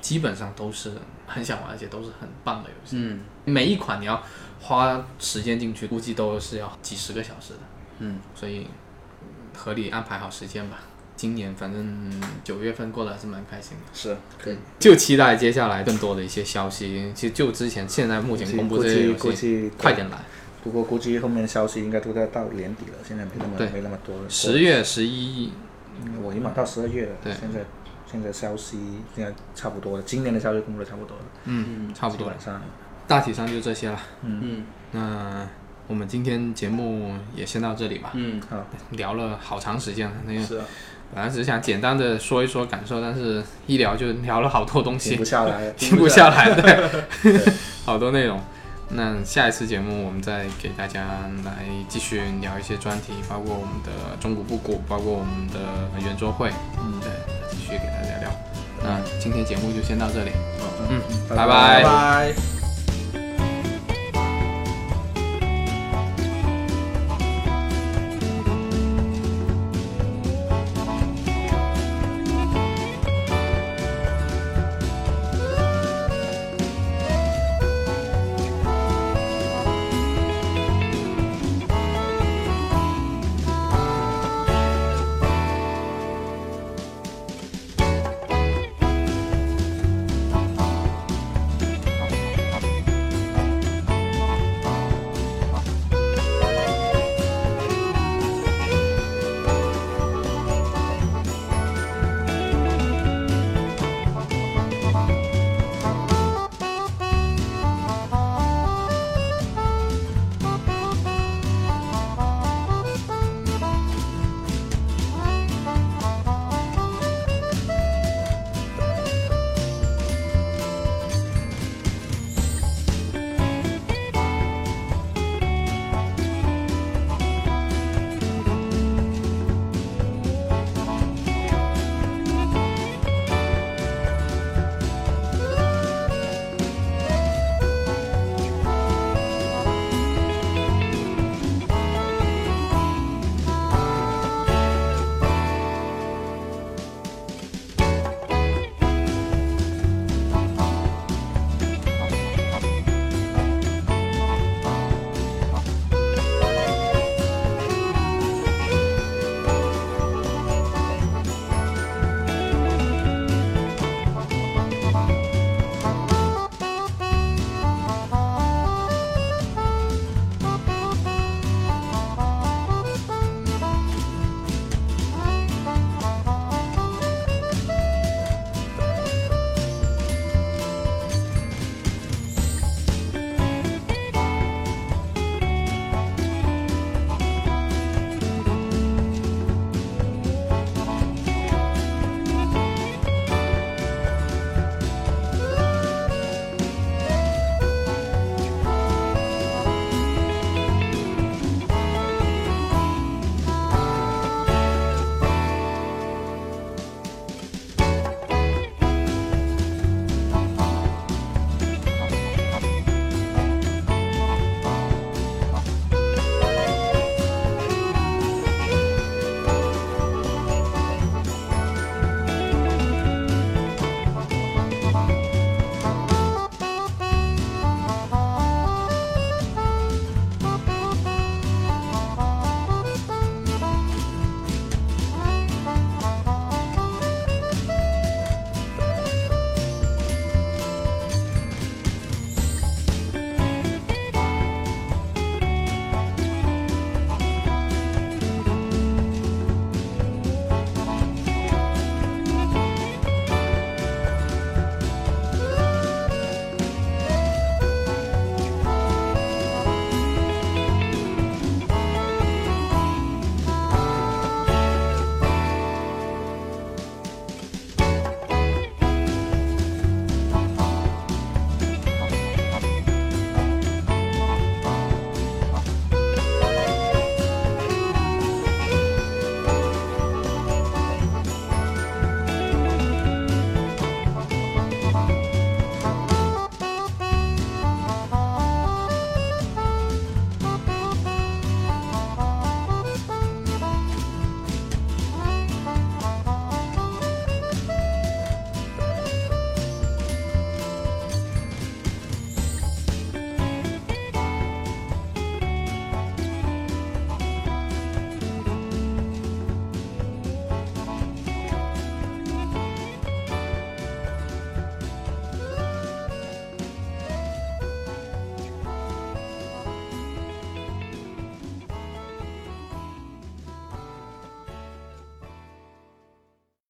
A: 基本上都是很想玩，而且都是很棒的游戏。
C: 嗯，
A: 每一款你要花时间进去，估计都是要几十个小时的。
C: 嗯，
A: 所以合理安排好时间吧。今年反正九月份过得还是蛮开心的，
B: 是，对。
A: 就期待接下来更多的一些消息。其实就之前现在目前公布
B: 估
A: 这些
B: 计
A: 游
B: 估
A: 戏，
B: 计
A: 快。点来，
B: 不过估计后面消息应该都在到年底了，现在没那么
A: 对
B: 没那么多了。
A: 十月十一
B: 嗯，我已经买到十二月了。
A: 对
B: 现在现在消息应该差不多了，今年的消息公布的差不多了，
A: 嗯，差不多了
B: 晚，上
A: 大体上就这些了。
C: 嗯
A: 那我们今天节目也先到这里吧，
C: 嗯，
B: 好，
A: 聊了好长时间了，那个
C: 是啊，
A: 本来只是想简单的说一说感受，但是一聊就聊了好多东
B: 停
A: 西
B: 不，下来。
A: 停不下来，对，好多内容。那下一次节目我们再给大家来继续聊一些专题，包括我们的中古布谷，包括我们的圆桌会，嗯，对，继续给大家聊。那今天节目就先到这里，
B: 嗯好，
A: 嗯，
B: 拜
A: 拜
C: 拜拜。